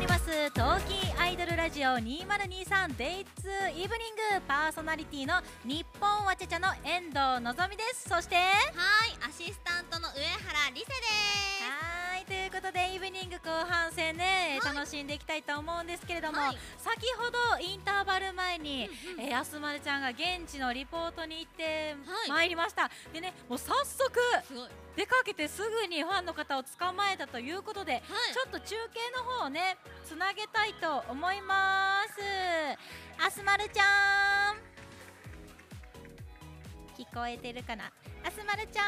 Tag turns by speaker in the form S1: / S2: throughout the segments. S1: 東京アイドルラジオ 2023Day2 イブニングパーソナリティの日本わちゃちゃの遠藤のぞみですそしては
S2: はい、アシスタントの上原理瀬です。
S1: ーいということでイブニング後半戦ね、
S2: はい
S1: 楽しんでいきたいと思うんですけれども、
S2: はい
S1: 先ほどインターバル前に、
S2: うんうん
S1: えーやすまるちゃんが現地のリポートに行って
S2: はい
S1: まいりました、でねもう早速
S2: すごい。はい。
S1: 出かけてすぐにファンの方を捕まえたということでちょっと中継の方をねつなげたいと思いますあすまるちゃん聞こえてるかなあすまるちゃん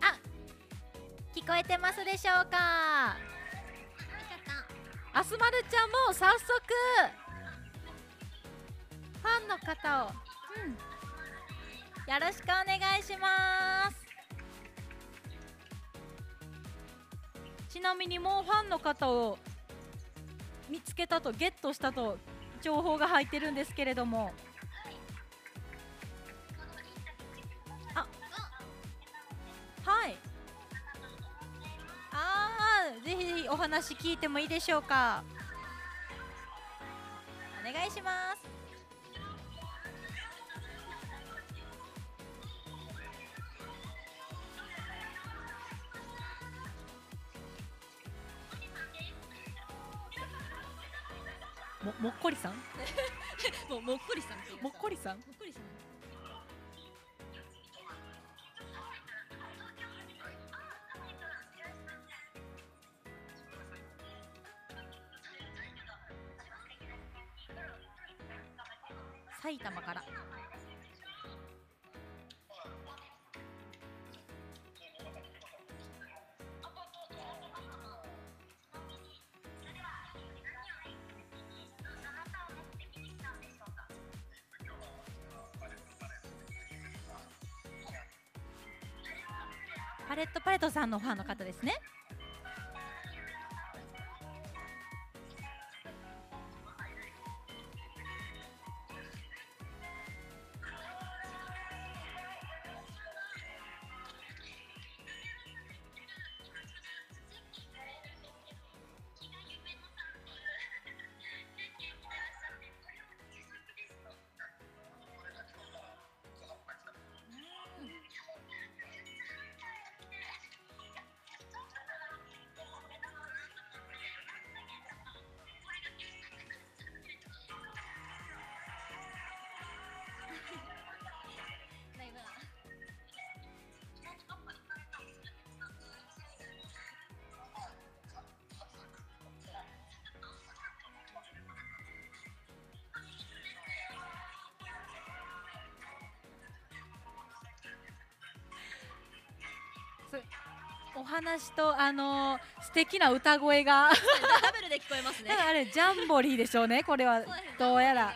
S1: あ聞こえてますでしょうかあすまるちゃんもう早速ファンの方を、うん、よろしくお願いしますちなみにもうファンの方を見つけたとゲットしたと情報が入ってるんですけれどもあはいあーぜひぜひお話聞いてもいいでしょうかお願いしますももっこりさん
S2: もうもっこりしたの。
S1: もっこりさん
S2: もっこりしたの。
S1: 埼玉からパレットパレットさんのファンの方ですね
S2: だいぶな。
S1: お話とあのー素敵な歌声が
S2: ダブルで 聞こえますね
S1: だ。 からあれジャンボリーでしょうねこれはどうやら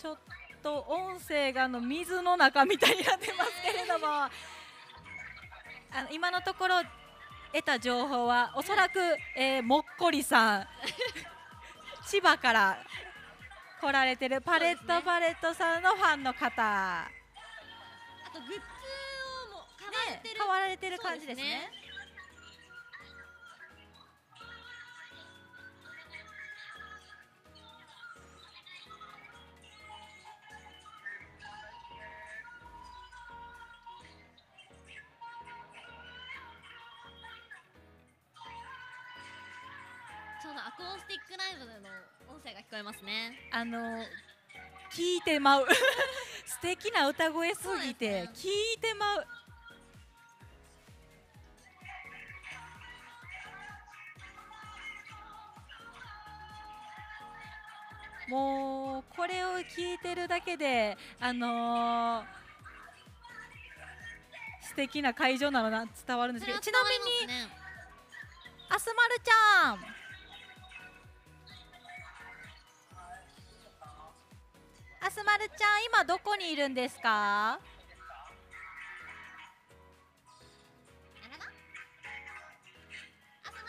S1: ちょっと音声があの水の中みたいになってますけれども、あの今のところ得た情報はおそらく、えーもっこりさん千葉から来られてるパレッ
S2: そうです
S1: ト
S2: ね
S1: パレットさんのファンの方、
S2: あとグッズをもう買われ
S1: ね
S2: てる、
S1: 買われてる感じですね。
S2: ちょうどアコースティックライブの音声が聞こえますね。
S1: あの聞いてまう 素敵な歌声すぎて
S2: そうで
S1: 聞いてまうもうこれを聞いてるだけであのー素敵な会場なのな伝わるんですけどちなみに
S2: に、ね、
S1: あすまるちゃん。あすまるちゃん、今どこにいるんですか。
S2: あららあすまる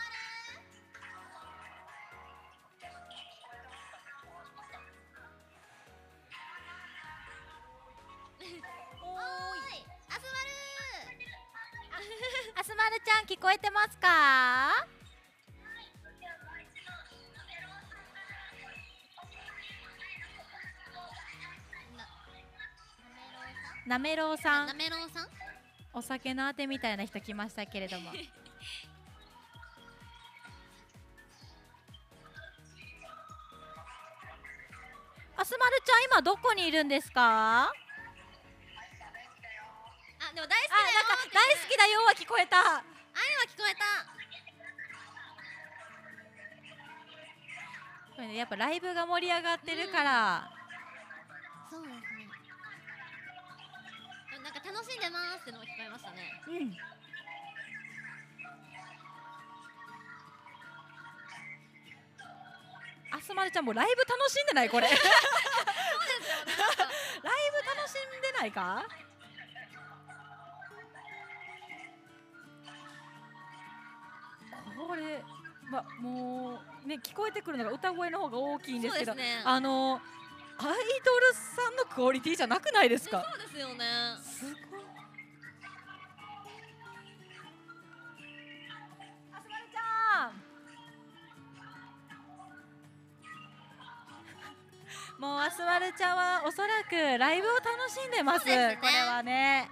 S1: 聞こえてますかなめろうさん
S3: なめろうさん
S1: お酒のあてみたいな人来ましたけれどもあすまるちゃん今どこにいるんですか
S3: あでも大好き
S1: あ
S3: だよ
S1: なんか
S3: ーって言
S1: 大
S3: って
S1: 好きだよは聞こえた
S3: あ今聞こえた
S1: これねやっぱライブが盛り上がってるから、
S3: そうですねでもなんか楽しんでますってのも聞こえましたね
S1: うんあすまるちゃんもうライブ楽しんでない これライブ楽しんでないかこれ、ま、もうね聞こえてくるのが歌声の方が大きいんですけど
S3: そうですね
S1: あのアイドルさんのクオリティじゃなくないですか
S3: ねそうですよね
S1: すごい。 あすまるちゃん。もうあすまるちゃんはおそらくライブを楽しんでます。
S3: そうですね
S1: これはね。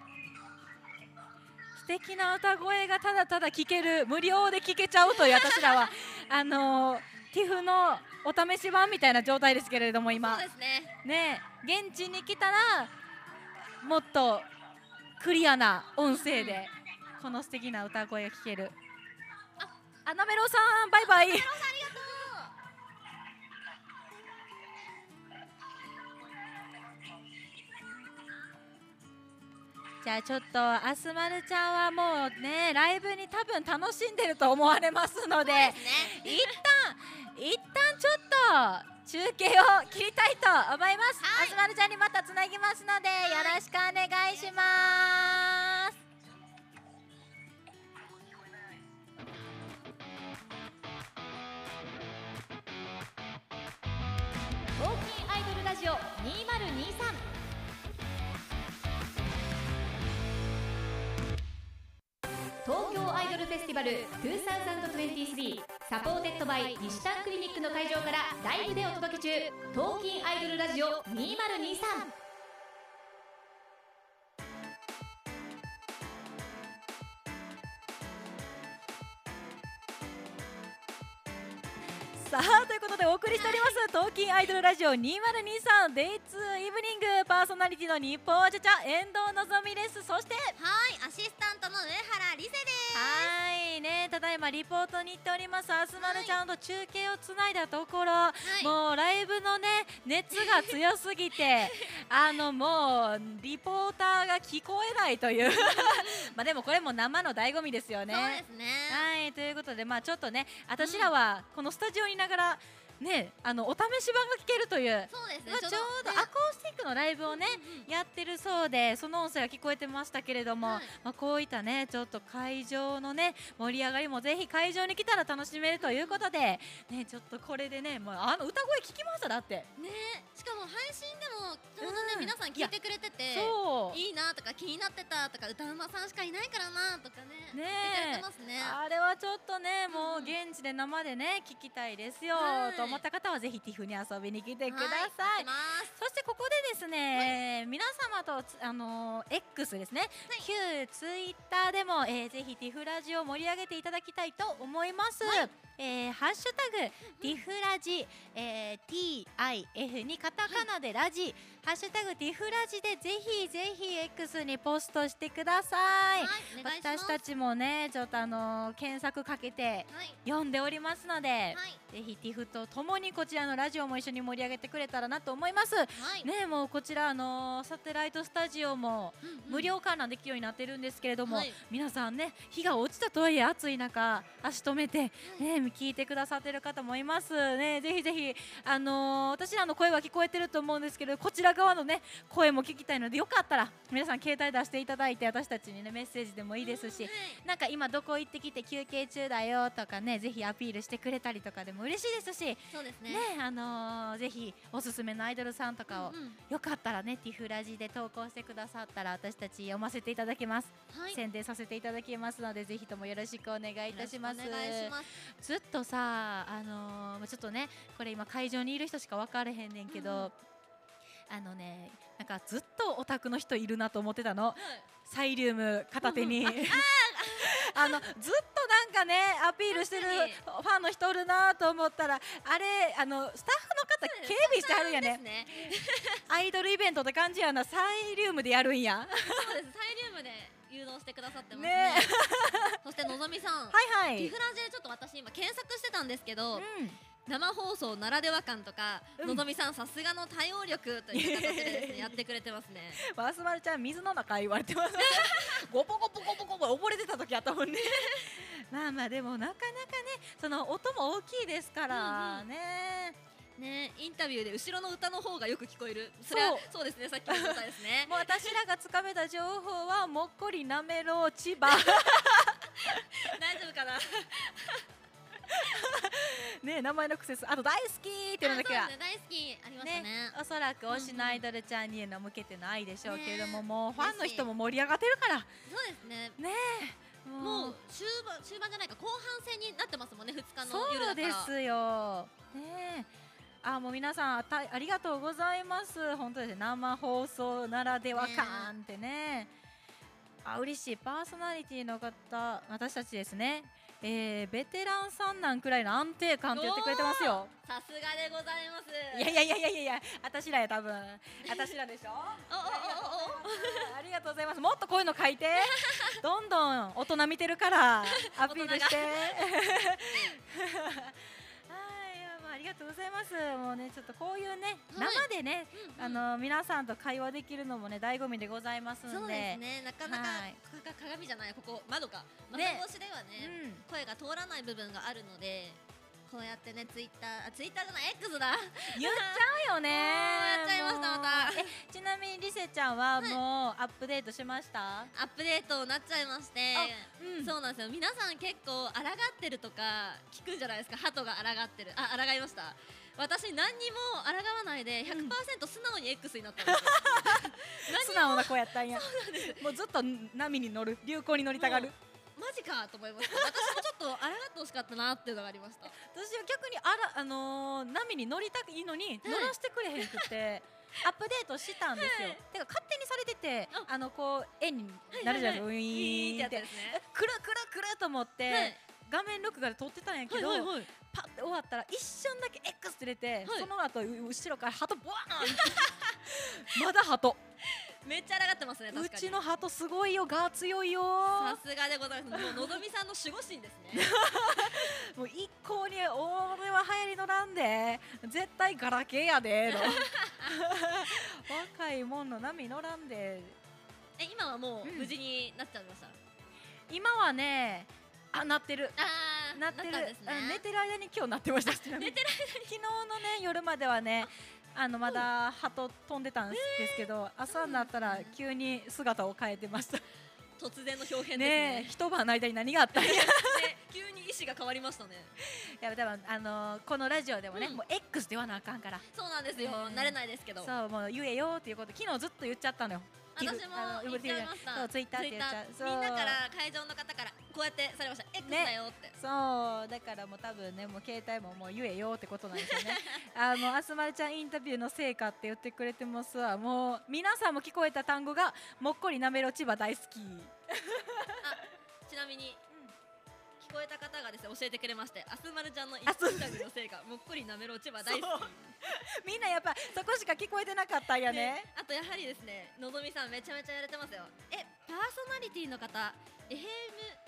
S1: 素敵な歌声がただただ聞ける無料で聞けちゃうという私らはあのティフのお試し版みたいな状態ですけれども今。
S3: そうですね
S1: ねえ現地に来たらもっとクリアな音声でこの素敵な歌声が聞けるあなめろうさんバイバイ じゃあちょっとあすまるちゃんはもうねライブに多分楽しんでると思われますので
S3: そうですね
S1: 一旦一旦ちょっと中継を切りたいと思います、
S3: はい
S1: あすまるちゃんにまたつなぎますのでよろしくお願いします
S4: ウォーキンアイドルラジオ2023東京アイドルフェスティバル2023サポーテッドバイ西丹クリニックの会場からライブでお届け中「東京アイドルラジオ2023」
S1: さあということでお送りしております「東京アイドルラジオ2023デイツーイブニング」パーソナリティの日本じゃちゃ遠藤のぞみですそして
S3: はいアシスタントの上原理瀬です
S1: はいねただいまリポートに行っておりますあすまるちゃんと中継をつないだところ、
S3: い
S1: もうライブのね熱が強すぎてあのもうリポーターが聞こえないという まあでもこれも生の醍醐味ですよね。
S3: そうですね
S1: はいということでまあちょっとね私らはこのスタジオにいながらねあのお試し版が聞けるという。
S3: そうですね
S1: まあ、ちょうどア
S3: ね
S1: コースティックのライブをね、やってるそうでその音声が聞こえてましたけれども、
S3: はい
S1: まあ、こういったねちょっと会場のね盛り上がりもぜひ会場に来たら楽しめるということで、ね、ちょっとこれでねもうあの歌声聞きましただって、
S3: ねしかも配信でもちょうどね、
S1: うん
S3: 皆さん聞いてくれてて
S1: そう
S3: いいなとか気になってたとか歌うまさんしかいないからなとかね
S1: ね
S3: 言ってくれてますね
S1: あれはちょっとねもう現地で生でね聞きたいですよ、
S3: はい
S1: と思った方はぜひティフに遊びに来てくだ
S3: は
S1: さい
S3: 待ってます
S1: そしてここでですね、皆様とつあのー X ですね、旧ツイッターでも、えー、ぜひティフラジを盛り上げていただきたいと思います。えーハッシュタグティフラジ、えー TIF にカタカナでラジ、ハッシュタグティフラジでぜひぜひ X にポストしてください。
S3: はいお願いします
S1: 私たちもねちょっとあのー検索かけて
S3: はい
S1: 読んでおりますので、
S3: はい
S1: ぜひティフとともにこちらのラジオも一緒に盛り上げてくれたらなと思います。
S3: はい、
S1: ねえもうこちらあのーサテライトスタジオも
S3: うんうん
S1: 無料観覧できるようになってるんですけれども、
S3: はい
S1: 皆さんね日が落ちたとはいえ暑い中足止めてねえ聞いてくださってる方もいますねえぜひぜひあのー私らの声は聞こえてると思うんですけどこちら側のね声も聞きたいのでよかったら皆さん携帯出していただいて私たちにねメッセージでもいいですし、
S3: ね
S1: なんか今どこ行ってきて休憩中だよとかねぜひアピールしてくれたりとかでも嬉しいですし、ね
S3: そうですね
S1: あのーぜひおすすめのアイドルさんと
S3: うん
S1: かを、
S3: うん
S1: よかったらねティフラジで投稿してくださったら私たち読ませていただきます、
S3: はい
S1: 宣伝させていただきますのでぜひともよろしくお願いいたします
S3: よろくお願いします
S1: ずっとさあのーまあちょっとねこれ今会場にいる人しか分からへんねんけど、
S3: うんう
S1: あのねなんかずっとオタクの人いるなと思ってたのサイリウム片手 に、あのずっとなんかねアピールしてるファンの人おるなと思ったらあれあのスタッフの方警備してはるんや
S3: です
S1: ね
S3: ね
S1: アイドルイベントって感じやなサイリウムでやるんやは
S3: そうですサイリウムで誘導してくださってますね
S1: ね
S3: そしてのぞみさん、
S1: いはい
S3: ティフラジでちょっと私今検索してたんですけど、
S1: うん
S3: 生放送ならでは感とか、
S1: うん
S3: のぞみさんさすがの対応力という形でです ねやってくれてますね
S1: マスマルちゃん水の中言われてますゴポゴポゴポゴポ溺れてた時あったもんねまあまあでもなかなかねその音も大きいですからね、
S3: ねインタビューで後ろの歌の方がよく聞こえるそれは
S1: そう
S3: そうですねさっきの答えです ね
S1: もう私らがつかめた情報はもっこりなめろう千葉
S3: 大丈夫かな
S1: ね名前のクセスあと大好きっ
S3: あそうですね
S1: ていうのだけは
S3: 大好きありましたね
S1: ね、おそらく推しのアイドルちゃんにへの向けての愛でしょうけれども、
S3: ね
S1: もうファンの人も盛り上がってるから
S3: そうですね
S1: も
S3: も
S1: う
S3: う終盤終盤じゃないか後半戦になってますもんね2日の夜
S1: そう
S3: だか
S1: で
S3: ら
S1: すよ。ねえ。あもう皆さんあたありがとうございます。本当ですね生放送ならでは感ってね。あ嬉しいパーソナリティの方私たちですね。えー、ベテランさんなんくらいの安定感って言ってくれてますよ。
S3: さすがでございます
S1: いやいやいやいやいやいや、私らや多分。私らでしょ。
S3: おおおお お
S1: ありがとうございます。もっとこういうの書い て。どんどん大人見てるから、アピール して。はい、いやまあありがとうございます。もうね、ちょっとこういうね、
S3: はい
S1: 生でね、
S3: うん
S1: あの皆さんと会話できるのもね、醍醐味でございますんで。
S3: そうですねなかなか
S1: はい
S3: ここが鏡じゃないここ窓か窓
S1: ね
S3: 越しではね声が通らない部分があるのでこうやってねツイッターあツイッターじゃない X だ
S1: うん、言っちゃう よね。
S3: おーやっちゃいました
S1: もう
S3: また
S1: えちなみにりせちゃんはもうアップデートしました。
S3: アップデートになっちゃいまして
S1: うん
S3: そうなんですよ皆さん結構抗ってるとか聞くんじゃないですか鳩が抗ってるあ抗いました私何にも抗わないで
S1: うん
S3: 100%素直に X になったんで すよ
S1: 素直な子やったん や。もうずっと波に乗る、流行に乗りたがる
S3: も。マジかと思いました私もちょっと抗ってほしかったなっていうのがありました
S1: 私は逆にあら、あのー波に乗りたくいいのに乗らせてくれへんくて、アップデートしたんですよ、
S3: はい
S1: てか勝手にされてて
S3: あ
S1: あのこう円になるじゃ ないですか、ウィーンって
S3: やつですね
S1: くるくるくると思って、
S3: はい
S1: 画面録画で撮ってたんやけど、
S3: はいはいはい
S1: パッて終わったら一瞬だけ X って出て、
S3: はい
S1: その後う後ろから鳩ブワ ーンまだ鳩
S3: めっちゃ抗ってますね
S1: う
S3: 確かに
S1: ちの鳩すごいよガー強いよ
S3: さすがでございますもうのぞみさんの守護神ですね
S1: もう一向に俺は流行りのなんで絶対ガラケーやでの若いもんの波乗らんで
S3: え今はもう
S1: うん
S3: 無事になっちゃいました
S1: 今はねあなってる
S3: あー
S1: なってる
S3: ったんです
S1: うん寝
S3: ね
S1: てる間に今日なってました寝てる間に昨日のね夜まではねあのまだ鳩飛んでたんですけど、朝になったら急に姿を変えてました
S3: 突然の表現です
S1: ねえ
S3: ね
S1: 一晩の間に何があったん やい
S3: で急に意思が変わりましたね
S1: や多分あのこのラジオでもね、
S3: うん
S1: もう X ではなあかんから
S3: そうなんですよ、
S1: うん
S3: 慣れないですけど
S1: そうもう言えよっていうこと昨日ずっと言っちゃったのよ
S3: 私も
S1: あの
S3: 言っちゃいました
S1: そうツイッターって言っちゃう
S3: ツ
S1: そ
S3: イッ
S1: う
S3: ターみんなから会場の方からこうやってされました X だよって、
S1: そうだからもう多分ねもう携帯ももう言えよってことなんですよね あのあすまるちゃんインタビューの成果って言ってくれてますわもう皆さんも聞こえた単語がもっこりなめろ千葉大好き
S3: ちなみに、聞こえた方がですね教えてくれましてあすまるちゃんのイン
S1: あそう
S3: タビューのせいかもっこりなめろ千葉大好き
S1: みんなやっぱそこしか聞こえてなかったんやね
S3: あとやはりですねのぞみさんめちゃめちゃやれてますよえパーソナリティの方 FM こ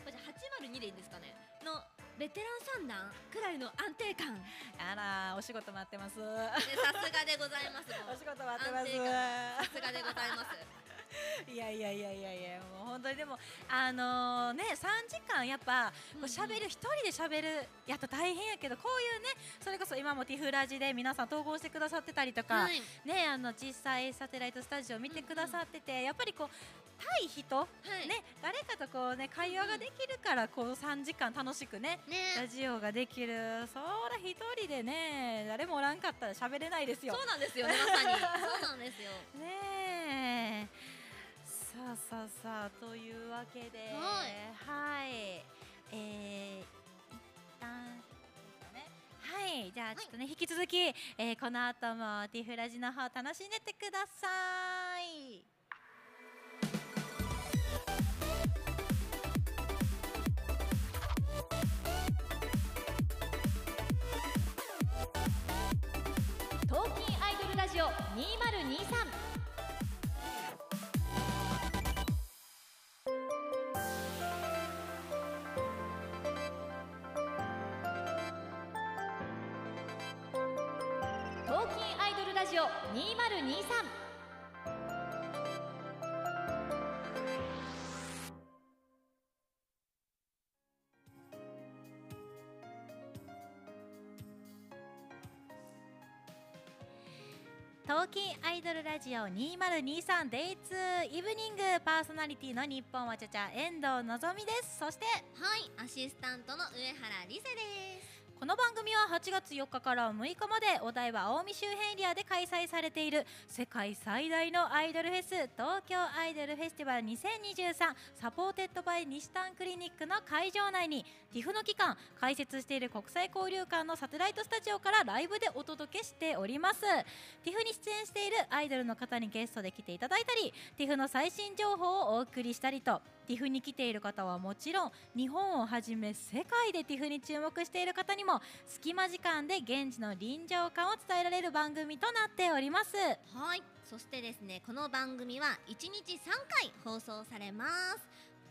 S3: れじゃ802でいいんですかねのベテラン三段くらいの安定感
S1: あらお仕事待ってます
S3: え さすがでございますも
S1: お
S3: う
S1: 仕事待ってま
S3: 安定
S1: す
S3: 感さすがでございます
S1: いやいやいやいやいやもう本当にでもあのね3時間やっぱこう喋る一人で喋るやったら大変やけどこういうねそれこそ今もティフラジで皆さん投稿してくださってたりとか、
S3: はい
S1: ねあの実際サテライトスタジオ見てくださってて、やっぱりこう対人、
S3: はい
S1: ね、誰かとこうね会話ができるからこう3時間楽しくねラ
S3: ね
S1: ジオができるそら一人でね誰もおらんかったら喋れないですよ
S3: そうなんですよねまさ にそうなんですよ
S1: ねえさあさあさあというわけで
S3: は
S1: はい、えー、一旦ねはいじゃあちょっとね、引き続き、えーこの後もティフラジの方楽しんでってください
S4: 東京アイドルラジオ2023東京アイドルラジオ2023
S1: 東京アイドルラジオ2023デイツイブニングパーソナリティの日本はちゃちゃ遠藤のぞみですそして
S3: はいアシスタントの上原理瀬です
S1: この番組は8月4日から6日までお台場青海周辺エリアで開催されている世界最大のアイドルフェス東京アイドルフェスティバル2023サポーテッドバイ西丹クリニックの会場内に TIFF の期間開設している国際交流館のサテライトスタジオからライブでお届けしております TIFF に出演しているアイドルの方にゲストで来ていただいたり TIFF の最新情報をお送りしたりと TIFF に来ている方はもちろん日本をはじめ世界で TIFF に注目している方にも隙間時間で現地の臨場感を伝えられる番組となっております
S3: はいそしてですねこの番組は1日3回放送されます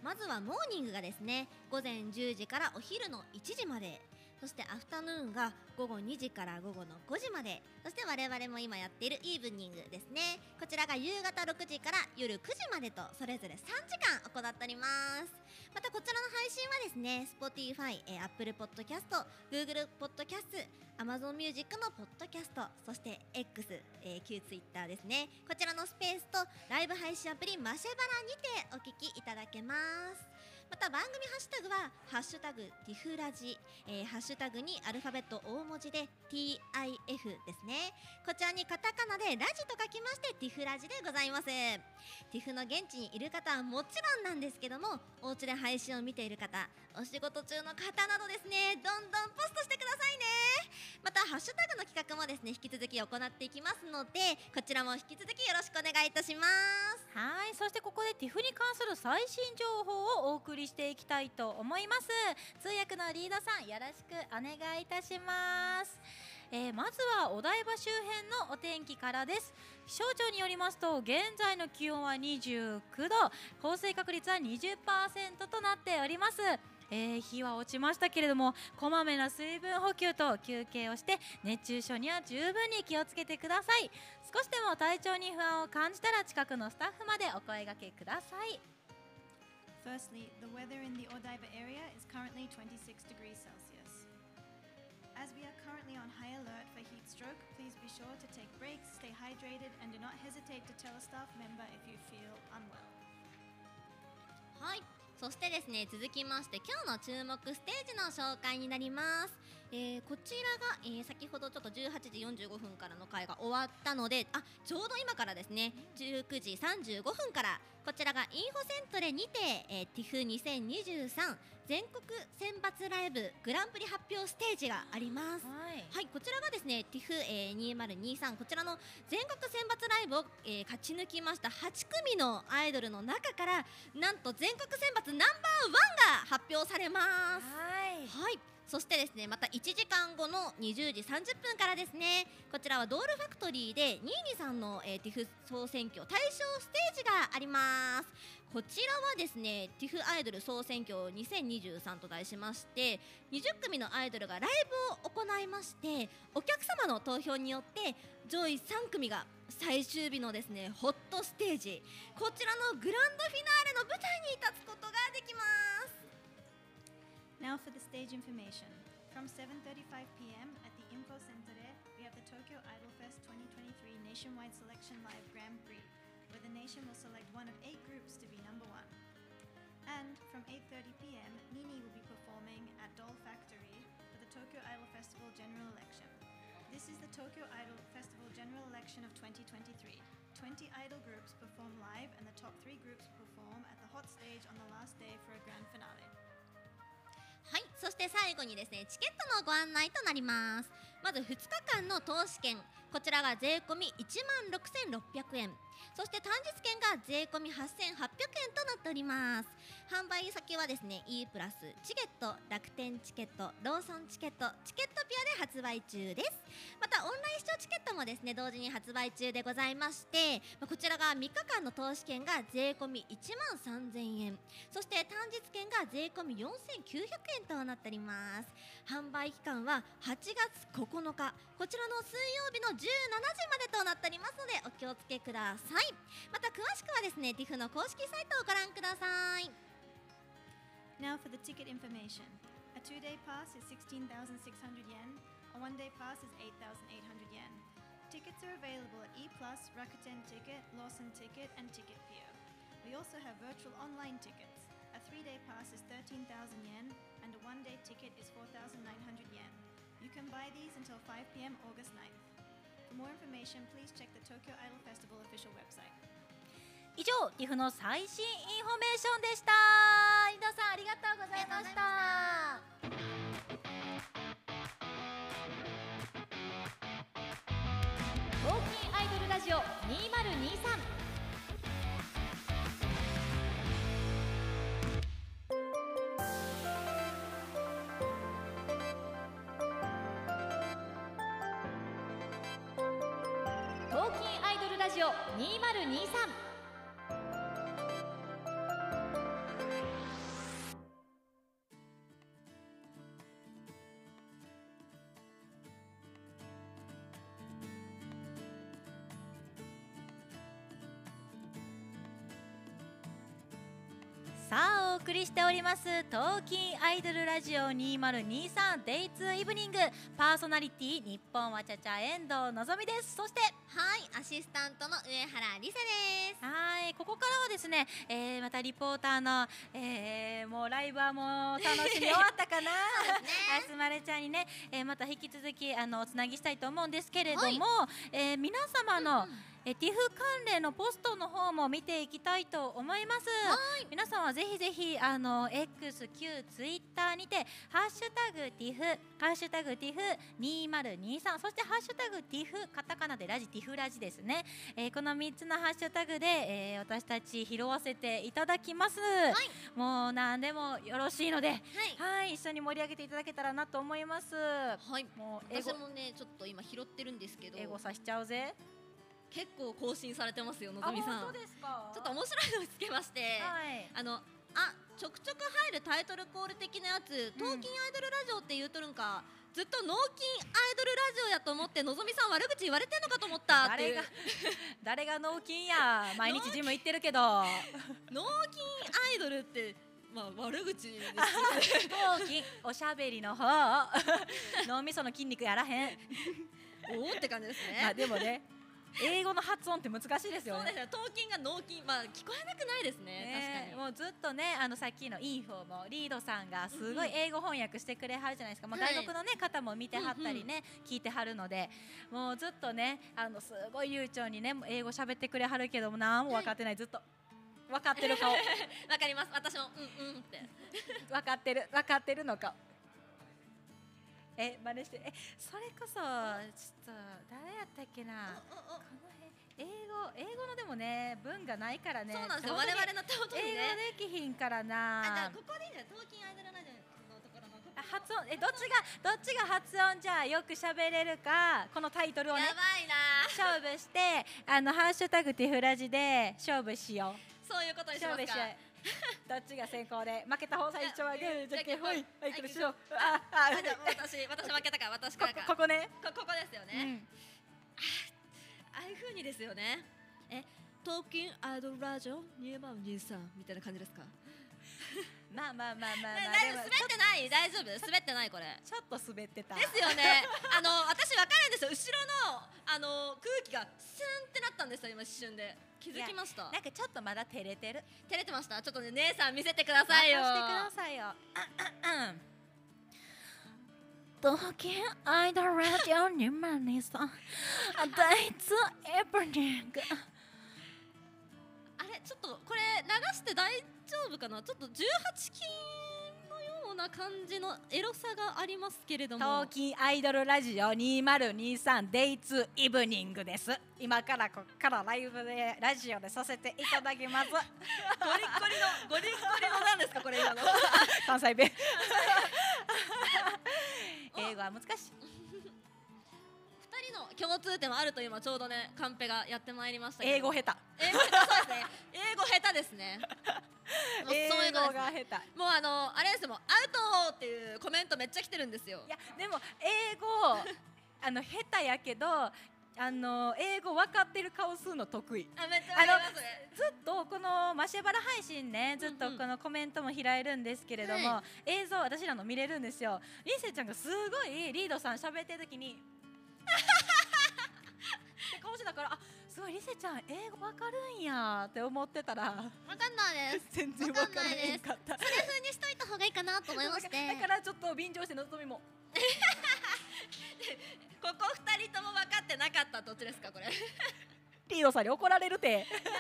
S3: まずはモーニングがですね午前10時からお昼の1時までそしてアフタヌーンが午後2時から午後の5時までそして我々も今やっているイーブニングですねこちらが夕方6時から夜9時までとそれぞれ3時間行っておりますまたこちらの配信はですね Spotify、えー Apple Podcast、Google Podcast、Amazon Music のポッドキャストそして X、えー、旧 Twitter ですねこちらのスペースとライブ配信アプリマシェバラにてお聞きいただけますまた番組ハッシュタグは「ハッシュタグティフラジ」えーハッシュタグにアルファベット大文字で TIF ですねこちらにカタカナでラジと書きましてティフラジでございますティフの現地にいる方はもちろんなんですけどもお家で配信を見ている方お仕事中の方などですねどんどんポストしてくださいねまたハッシュタグの企画もですね引き続き行っていきますのでこちらも引き続きよろしくお願いいたします
S1: はいそしてここで TIFF に関する最新情報をお送りしていきたいと思います通訳のリーダーさんよろしくお願いいたしますえーまずはお台場周辺のお天気からです気象庁によりますと現在の気温は29度降水確率は20%となっておりますえー日は落ちましたけれどもこまめな水分補給と休憩をして熱中症には十分に気をつけてください少しでも体調に不安を感じたら近くのスタッフまでお声掛けください
S5: Firstly, the weather in the Odaiba area is currently 26 degrees Celsius. As we are currently on high alert for heat stroke, please be sure to take breaks, stay hydrated, and do not hesitate to tell a staff member if you feel unwell.
S3: はいそしてですね続きまして今日の注目ステージの紹介になります、えーこちらが、えー先ほどちょっと18時45分からの回が終わったのであちょうど今からですね19時35分からこちらがインフォセントレにて、えー、TIFF2023 全国選抜ライブグランプリ発表ステージがあります
S1: はい
S3: はい、こちらがですね、TIFF2023、こちらの全国選抜ライブを、えー勝ち抜きました8組のアイドルの中から、なんと全国選抜ナンバーワンが発表されます。
S1: はい
S3: はい、そしてですねまた1時間後の20時30分からですねこちらはドールファクトリーでニーニさんの、えー、TIFF 総選挙対象ステージがありますこちらはですね TIFF アイドル総選挙2023と題しまして20組のアイドルがライブを行いましてお客様の投票によって上位3組が最終日のですねホットステージこちらのグランドフィナーレの舞台に立つことができます
S5: Now for the stage information. From 7:35 p.m. at the Info Center, we have the Tokyo Idol Fest 2023 Nationwide Selection Live Grand Prix. where the nation will select one of eight groups to be number one. And from 8:30 p.m., Nini will be performing at Doll Factory for the Tokyo Idol Festival General Election. This is the Tokyo Idol Festival General Election of 2023. 20 idol groups perform live, and the top three groups perform at the hot stage on the last day for a grand finale.
S3: はい、そして最後にですね、チケットのご案内となります。まず2日間の投資券、こちらが税込み1万6600円、そして単日券が税込み8800円となっております。販売先はですね、E プラスチケット、楽天チケット、ローソンチケット、チケットピアで発売中です。またオンライン視聴チケットもですね、同時に発売中でございまして、まあこちらが3日間の投資券が税込み1万3000円。そして単日券が税込み4900円となっております販売期間は8月9日こちらの水曜日の17時までとなっておりますのでお気をつけくださいまた詳しくはですね TIFF の公式サイトをご覧ください
S5: Now for the ticket information. A two day pass is 16,600 yen, a one day pass is 8,800 yen. Tickets are available at E Plus, Rakuten Ticket, Lawson Ticket, and Ticket Pio. We also have virtual online tickets. A three day pass is 13,000 yen, and a one day ticket is 4,900 yen. You can buy these until 5 pm August 9th. For more information, please check the Tokyo Idol Festival official website.
S1: 以上岐阜の最新インフォメーションでした井田さんありがとうございました
S6: トーキンアイドルラジオ2023トーキンアイドルラジオ2023
S1: さあお送りしております「東京アイドルラジオ2023デイツーイブニング」パーソナリティ日本はちゃちゃ遠藤のぞみですそして
S3: はいアシスタントの上原理瀬です
S1: はいここからはですね、えーまたリポーターの、えーもうライブはもう楽しみ終わったか なあすまれちゃんにね、えーまた引き続きあのおつなぎしたいと思うんですけれども、
S3: はい
S1: えー皆様の、
S3: うん
S1: えー、TIFF 関連のポストの方も見ていきたいと思います。皆さんはぜひぜひあの X、Q、Twitter にてハッシュタグ TIFF、ハッシュタグ TIFF2023 そしてハッシュタグ TIFF カタカナでラジ TIFF ラジですね、えーこの3つのハッシュタグで、えー私たち拾わせていただきます、もう何でもよろしいので
S3: は
S1: はい一緒に盛り上げていただけたらなと思います
S3: いはい
S1: もう英
S3: 私
S1: 語
S3: もねちょっと今拾ってるんですけど
S1: 英語さしちゃうぜ
S3: 結構更新されてますよのぞ
S1: あ
S3: みさん
S1: 本当
S3: ち
S1: ですか
S3: ょっと面白いの見つけまして、
S1: はい
S3: あのあちょくちょく入るタイトルコール的なやつ「東金アイドルラジオ」って言うとるんか、ずっと「脳筋アイドルラジオ」やと思ってのぞみさん悪口言われてんのかと思ったって
S1: 誰
S3: いう
S1: が誰が脳筋や毎日ジム行ってるけど脳
S3: 「脳筋アイドル」って、まあ、悪 口です
S1: 筋おしゃべりの 方脳みその筋肉やらへん
S3: おおって感じです
S1: まあ
S3: ね。
S1: でもね英語の発音って難しいです
S3: そ
S1: よ
S3: うです
S1: ね
S3: ね、頭筋が脳筋、まあ、聞こえなくないですね、
S1: ね
S3: 確か
S1: もうずっとねあのさっきのインフォもリードさんがすごい英語翻訳してくれはるじゃないですか、まあ、
S3: はい
S1: 外国の、ね、方も見てはったりね、聞いてはるのでもうずっとねあのすごい悠長にね英語喋ってくれはるけども何も分かってないずっと分かってる顔
S3: に。わかります、私も、うんうんって。
S1: 分かってる分かってるのかえ真似してえそれこそちょっと誰やったっけなこの辺英語英語のでもね文がないからね
S3: そうなんですよ、
S1: 本
S3: 我
S1: 当に
S3: 々の手元に
S1: 英
S3: ね。
S1: 語できひんから
S3: あ、じ
S1: な
S3: ゃあ、ここでいいんじゃない、頭筋アイドルラジオのところの。
S1: あ発音えどっちがどっちが発音じゃあよく喋れるかこのタイトルをね
S3: やばいな。
S1: 勝負してあのハッシュタグティフラジで勝負しよう
S3: そういうことにしま
S1: 勝
S3: す
S1: 負しよ
S3: か。
S1: う どっちが先行で負けた方最初はグーじゃけほいはいくるしろあ
S3: あ
S1: あ
S3: じゃあ私私負けたから私
S1: こ
S3: からか
S1: ここ
S3: こ
S1: ね
S3: ここですよね。ああいう風にですよね。え、東京アイドルラジオ2 0 2 3みたいな感じですか。
S1: うんまあまあまあまあ
S3: ね
S1: ま
S3: 大丈
S1: あでも
S3: 夫滑ってない大丈夫滑ってないこれ。
S1: ちょっと滑ってた
S3: ですよね。あの私わかるんですよ。後ろのああの空気がスンってなったんですよ今一瞬で気づきました
S1: なんかちょっとまだ照れてる
S3: 照れてましたちょっとね姉さん見せてくださいよ
S1: 任せてくださいよ東京アイドルラジオニマネさん大豆エブリング
S3: あれちょっとこれ流して大丈夫かなちょっと18禁のような感じのエロさがありますけれども
S1: 東京アイドルラジオ2023デイツイブニングです今からこっからライブでラジオでさせていただきます
S3: ゴリッゴリのゴリッゴリのなんですかこれ今の
S1: 関西 弁英語は難しい
S3: 二人の共通点はあると今ちょうどねカンペがやってまいりましたけど
S1: 英語下手
S3: 英語下手そうですね英語下手です ねもうそうい
S1: 英
S3: う
S1: 語
S3: こと
S1: が
S3: です
S1: 下
S3: ね
S1: 手
S3: もうあのあれですよもうアウトっていうコメントめっちゃ来てるんですよ
S1: いやでも英語あの下手やけどあの英語分かってる顔するの得意
S3: あめっちゃありますね
S1: ずっとこのマシェバラ配信ねずっと
S3: うんうん
S1: このコメントも開いるんですけれども、
S3: は
S1: 映像私らの見れるんですよりんせいちゃんがすごいリードさん喋ってる時にって顔してたからあすごいりんせいちゃん英語分かるんやって思ってたら
S2: わかんないです。
S1: 全然分からへんかった
S2: それ風にしといた方がいいかなと思いまして。
S1: だからちょっと便乗してのぞみも
S3: ここ二人とも分かってなかったどっちですかこれやば
S1: リードさんに怒られるて
S3: いですね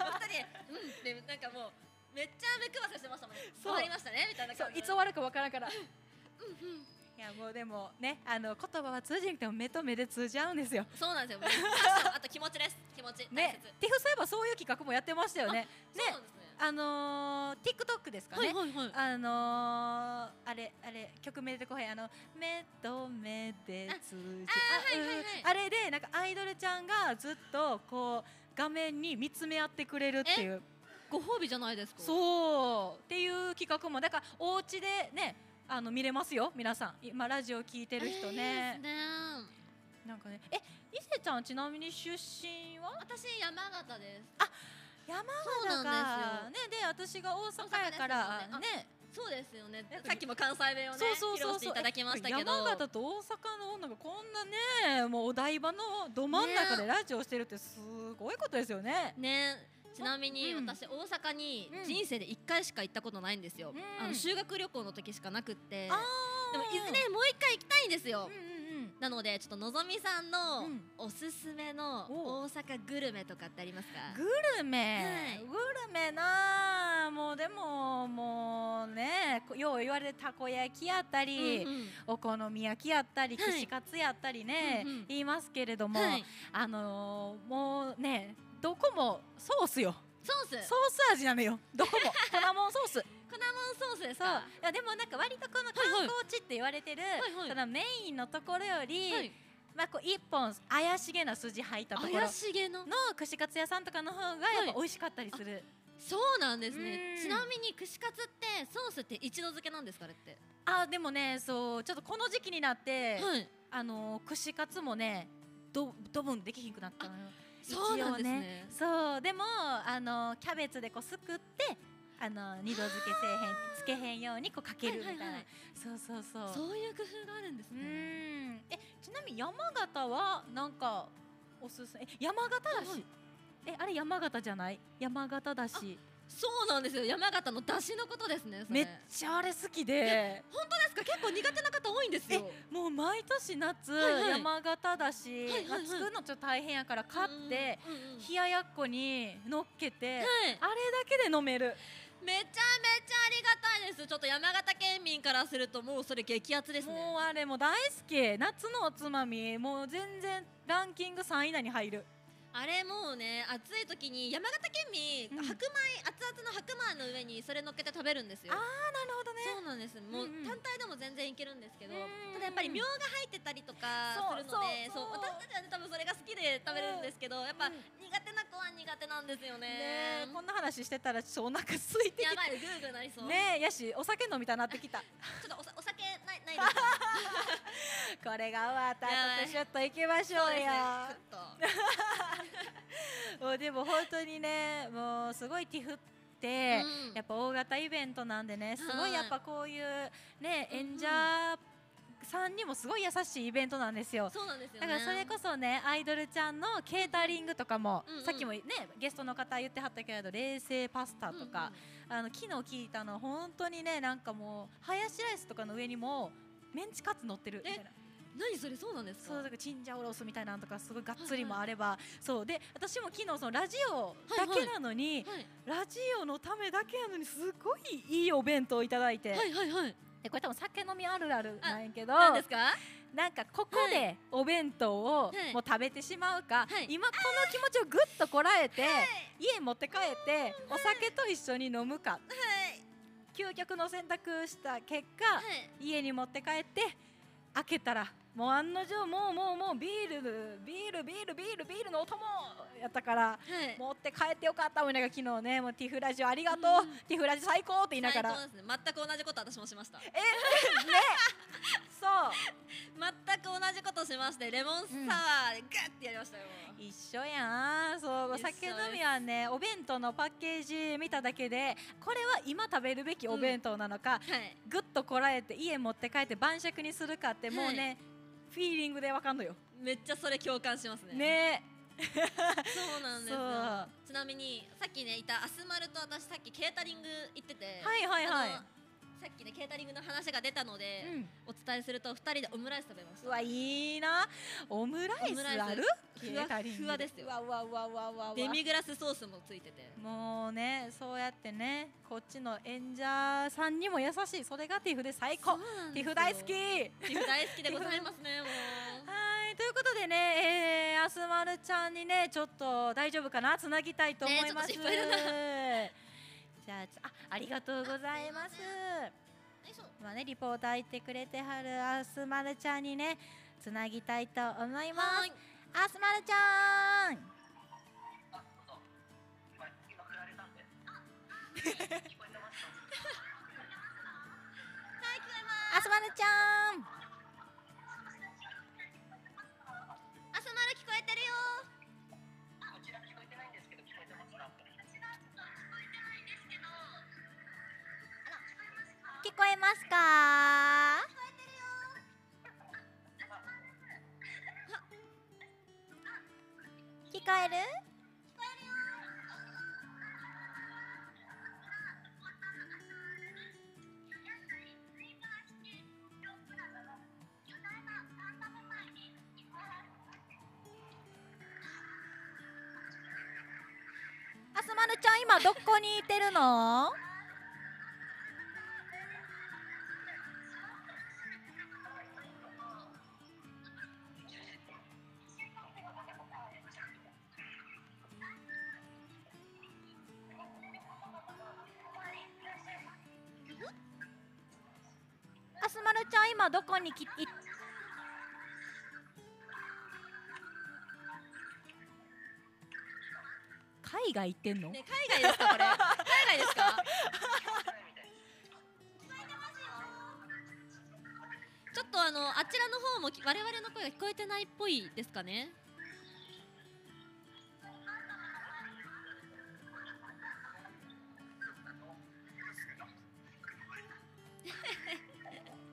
S3: お二人うんでなんかもうめっちゃ目くばせしてましたもんね
S1: そう
S3: 終わりましたねみたいな
S1: そう
S3: 感
S1: い
S3: じ
S1: つ終わるかわからんから。いやもうでもねあの言葉は通じなくても目と目で通じ合うんですよ。
S3: そうなんですよファッションあと気持ちです気持ち大
S1: ね
S3: 切、
S1: ティフそういえばそういう企画もやってましたよね。ね
S3: そうなんですね
S1: あのー、TikTok ですかね。
S3: はいはい
S1: あのー、あれあれ曲名でこへんあの目と目で通じ
S3: ああーはいはいはい
S1: 合うあれでなんかアイドルちゃんがずっとこう画面に見つめ合ってくれるっていう
S3: ご褒美じゃないですか
S1: そうっていう企画もだからお家でねあの見れますよ皆さん今ラジオ聞いてる人ね、
S3: ね
S1: なんかねえ伊勢ちゃんちなみに出身は
S3: 私山形です
S1: 山
S3: そ
S1: 形か
S3: うなん
S1: ねで私が大阪やから
S3: 大阪ですもん
S1: ね
S3: ねそうですよねさっきも関西弁をね
S1: そうそう
S3: 披
S1: そう
S3: 露して
S1: そう
S3: いただきましたけど
S1: え山形と大阪の女がこんなねもうお台場のど真ん中でラジオしてるってすごいことですよね
S3: ねちなみに
S1: うん
S3: 私大阪に
S1: うん
S3: 人生で1回しか行ったことないんですよ、
S1: うん
S3: あの修学旅行の時しかなくってで
S1: あ
S3: も
S1: ー
S3: いずれもう1回行きたいんですよ
S1: う、んうん
S3: なのでちょっとのぞみさん
S1: う
S3: の
S1: ん
S3: おすすめの
S1: お
S3: 大阪グルメとかってありますか、
S1: グルメ、
S3: はい
S1: グルメなあもうでももうねこよう言われるたこ焼きやったり、
S3: うんうん
S1: お好み焼きやったり、
S3: はい
S1: 串カツやったりね、
S3: うんうん
S1: 言いますけれども、
S3: はい
S1: あのーもうねどこもソースよ
S3: ソース
S1: ソース味なの よどこも粉もんソース そう
S3: 粉もんソースですか
S1: いやでもなんか割とこの
S3: はいは
S1: 観
S3: い
S1: 光地って言われてる、
S3: いはい
S1: そのメインのところより、
S3: はい
S1: まあこう一本怪しげな筋入ったところ
S3: 怪しげの
S1: の串カツ屋さんとかの方がやっぱ美味しかったりする、
S3: そうなんです
S1: う
S3: ね
S1: ん
S3: ちなみに串カツってソースって一度漬けなんですかあれって
S1: あでもねそうちょっとこの時期になって、
S3: はい
S1: あのー串カツもねどどぶんできひんくなったのよ
S3: そうなんですね
S1: 一応そうでもあのーキャベツでこうすくってあのー二度漬けせえへんつけへんようにこうかけるみたいな、
S3: はいはいはい
S1: そうそうそう
S3: そういう工夫があるんです
S1: うー
S3: ね
S1: んえちなみに山形はなんかおすすめえ山形だし、
S3: はい
S1: えあれ山形じゃない山形だし
S3: そうなんですよ山形の出汁のことですねそれ
S1: めっちゃあれ好きで
S3: ですか結構苦手な方多いんですよ
S1: もう毎年夏、
S3: はいはい
S1: 山形だし、
S3: はいはいはい
S1: まあ作るのちょっと大変やから買って、
S3: うんうんうん
S1: 冷ややっこに乗っけて、
S3: はい
S1: あれだけで飲める
S3: めちゃめちゃありがたいですちょっと山形県民からするともうそれ激アツですね
S1: もうあれもう大好き夏のおつまみもう全然ランキング3位以内に入る
S3: あれもうね暑い時に山形県民、
S1: うん
S3: 白米熱々の白米の上にそれ乗っけて食べるんですよ
S1: ああなるほどね
S3: そうなんですもう
S1: うんうん
S3: 単体でも全然いけるんですけど、
S1: うんうん
S3: ただやっぱりみょうが入ってたりとか
S1: そう
S3: するので
S1: そ
S3: そうう
S1: そう
S3: 私たちはね多分それが好きで食べるんですけど、やっぱ
S1: うん
S3: 苦手な子は苦手なんですよ
S1: ね
S3: ね
S1: えこんな話してたらちょっとお腹空いてき
S3: やばいグーグーなりそう、
S1: ねえやしお酒飲みたいなってきた
S3: ちょっとおさお酒ないないです か
S1: これが終わった
S3: やば
S1: 後
S3: い
S1: シュッと行きましょ
S3: そう
S1: う
S3: ですね
S1: よ
S3: ちょっと
S1: も うでも本当にねもうすごいティフって、
S3: うん
S1: やっぱ大型イベントなんでねすご
S3: はいい
S1: やっぱこういうね
S3: うんうん
S1: 演者さんにもすごい優しいイベントなんですよ。
S3: そうなんですよ
S1: だ
S3: ね
S1: からそれこそねアイドルちゃんのケータリングとかも、
S3: うんうん
S1: さっきもねゲストの方言ってはったけれど冷製パスタとか、あの昨日聞いたの本当にねなんかもうハヤシライスとかの上にもメンチカツ乗ってるみたいな
S3: うんうん何それそうなんですか
S1: そうだからチンジャオロースみたいなのとかすごいがっつりもあれば、そうで私も昨日そのラジオだけなのに、
S3: はい
S1: ラジオのためだけなのにすごいいいお弁当をいただいて、
S3: はいはいはい
S1: でこれ多分酒飲みあるあるなんやけど
S3: なんですか
S1: なんかここでお弁当を
S3: はい
S1: もう食べてしまうか、
S3: はい
S1: 今この気持ちをぐっとこらえて、家持って帰ってお酒と一緒に飲むか、究極の選択した結果、
S3: はい
S1: 家に持って帰って開けたらもう案の定もうもうもうビールビールビールビールビールのお供やったから
S3: はい
S1: 持って帰ってよかった思いながら昨日ねもうティフラジオありがとう、
S3: うん
S1: ティフラジ最高って言いながら
S3: 最高ですね全く同じこと私もしました
S1: そう
S3: 全く同じことしましてレモンサワーでガッてやりましたよ、
S1: 一緒やんそう
S3: 一緒
S1: 酒飲みはねお弁当のパッケージ見ただけでこれは今食べるべきお弁当なのか、
S3: はい
S1: ぐっとこらえて家持って帰って晩酌にするかってもうね、フィーリングでわかんのよ
S3: めっちゃそれ共感しますね
S1: ね
S3: そうなんですよ
S1: そう
S3: ちなみにさっきねいたアスマルと私さっきケータリング行ってて
S1: はいはいはい
S3: あのさっきねケータリングの話が出たので、
S1: うん
S3: お伝えすると二人でオムライス食べました
S1: うわいいなオムライスある
S3: オムライスふわふわですよ
S1: うわうわうわうわうわうわ
S3: デミグラスソースもついてて
S1: もうねそうやってねこっちの演者さんにも優しいそれがティフで最高ティフ大好き
S3: テ
S1: は
S3: ィフ大好きでございますねも う
S1: いということでね、えー、あすまるちゃんにねちょっと大丈夫かなつなぎたいと思います、
S3: ねちょっと心配
S1: じゃあつあありがとうございます
S3: よいしょ
S1: まあねリポーター行ってくれてはるあすまるちゃんにねつなぎたいと思いま
S3: は
S1: す
S3: ーい
S1: あすまるちゃんあすまるちゃん
S3: アスマル聞こえてるよ
S1: 聞こえますか聞こえるあすまるちゃん今どこにいてるのあすまるちゃん今どこにきい海外行ってんの、
S3: ね海外ですかこれ海外ですかちょっとあのあちらの方もき我々の声が聞こえてないっぽいですかね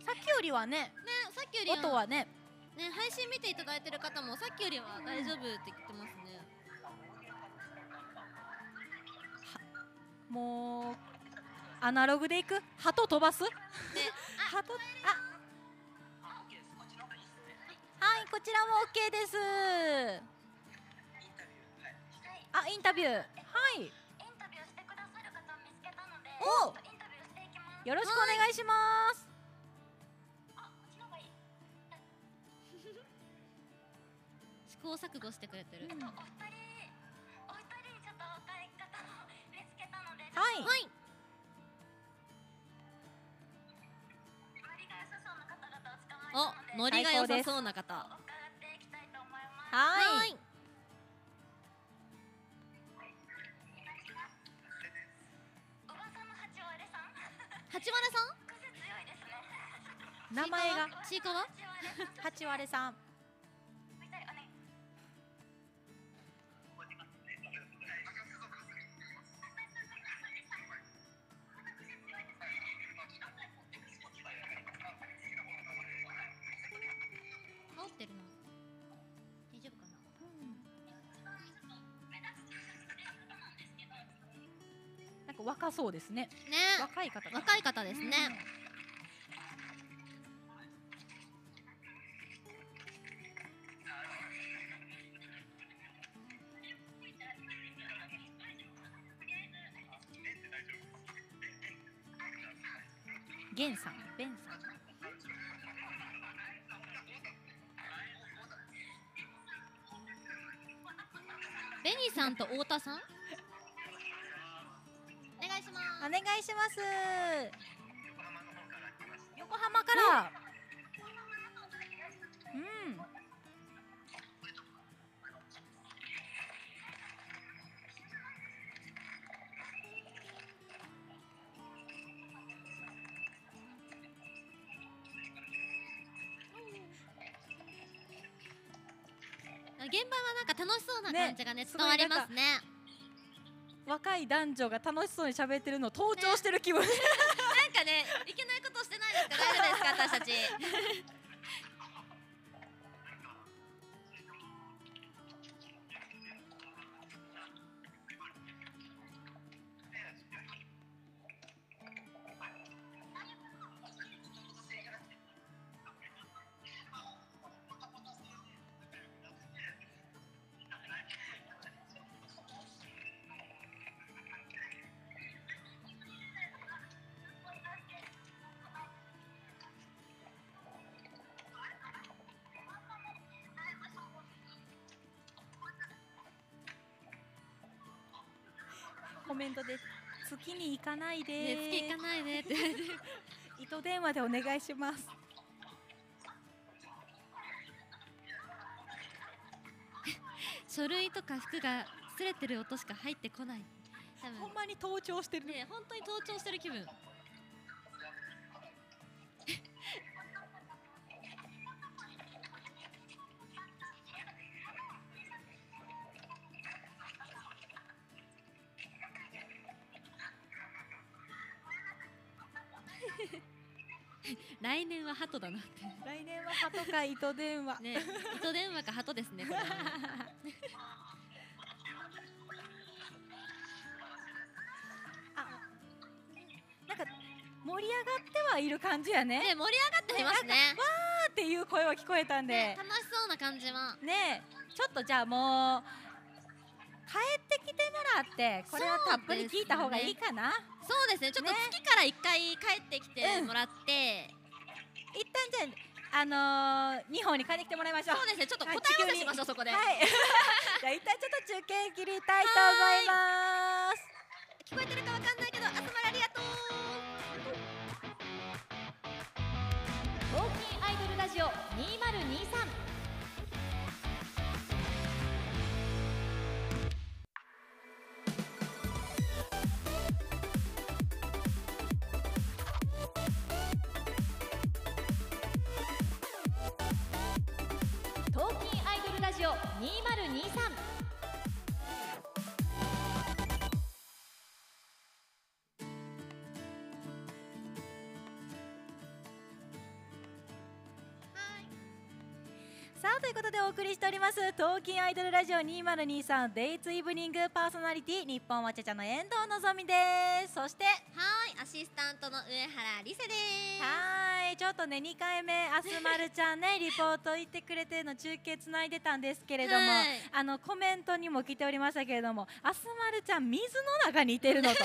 S1: さっきよりはね
S3: ねさっきより
S1: 音はね
S3: ね配信見ていただいてる方もさっきよりは大丈夫って言ってますね
S1: もうアナログでいく鳩飛 ばす、鳩あはいこちらも OK ですあインタビューはい
S4: インタビューしてくださる方を見つけたので、
S1: おう
S4: ちょっとインタビューしていきます。
S1: よろしくお願いします
S4: あ、こっちの方がいい。
S3: 試行錯誤してくれてる、
S4: お二人、お二人ちょっと若い方を見つけたので、
S1: はい
S4: ちょっと
S3: はい
S4: ノリが良さそ
S3: おノリが良さそう
S4: うな方々を捕まえたので、
S3: な方は
S4: 伺っていきたいと思います。
S1: はい
S3: い
S4: おばさんの八割さ
S3: 八
S4: ん、
S3: 丸さん
S4: 癖強いですね。
S1: 名前が
S3: ちいか わ
S4: 八割さ
S1: 八割さん
S4: ん、お二人お願い。
S1: 構若そうですね。
S3: ね
S1: 若い方が。
S3: 若い方ですね、
S1: ゲンさん、ベンさん。
S3: ベニーさんと太田さんお願いします
S1: お願いします。横浜から。うん。
S3: 現場はなんか楽しそうな
S1: ね
S3: 感じがね
S1: す
S3: 伝
S1: ごい
S3: わりますね
S1: 若い男女が楽しそうに喋ってるのを盗聴してる気分。
S3: なんかねいけないことしてないですか大丈夫ですか私たち
S1: コメントで月に行かないで、
S3: ね月行かないねって
S1: 糸電話でお願いします。
S3: 書類とか服が擦れてる音しか入ってこない多
S1: ほん
S3: 分
S1: まに盗聴してる。
S3: ね本当に盗聴してる気分来年は鳩だなって
S1: 来年は鳩か糸電話。
S3: ね、糸電話か鳩ですね。これ は
S1: なんか盛り上がってはいる感じやね。
S3: ね、盛り上がっていますね。
S1: あーっていう声は聞こえたんで。
S3: ね、楽しそうな感じは。
S1: ねえちょっとじゃあもう帰ってきてもらってこれはたっぷり聞いた方がいいかな、
S3: そうですね。ちょっと
S1: ね
S3: 月から一回帰ってきてもらって、
S1: 一旦じゃああのー、日本に帰ってきてもらいましょう
S3: そうですね。ちょっと答え
S1: はい地球
S3: 合わせ
S1: に
S3: しましょうそこで。
S1: はい じゃあ一旦ちょっと中継切りたいと思います
S3: 聞こえてるかわかんないけど、あつまるありがとう。
S7: 東京アイドルラジオ2023東京アイドルラジオ2023
S1: さあということでお送りしております東京アイドルラジオ2023デイツイブニングパーソナリティ日本はちゃちゃの遠藤のぞみですそして
S3: はい、アシスタントの上原理瀬です。
S1: はい、ちょっとね、2回目、あすまるちゃん ね、リポート行ってくれての中継つないでたんですけれども、
S3: はい
S1: あのコメントにも来ておりましたけれども、あすまるちゃん、水の中にいてるの と。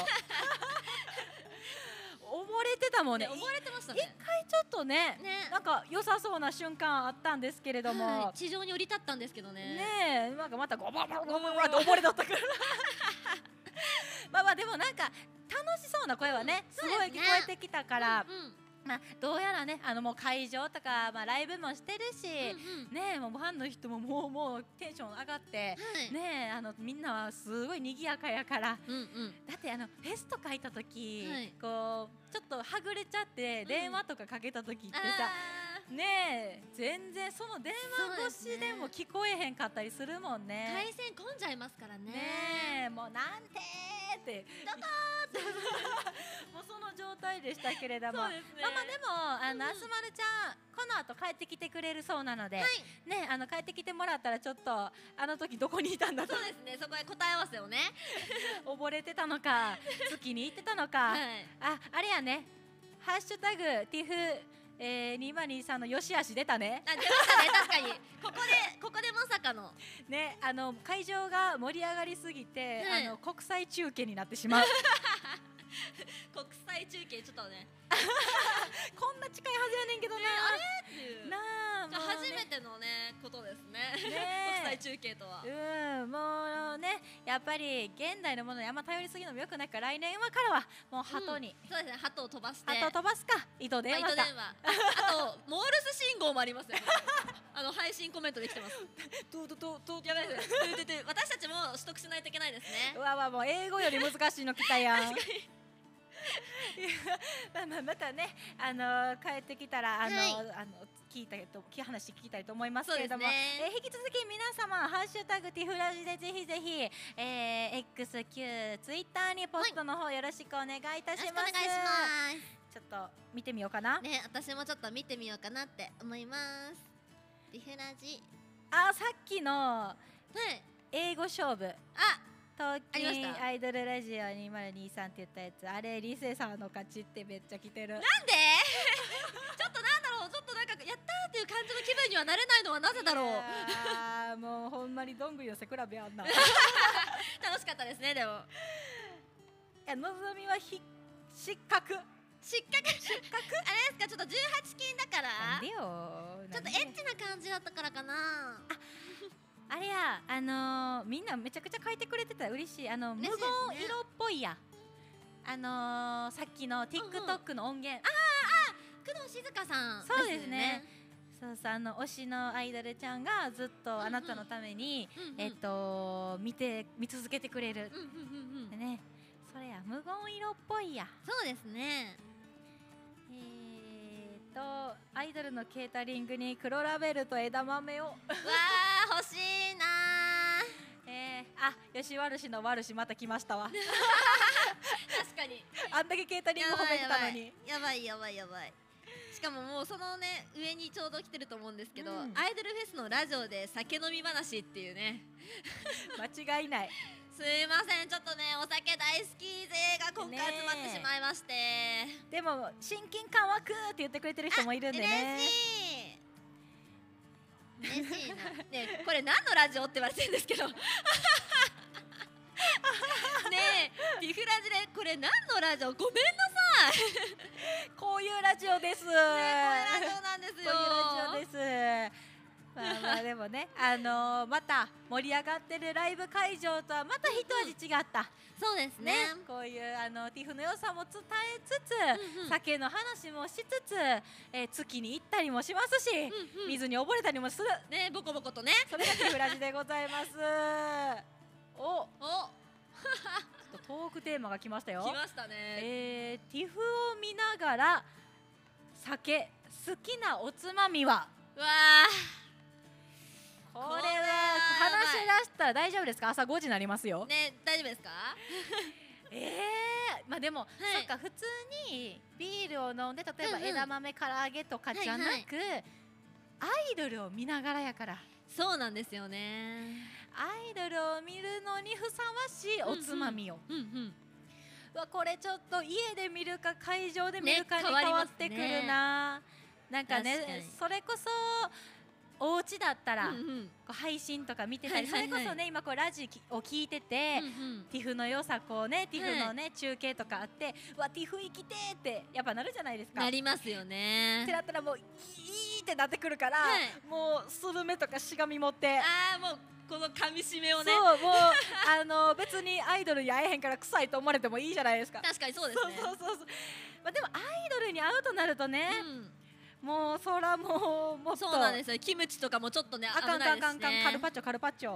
S1: 溺れてたもんね
S3: ね、溺れてました
S1: 一
S3: ね。
S1: 回ちょっとね
S3: ね
S1: なんか良さそうな瞬間あったんですけれども、
S3: はい、地上に降り立ったんですけどね。
S1: ねえなんかまたゴボゴボゴボゴボって溺れとったから まあまあでもなんか楽しそうな声はねす
S3: そう
S1: ごい
S3: です
S1: 聞
S3: ね
S1: こえてきたから、
S3: うん、うん
S1: まあ、どうやらねあのもう会場とか、まあ、ライブもしてるし、
S3: うん、
S1: ねえもうファンの人ももうもうテンション上がって、
S3: はい、
S1: ねえあのみんなはすごい賑やかやから
S3: うん、うん。
S1: だってあのフェスとか行った時、
S3: はい
S1: こうちょっとはぐれちゃって電話とかかけた時ってさ、
S3: あー
S1: ねえ全然その電話越しでも聞こえへんかったりするもん
S3: 回
S1: ね
S3: 線混んじゃいますからね
S1: ねえもうなんてーってどこーって もうその状態でしたけれども
S3: そうですね
S1: まあまあでもあの、あすまるちゃんこの後帰ってきてくれるそうなので、
S3: はい
S1: ねあの帰ってきてもらったらちょっとあの時どこにいたんだと
S3: そうですねそこへ答え合わせをね
S1: 溺れてたの か月に行ってたのか、
S3: はい
S1: ああれやねハッシュタグティフ、えー、2023のよしあし出たね
S3: あ出ましたね確かにここでここでまさかの
S1: ねあの会場が盛り上がりすぎて、
S3: はい
S1: あの国際中継になってし まう
S3: 国際中継ちょっとね
S1: こんな近いはずやねんけどな、
S3: っていう
S1: なあ
S3: じゃあ
S1: もう
S3: 初
S1: ね
S3: めてのねことですね
S1: ね
S3: 国
S1: え
S3: 際中継とは
S1: うん、もうね、やっぱり現代のものにあんま頼りすぎるのもよくないから、来年はからはもう鳩に、
S3: そうですね鳩を飛ばして
S1: 鳩飛ばすか、糸電
S3: バイト
S1: 話
S3: 電
S1: か
S3: 話、あとモールス信号もありますよ、ね、あの配信コメントできてます
S1: トゥトゥトゥトゥ
S3: やばいですねトゥトゥトゥ私たちも取得しないといけないですね
S1: うわうわもう英語より難しいの来たや ん。いや まあまあまたね、あのー帰ってきたらあのー、
S3: は
S1: あの聞いたりとき話聞きたいと思います
S3: そう
S1: けれ
S3: です
S1: ども、
S3: ね
S1: えー引き続き皆様ハッシュタグティフラジでぜひぜひ、えー、XQ ツイッターにポストの方よろしくお願いいたします。
S3: よろしくお願いします
S1: ちょっと見てみようかな。
S3: ね、私もちょっと見てみようかなって思います。リフラジ。
S1: あさっきの
S3: はい。
S1: 英語勝負。
S3: あ、
S1: 東
S3: ありま
S1: 京
S3: した
S1: アイドルラジオ2023って言ったやつあれリセさんの勝ちってめっちゃ来てる
S3: なんで。ちょっとなんだろう、ちょっとなんか、やったーっていう感じの気分にはなれないのはなぜだろう。
S1: ああもうほんまにどんぐりの背比べ あんない
S3: 楽しかったですね、でも。
S1: やのぞみはひ失格
S3: 失格。失格。あれですか、ちょっと十八金だから。
S1: なんで
S3: ち
S1: よ
S3: ょっとエッチな感じだったからかな。
S1: あれやあのー、みんなめちゃくちゃ書いてくれてた嬉しいあの無
S3: 嬉し
S1: 言
S3: いですね
S1: 色っぽいやあのー、さっきの TikTok の音源、
S3: 工藤静香さん、
S1: そうですね。そうそうあの推しのアイドルちゃんがずっとあなたのために、
S3: うんうん
S1: えっと見て見続けてくれる
S3: うんうんうんうん。
S1: ねそれや無言色っぽいや
S3: そうですね。
S1: えー、とアイドルのケータリングに黒ラベルと枝豆 を
S3: わー、欲しいなー。
S1: えー、あよしわるしのわるしまた来ましたわ
S3: 確かに。
S1: あんだけケータリング褒めてたのに
S3: やばいやばいやばいやばいしかももうそのね上にちょうど来てると思うんですけど、
S1: うん
S3: アイドルフェスのラジオで酒飲み話っていうね
S1: 間違いない
S3: すいませんちょっとねお酒大好き勢が今回集まってしまいまして、
S1: でも親近感湧くって言ってくれてる人もいるんでね
S3: 嬉しい嬉しいなねえこれ何のラジオって言われてるんですけ どねえビフラジでこれ何のラジオごめんなさ
S1: こういうラジオです、
S3: いこういうラジオなんです
S1: こういう
S3: よ
S1: ラジオですまあまあでもねあのーまた盛り上がってるライブ会場とはまた一味違った
S3: そうです
S1: ね
S3: ね、
S1: こういうあのティフの良さも伝えつつ、
S3: うんうん
S1: 酒の話もしつつ、えー月に行ったりもしますし、
S3: うんうん
S1: 水に溺れたりもする
S3: ねボコボコとね
S1: それがティフラジでございますおちょ
S3: お
S1: っとトークテーマが来ましたよ
S3: 来ましたね、
S1: えー、ティフを見ながら酒好きなおつまみは
S3: うわ
S1: これ
S3: こ
S1: は
S3: れは
S1: 話し出したら大丈夫ですか朝5時になりますよ、
S3: ーね大丈夫ですか
S1: ええまあでも、そっか普通にビールを飲んで例えば
S3: うんうん
S1: 枝豆唐揚げとかじゃなく、アイドルを見ながらやから
S3: そうなんですよね
S1: アイドルを見るのにふさわしいおつまみを、
S3: うんうん
S1: うわこれちょっと家で見るか会場で見るか
S3: ね
S1: に
S3: 変わり
S1: 変わ
S3: ま
S1: っ
S3: すね
S1: てくるな、なんかね
S3: 確かに
S1: それこそお家だったら、
S3: うんう
S1: こ
S3: ん
S1: う配信とか見てたり、
S3: はいはいはい
S1: それこそね今こうラジオを聞いてて、
S3: うん
S1: ティフの良さこうねティフのね、中継とかあってうわティフ行きてーってやっぱなるじゃないですか。
S3: なりますよ
S1: っ
S3: ね
S1: てなったらもういいってなってくるから、
S3: はい
S1: もうスルメとかしがみ持って。
S3: ああもうこの噛み締め
S1: そ
S3: を
S1: う
S3: ね
S1: もうあの別にアイドルに会えへんから臭いと思われてもいいじゃないですか。
S3: 確かにそうです
S1: そう
S3: ね
S1: そうそうそう。まあでもアイドルに会うとなるとね、もうそらもうも
S3: う
S1: っと
S3: ん、そうなんですよキムチとかもちょっとね
S1: あか
S3: 危
S1: んあか
S3: なんい
S1: あ
S3: で
S1: か
S3: す
S1: ん
S3: ね
S1: かんカルパッチョカルパッチョ。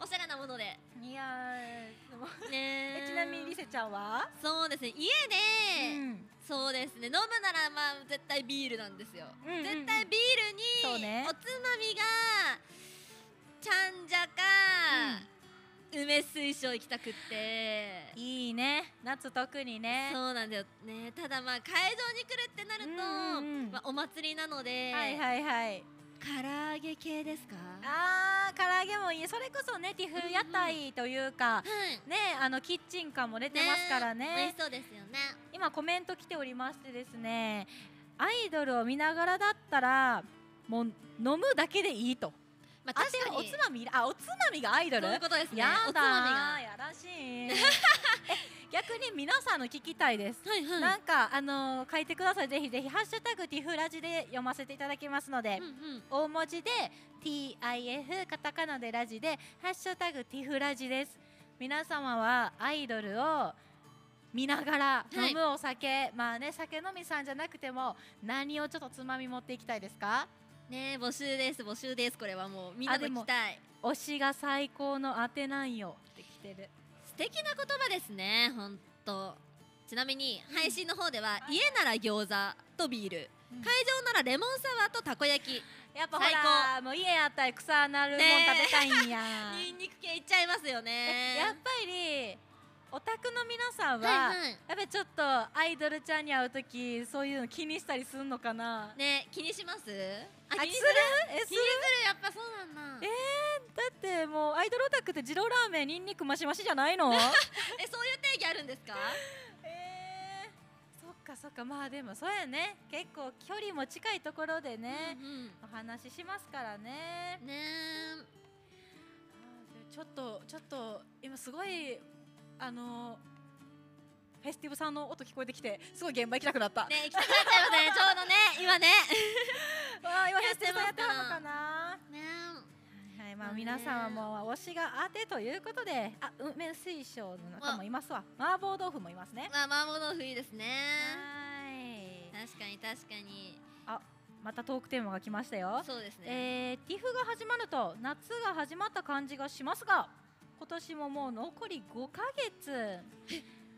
S3: おしゃれななもので。
S1: いやーでも
S3: ね
S1: え
S3: ー
S1: ちなみにリセちゃんは、
S3: そうですね家
S1: う
S3: で、
S1: ん、
S3: そうですね飲むならまあ絶対ビールなんですよ、
S1: うんうんうん
S3: 絶対ビー
S1: そう
S3: ルに、
S1: ね
S3: おつまみがちゃんじゃか、梅水晶行きたくって
S1: いいね夏特にね
S3: そうなんだよねただまあ会場に来るってなると、
S1: うんうんうん
S3: まあ、お祭りなので、
S1: はいはいはい
S3: 唐揚げ系ですか
S1: あー唐揚げもいいそれこそねティフ屋台というか、
S3: はい
S1: ねあのキッチンカーも出てますからね
S3: 美味しそうですよね
S1: 今コメント来ておりましてですねアイドルを見ながらだったらもう飲むだけでいいと
S3: まあ
S1: あ
S3: 確か
S1: で
S3: に
S1: もおつまみいらあおつまみがアイドル
S3: そういうことですね
S1: やだ
S3: おつま
S1: ーやらしいえ逆に皆さんの聞きたいです
S3: みがはいは
S1: なんかあのー書いてくださいぜひぜひハッシュタグティフラジで読ませていただきますので、
S3: い、うんうん
S1: 大文字で TIF カタカナでラジでハッシュタグティフラジです皆様はアイドルを見ながら
S3: い
S1: 飲むお酒、まあね酒飲みさんじゃなくても何をちょっとつまみ持っていきたいですか
S3: ね募集です募集ですこれはもうみんなで
S1: あで
S3: 来
S1: も
S3: たい
S1: 推しが最高のあてなんよってきてる
S3: 素敵な言葉ですね本当ちなみに配信の方では、家なら餃子とビール、
S1: うん
S3: 会場ならレモンサワーとたこ焼き
S1: やっぱほら
S3: 最
S1: もう家やったら草なるもん食べたいんや、
S3: ニンニク 系いっちゃいますよね
S1: やっぱりオタクの皆さんは、
S3: はいはい
S1: やっぱりちょっとアイドルちゃんに会うときそういうの気にしたりするのかな
S3: ね気にします
S1: あ
S3: あ
S1: す
S3: 気
S1: る
S3: にする
S1: えす
S3: 気
S1: る
S3: にするやっぱそうなんだ
S1: えだってもうアイドルオタクって二郎ラーメンにんにくマシマシじゃない のえ
S3: えそういう定義あるんですか
S1: ーそっかそっかまあでもそうやね結構距離も近いところでね、
S3: うんうん
S1: お話ししますからね
S3: ね
S1: ちょっとちょっと今すごいあのフェスティブさんの音聞こえてきてすごい現場行きたくなった、
S3: えね行きたくなっちゃいますねちょうどね今ね
S1: わあ今フェスティブさんやってはるのかな
S3: ね
S1: はい、まあ、皆さんはもう推しが当てということで、あ、梅水晶の中もいますわ。麻婆豆腐もいますね。
S3: まあ麻婆豆腐いいですね
S1: はい。
S3: 確かに確かに
S1: またトークテーマが来ましたよ。
S3: そうですね
S1: えー、ティフが始まると夏が始まった感じがしますが、今年ももう残り5ヶ月。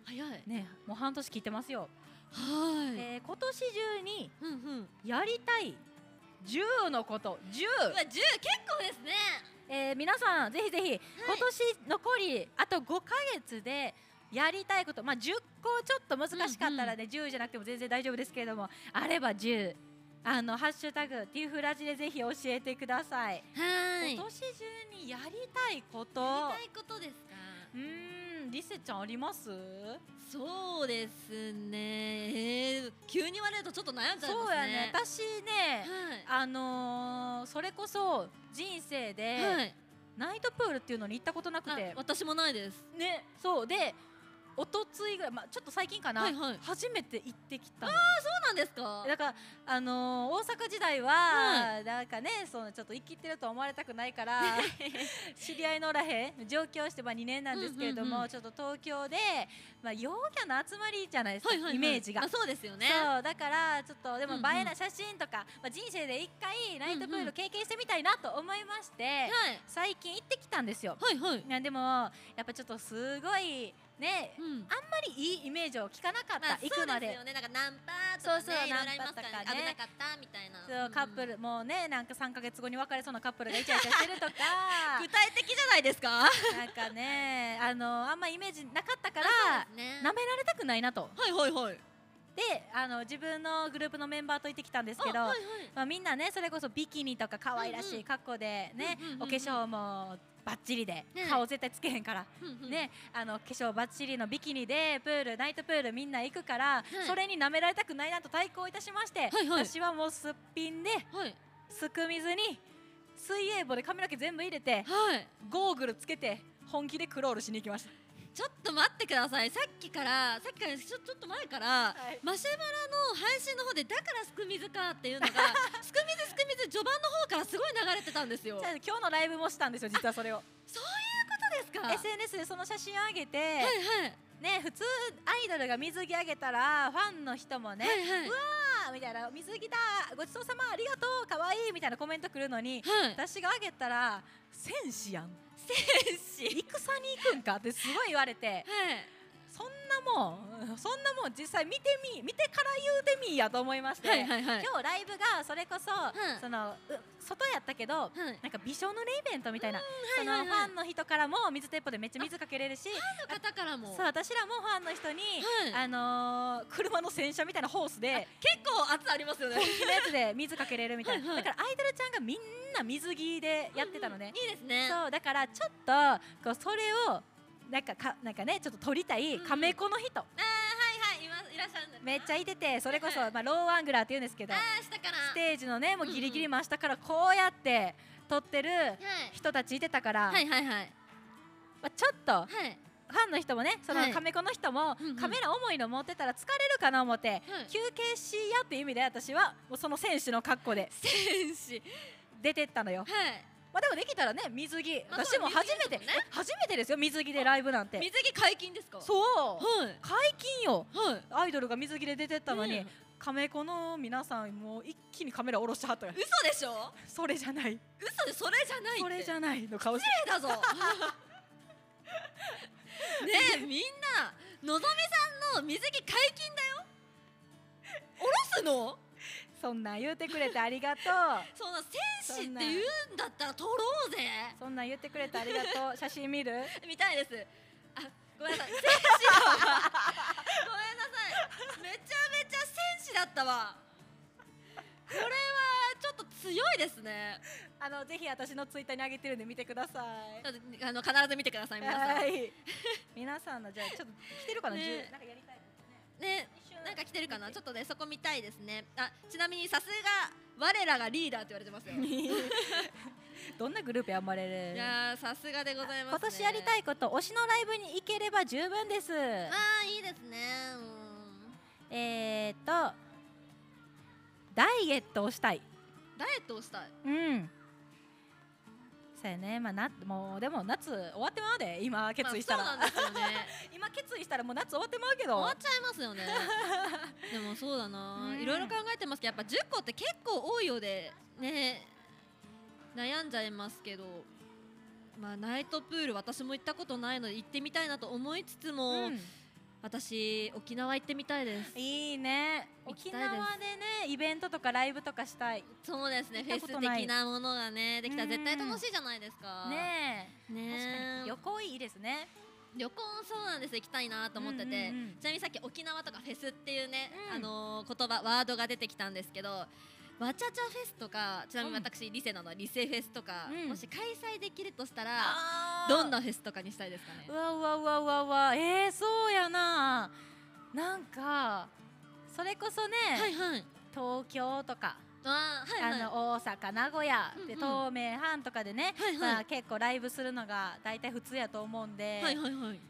S3: 早い
S1: ね、もう半年切ってますよ。
S3: はい
S1: えー、今年中に
S3: うんうん
S1: やりたい10のこと、10
S3: う。わ10結構ですね
S1: えー、皆さんぜひぜひ、今年残りあと5か月でやりたいこと、まあ、10個ちょっと難しかったらね、10じゃなくても全然大丈夫ですけれどもあれば10あの「ハッシュタグティフラジ」でぜひ教えてください、今
S3: はやり
S1: 年中にやりたいこと
S3: たいことですか
S1: うーんリセちゃんあります
S3: そうですね、えー、急に言われるとちょっと悩んじゃいますね
S1: そうやね私ね
S3: は
S1: あのーそれこそ人生で、
S3: い、はい
S1: ナイトプールっていうのに行ったことなく
S3: あ
S1: て
S3: 私もないです
S1: ねそうで一昨日ぐらい、まあ、ちょっと最近かな、
S3: はいはい
S1: 初めて行ってきたの
S3: そうなんですか
S1: だから、あのー大阪時代は、なんかねそのちょっと生きてると思われたくないから 知り合いのおらへん上京して、まあ、2年なんですけれども、
S3: うんうんうん
S1: ちょっと東京で、まあ、陽キャの集まりじゃないですか、
S3: はいはいはい
S1: イメージが
S3: あ。そうですよね
S1: そうだからちょっとでも
S3: うんうん
S1: 映えない写真とか、まあ、人生で一回ナイトプー
S3: うんう
S1: ル
S3: ん
S1: 経験してみたいなと思いまして、
S3: はい
S1: 最近行ってきたんですよ。
S3: はいはい
S1: いやでもやっぱちょっとすごいね
S3: うん
S1: あんまりいいイメージを聞かなかった、
S3: まあ、
S1: 行くま
S3: そうです
S1: で
S3: よねなんかナンパとかね
S1: そうそう
S3: いろいろあります
S1: ナ
S3: か
S1: ン
S3: ら
S1: パ
S3: ね
S1: とかね
S3: 危なかったみたいな
S1: そうカップ
S3: うん
S1: ルもうねなんか3か月後に別れそうなカップルがイチャイチャしてるとか
S3: 具体的じゃないですか
S1: なんかねあのあんまイメージなかったから
S3: ね
S1: なめられたくないなと
S3: はいはいはい
S1: であの自分のグループのメンバーと行ってきたんですけど
S3: あはいはい
S1: まあ、みんなねそれこそビキニとか可愛らしい格好でね、
S3: うんうんうんうん
S1: お化粧もバッチリで、
S3: ね
S1: 顔絶対つけへんから
S3: うんうん
S1: ね、あの化粧ばっちりのビキニでプールナイトプールみんな行くから、
S3: い
S1: それに舐められたくないなと対抗いたしまして、
S3: はいはい
S1: 私はもうすっぴんで
S3: はい
S1: すく水に水泳棒で髪の毛全部入れて
S3: はい
S1: ゴーグルつけて本気でクロールしに行きました
S3: ちょっと待ってくださいさっきからさっきからちょちょっと前から、
S1: い
S3: マシュマロの配信の方でだからすく水かって いうのがすく水すく水序盤の方からすごい流れてたんですよ
S1: じゃあ今日のライブもしたんですよ実はそれを
S3: そうですかはい
S1: SNS でその写真を上げて、
S3: はい
S1: ね普通アイドルが水着上げたらファンの人もね、
S3: はいはいう
S1: わあーみたいな水着だごちそうさまありがとう可愛いみたいなコメントくるのに
S3: はい
S1: 私が上げたら戦士やん
S3: 戦戦士
S1: 戦に行くんかってすごい言われて
S3: はい
S1: そんなもんそんなもん実際見てみ見てから言うてみいやと思いまして、
S3: はいはいはい
S1: 今日ライブがそれこそ、
S3: うん
S1: そのう外やったけど
S3: はい
S1: なんかびしょ濡れイベントみたいな、
S3: うんはいはい
S1: そ
S3: は
S1: のフ
S3: い
S1: ァンの人からも水鉄砲でめっちゃ水かけれるし
S3: の方からも
S1: そう私らもファンの人に、
S3: はい
S1: あのー車の洗車みたいなホースで
S3: 結構圧ありますよね
S1: 本気のやつで水かけれるみたいな
S3: はいはい
S1: だからアイドルちゃんがみんな水着でやってたのね、
S3: いいですね
S1: そうだからちょっとこうそれをなんかかなんかねちょっと撮りたいカメコの人、
S3: ああはいはいいますいらっしゃるんだ
S1: めっちゃいててそれこそ、
S3: はい
S1: まあ、ローアングラーって言うんですけど
S3: ああ下から
S1: ステージのねもうギリギリ真下からこうやって撮ってる人たちいてたから、
S3: はいはいはいはい
S1: まあ、ちょっと
S3: はい
S1: ファンの人もねそ
S3: は
S1: の
S3: い
S1: カメコの人も
S3: うんうん
S1: カメラ重いの持ってたら疲れるかな思って、
S3: はい
S1: 休憩しやっていう意味で私はもうその選手の格好で
S3: 戦士
S1: 出てったのよ。
S3: はい
S1: まあ、でもできたらね水着、
S3: まあ
S1: 私も
S3: そう
S1: 初めて、
S3: 水着ですもんね
S1: え初めてですよ水着でライブなんて
S3: 水着解禁ですか
S1: そう
S3: はい
S1: 解禁よ
S3: はい
S1: アイドルが水着で出てったのに、
S3: ね
S1: カメコの皆さんもう一気にカメラ下ろしはったから
S3: 嘘でしょ
S1: それじゃない
S3: 嘘でそれじゃないって
S1: それ じゃないの顔して
S3: 失礼だぞねえみんなのぞみさんの水着解禁だよ おろすの
S1: そんなん言うてくれてありがとう
S3: そんな戦士って言うんだったら撮ろうぜ
S1: そんなん言ってくれてありがとう写真見る
S3: みたいですあごめんなさい戦士だわごめんなさいめちゃめちゃ戦士だったわこれはちょっと強いですね
S1: あのぜひ私のツイッターに上げてるんで見てください
S3: ちょっとあの必ず見てください皆さ
S1: は
S3: んね
S1: い皆さんのじゃあちょっと来てるかな、
S3: ね
S1: じゅうなんかやりたいことね
S3: なんか来てるかなちょっとねそこ見たいですねあちなみにさすが我らがリーダーって言われてますよい
S1: どんなグループやんまれる
S3: やーさすがでございます、ね、
S1: 今年やりたいこと推しのライブに行ければ十分です、
S3: あーいいですねう
S1: えーっとダイエットをしたい
S3: んダイエットをしたい
S1: うんそうやねまあなもうでも夏終わってまうで今決意したら、
S3: まあ、そうなんですよね
S1: 今決意したらもう夏終わってまうけど
S3: 終わっちゃいますよ ねでもそうだな
S1: うん
S3: いろいろ考えてますけどやっぱ10個って結構多いようでね悩んじゃいますけどまあナイトプール私も行ったことないので行ってみたいなと思いつつも、
S1: うん
S3: 私沖縄行ってみたいです
S1: いいね
S3: 行き
S1: 沖
S3: たいです
S1: 縄でねイベントとかライブとかしたい
S3: そうですね、フ
S1: 行っ
S3: ェ
S1: たこ
S3: ス
S1: とない
S3: 的なものがね、できたら絶対
S1: うん
S3: 楽しいじゃないですか。
S1: ねえ確か
S3: ね
S1: に旅行いいですね
S3: 旅行そうなんですよ、行きたいなと思ってて、
S1: うんうんうん
S3: ちなみにさっき沖縄とかフェスっていうね、
S1: うん
S3: あのー言葉、ワードが出てきたんですけど、わちゃちゃフェスとか、ちなみに私、リセなのでリセフェスとか、
S1: うん
S3: もし開催できるとしたら、
S1: あ
S3: どんなフェスとかにしたいですかね
S1: う。わうわうわうわうわえー、そうやななんかそれこそね、
S3: はいはい。
S1: 東京とか、
S3: あー、はいはい。
S1: あの大阪名古屋、
S3: うんうん
S1: で東名阪とかでね、
S3: はいはい
S1: まあ、結構ライブするのが大体普通やと思うんで、
S3: はいはいはい。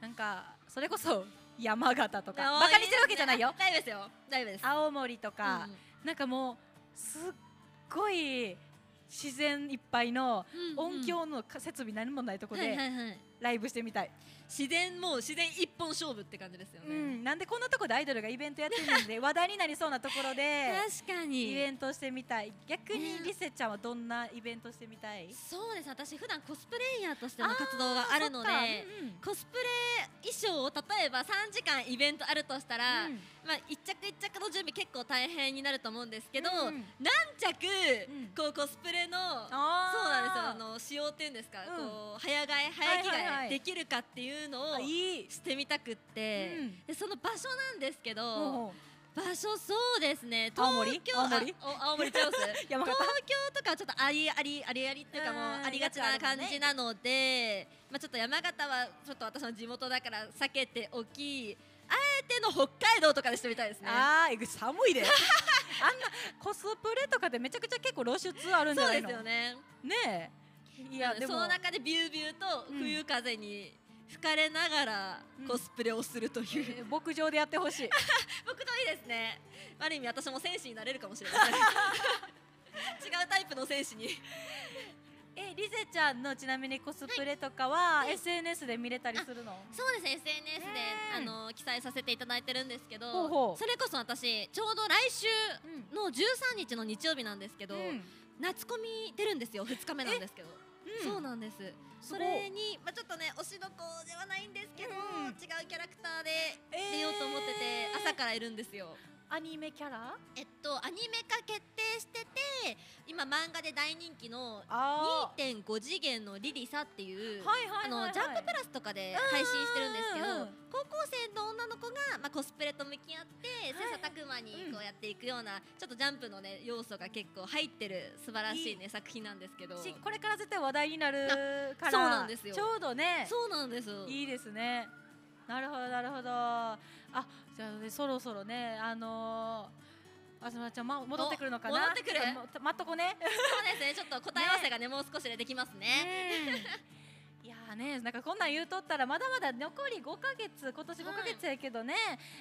S1: なんかそれこそ山形とか
S3: あー
S1: バカにしてるわけじゃないよ
S3: 大丈夫ですよ。大丈夫です。
S1: 青森とか、
S3: うん
S1: なんかもうすっごい自然いっぱいの
S3: うん
S1: 音響のか設備何もないとこ
S3: はいは
S1: で
S3: いはい。
S1: ライブしてみたい、
S3: 自然、もう自然一本勝負って感じですよね。
S1: うん、なんでこんなとこでアイドルがイベントやってるん で話題になりそうなところで
S3: 確かに
S1: イベントしてみたい逆
S3: ね
S1: にリセちゃんはどんなイベントしてみたい
S3: そうです私普段コスプレイヤーとしての活動があるの
S1: そっ
S3: で
S1: かうんうん
S3: コスプレ衣装を例えば3時間イベントあるとしたら、
S1: うん
S3: まあ、一着一着の準備結構大変になると思うんですけど、
S1: うんうん
S3: 何着、
S1: うん
S3: こうコスプレの
S1: あー
S3: そうなんですよあの仕様っていうんですか、
S1: うん
S3: こう早替え早着
S1: はいはいはい
S3: 替えできるかっていうのを
S1: あいい
S3: してみたくって、
S1: うん
S3: でその場所なんですけど、
S1: おう
S3: 場所そうですね東
S1: 青森
S3: 京
S1: 青森
S3: あお青森ちゃいます
S1: 山形
S3: 東京とかはちょっとありありありありっていうかもう
S1: うん
S3: ありがちな
S1: よくある
S3: 感
S1: もんね
S3: じなので、まあちょっと山形はちょっと私の地元だから避けておきあえての北海道とかでしてみたいですね
S1: あーえぐ寒いであんなコスプレとかでめちゃくちゃ結構露出あるんじゃ
S3: そう
S1: ない
S3: で
S1: の
S3: すよね
S1: ねえいや
S3: うん
S1: で
S3: そ
S1: も
S3: の中でビュービューと冬風に吹かれながら
S1: うん
S3: コスプレをするという、
S1: えー牧場でやってほしい
S3: 僕といいですねある意味私も戦士になれるかもしれませ ん違うタイプの戦士に
S1: えリゼちゃんのちなみにコスプレとかは SNS で見れたりするの
S3: そうですね SNS で、
S1: うん
S3: あの記載させていただいてるんですけど
S1: ほうほう
S3: それこそ私ちょうど来週の13日の日曜日なんですけど、
S1: うん
S3: 夏コミ出るんですよ2日目なんですけどそうなんです
S1: す
S3: そ
S1: ごい
S3: れに、まあ、ちょっとね推しの子ではないんですけ
S1: う
S3: ど、
S1: ん
S3: 違うキャラクターで
S1: えー
S3: 出ようと思ってて、朝からいるんですよ
S1: アニメキャラ
S3: えっとアニメ化決定してて今漫画で大人気の
S1: あ
S3: 2.5次元のリリサっていう、
S1: はいはいはい、はい、
S3: あのジャンププラスとかで配信してるんですけど
S1: うんうんうん
S3: 高校生の女の子が、まあ、コスプレと向き合って
S1: い
S3: 切磋琢磨にこうやっていくような、ちょっとジャンプの、ね、要素が結構入ってる素晴らしい、ね、作品なんですけど
S1: しこれから絶対話題になるから
S3: そうなんですよ
S1: ちょうどね
S3: そうなんですよ
S1: いいですねなるほどなるほどあじゃあ、ね、そろそろねあのー、あずまちゃん、ま、戻ってくるのかな
S3: お戻ってくる
S1: あもう待っとこね
S3: そうですねちょっと答え合わせがねもう少しでできますね。
S1: いやーねなんか こんなん言うとったらまだまだ残り5ヶ月今年5ヶ月やけどね、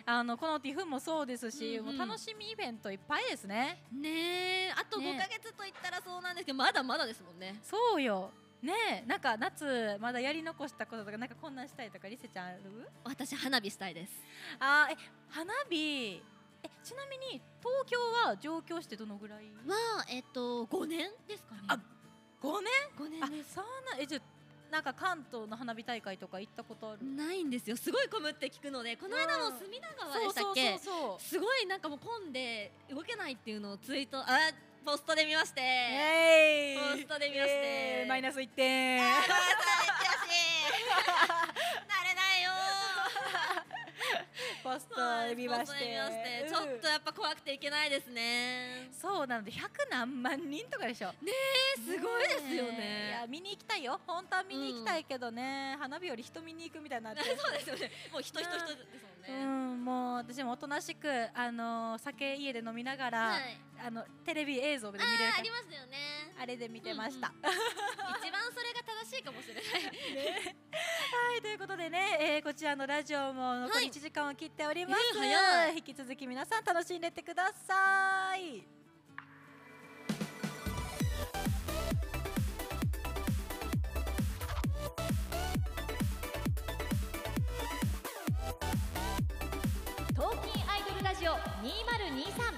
S1: あのこの TIFF もそうですし、
S3: うんうん
S1: もう楽しみイベントいっぱいですね
S3: ねえあと
S1: ね
S3: 5ヶ月といったらそうなんですけどまだまだですもんね。
S1: そうよねえなんか夏まだやり残したこととかなんかこんなんしたいとかりせちゃんある
S3: 私花火したいです。
S1: あーえ花火えちなみに東京は上京してどのぐらい
S3: はえっと5年ですかね。
S1: あ5年
S3: 5年
S1: あそんなえじゃあなんか関東の花火大会とか行ったことある
S3: ないんですよすごい混むって聞くのでこの間
S1: うん
S3: も隅田川でしたっ
S1: そうそ
S3: け
S1: うそうそう
S3: すごいなんかもう混んで動けないっていうのをツイートあポストで見まして、
S1: え
S3: ポストで見まして
S1: えーマイナス1点
S3: あーまた悔しいなれないよ
S1: ポスト
S3: ー
S1: で見まして
S3: ポストで見ましてちょっとやっぱ怖くていけないですね
S1: うんそうなので100何万人とかでしょねえ
S3: すごいですよね
S1: いや見に行きたいよ本当は見に行きたいけどね、花火より人見に行くみたいになって
S3: そうですよねもう人人人です
S1: う
S3: もんね、
S1: ん、もう私もおとなしく、あの酒家で飲みながら、
S3: はい
S1: あのテレビ映像で見れる
S3: あーあ
S1: か
S3: りましたよね
S1: らあれで見てました。
S3: 一番それが正しいかもしれ ない
S1: はいということでね、えーこちらのラジオも残
S3: は
S1: り
S3: い
S1: 1時間を切っております、
S3: えー早
S1: 引き続き皆さん楽しんでってください
S8: 東京アイドルラジオ2023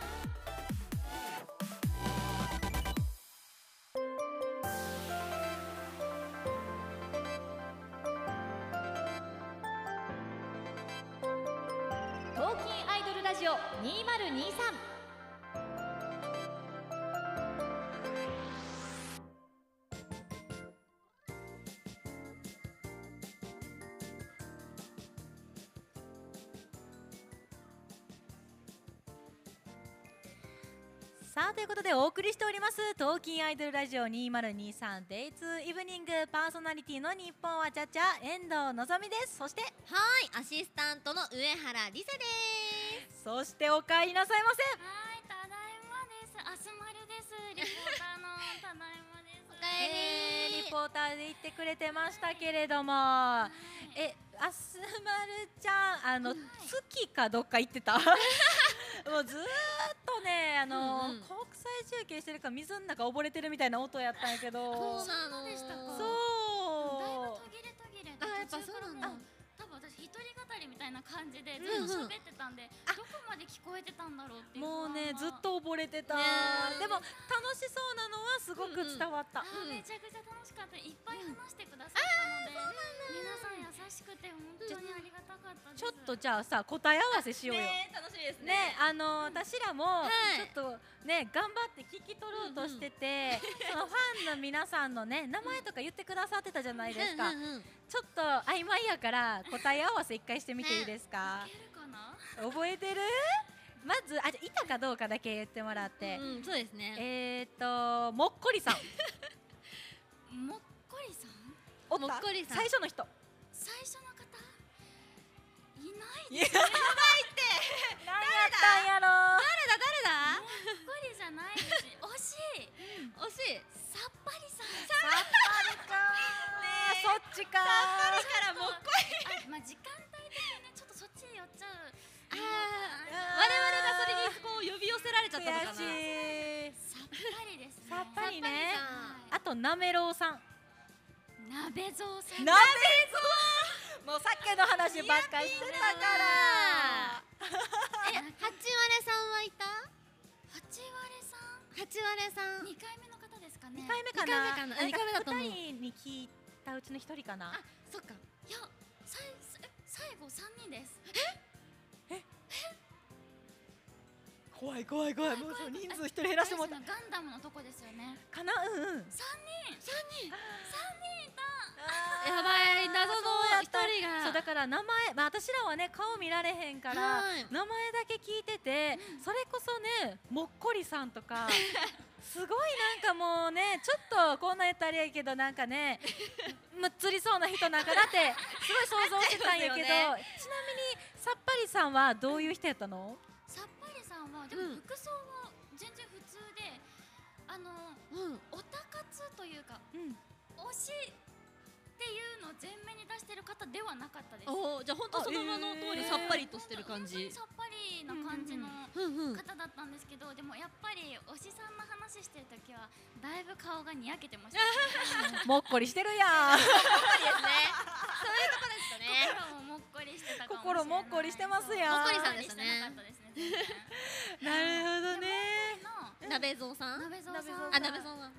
S8: 東京アイドルラジオ2023
S1: さあということでお送りしております「東京アイドルラジオ 2023Day2 イブニング」パーソナリティの日本はちゃちゃ遠藤のぞみですそして
S3: はいアシスタントの上原理瀬です
S1: そしてお帰りなさいませ
S4: はい、ただいまです。あすまるです。リポーターのただいまです。おか
S1: えーリポーターで言ってくれてましたけれども、え、あすまるちゃん、あの、月かどっか行って た。もうずーっとね、あの、
S3: うんうん
S1: 国際中継してるから、水の中溺れてるみたいな音やったんやけど。
S3: そうなの
S4: そうでしたか
S1: そう
S4: だいぶ途切れ途切れで
S3: あやっぱ
S4: 途中から
S3: そうなんだ
S4: も多分私一人語りみたいな感じでず
S3: うんうん
S4: っと喋ってたんで、どこまで聞こえてたんだろうっていう
S1: もうね、ずっ
S4: と
S1: と溺れてた。
S3: ねー
S1: でも、楽しそうなのはすごく伝わった。
S4: あーめちゃくちゃ楽しかったいっぱい話してくださったので、皆さん優しくて本当にありがたかったです
S1: ちょっとじゃあさ、答え合わせしようよ。
S3: ね楽しみですね
S1: ね、あの私らも
S3: い
S1: ちょっとね、頑張って聞き取ろうとしてて、そのファンの皆さんのね名前とか言ってくださってたじゃないですか。
S3: うんうんうん
S1: ちょっと曖昧やから答え合わせ一回してみていいですか
S4: い。けるかな
S1: 覚えてる？まずあじゃあいたかどうかだけ言ってもらって。
S3: うん、そうですね。
S1: えー、っともっこりさん。
S4: もっこりさん
S1: おった
S3: もっこりさん
S1: 最初の人。
S4: 最初の方いな
S1: やばい
S4: い
S1: って。何やったんやろ。
S3: 誰だ？
S4: もっこりじゃないし惜しい
S3: 惜しい。
S4: さっぱりさん
S1: そっちか。
S3: からもっこ
S4: あまあ時間帯的にねちょっとそっちに寄っちゃう
S3: あー
S1: あー
S3: 我々がそれにこう呼び寄せられちゃったのかな。
S1: 悔しい。
S4: さっぱりですね
S1: さっぱりね
S4: あ
S1: あとなめろうさん
S4: 鍋蔵さん
S1: なめぞもう酒の話ばっかりしてたから
S3: え、八割さんはいた？
S4: 八割さん
S3: 八割さん。
S4: 二回目の方ですか
S2: ね
S4: ね
S1: 二回目かな。
S2: 二回目かなあ二回目だと思う
S1: 二人に聞いたうちの一人かな
S4: あ。
S2: そっか
S4: いやさいえ最後三人です
S1: 怖い怖い怖い。もうそう人数一人減らしてもらっ
S4: あれですねガンダムのとこですよね
S1: た。かなうんうん。
S2: やばい謎の一人が
S1: そうだから名前、まあ、私らはね顔見られへんから
S2: はい
S1: 名前だけ聞いてて、それこそねもっこりさんと かすごいなんかもうねちょっとこんなやったらあれやけどなんか ねむっつりそうな人なんかだってすごい想像してたんや
S2: なっ
S1: けど、
S2: ちゃいま
S1: ちなみにさっぱりさんはどういう人やったの
S4: さっぱりさんはでも服装は全然普通で、あの
S2: うん
S4: オタ活というか
S1: うん
S4: 推しっていうのを前面に出してる方ではなかったです
S2: おおじゃあ本当その名の通り
S1: あ
S2: さっぱりとしてる感
S4: 本当
S2: じ
S4: に。さっぱりな感じの
S2: うんうん。
S4: 方だったんですけど、でもやっぱり推しさんの話してる時はだいぶ顔がにやけてました、
S1: もっこりしてるやん
S2: ですね。そういうとこですかね。
S4: 心ももっこりしてたかもしれない
S1: 心もっこりしてますやん
S4: も
S2: もっこりさんですね
S4: もっこりしてなかったです
S1: なるほ
S4: ね
S1: どね
S4: 全然の
S2: 鍋蔵さん。
S4: なめぞう さん
S2: あ、鍋蔵さん。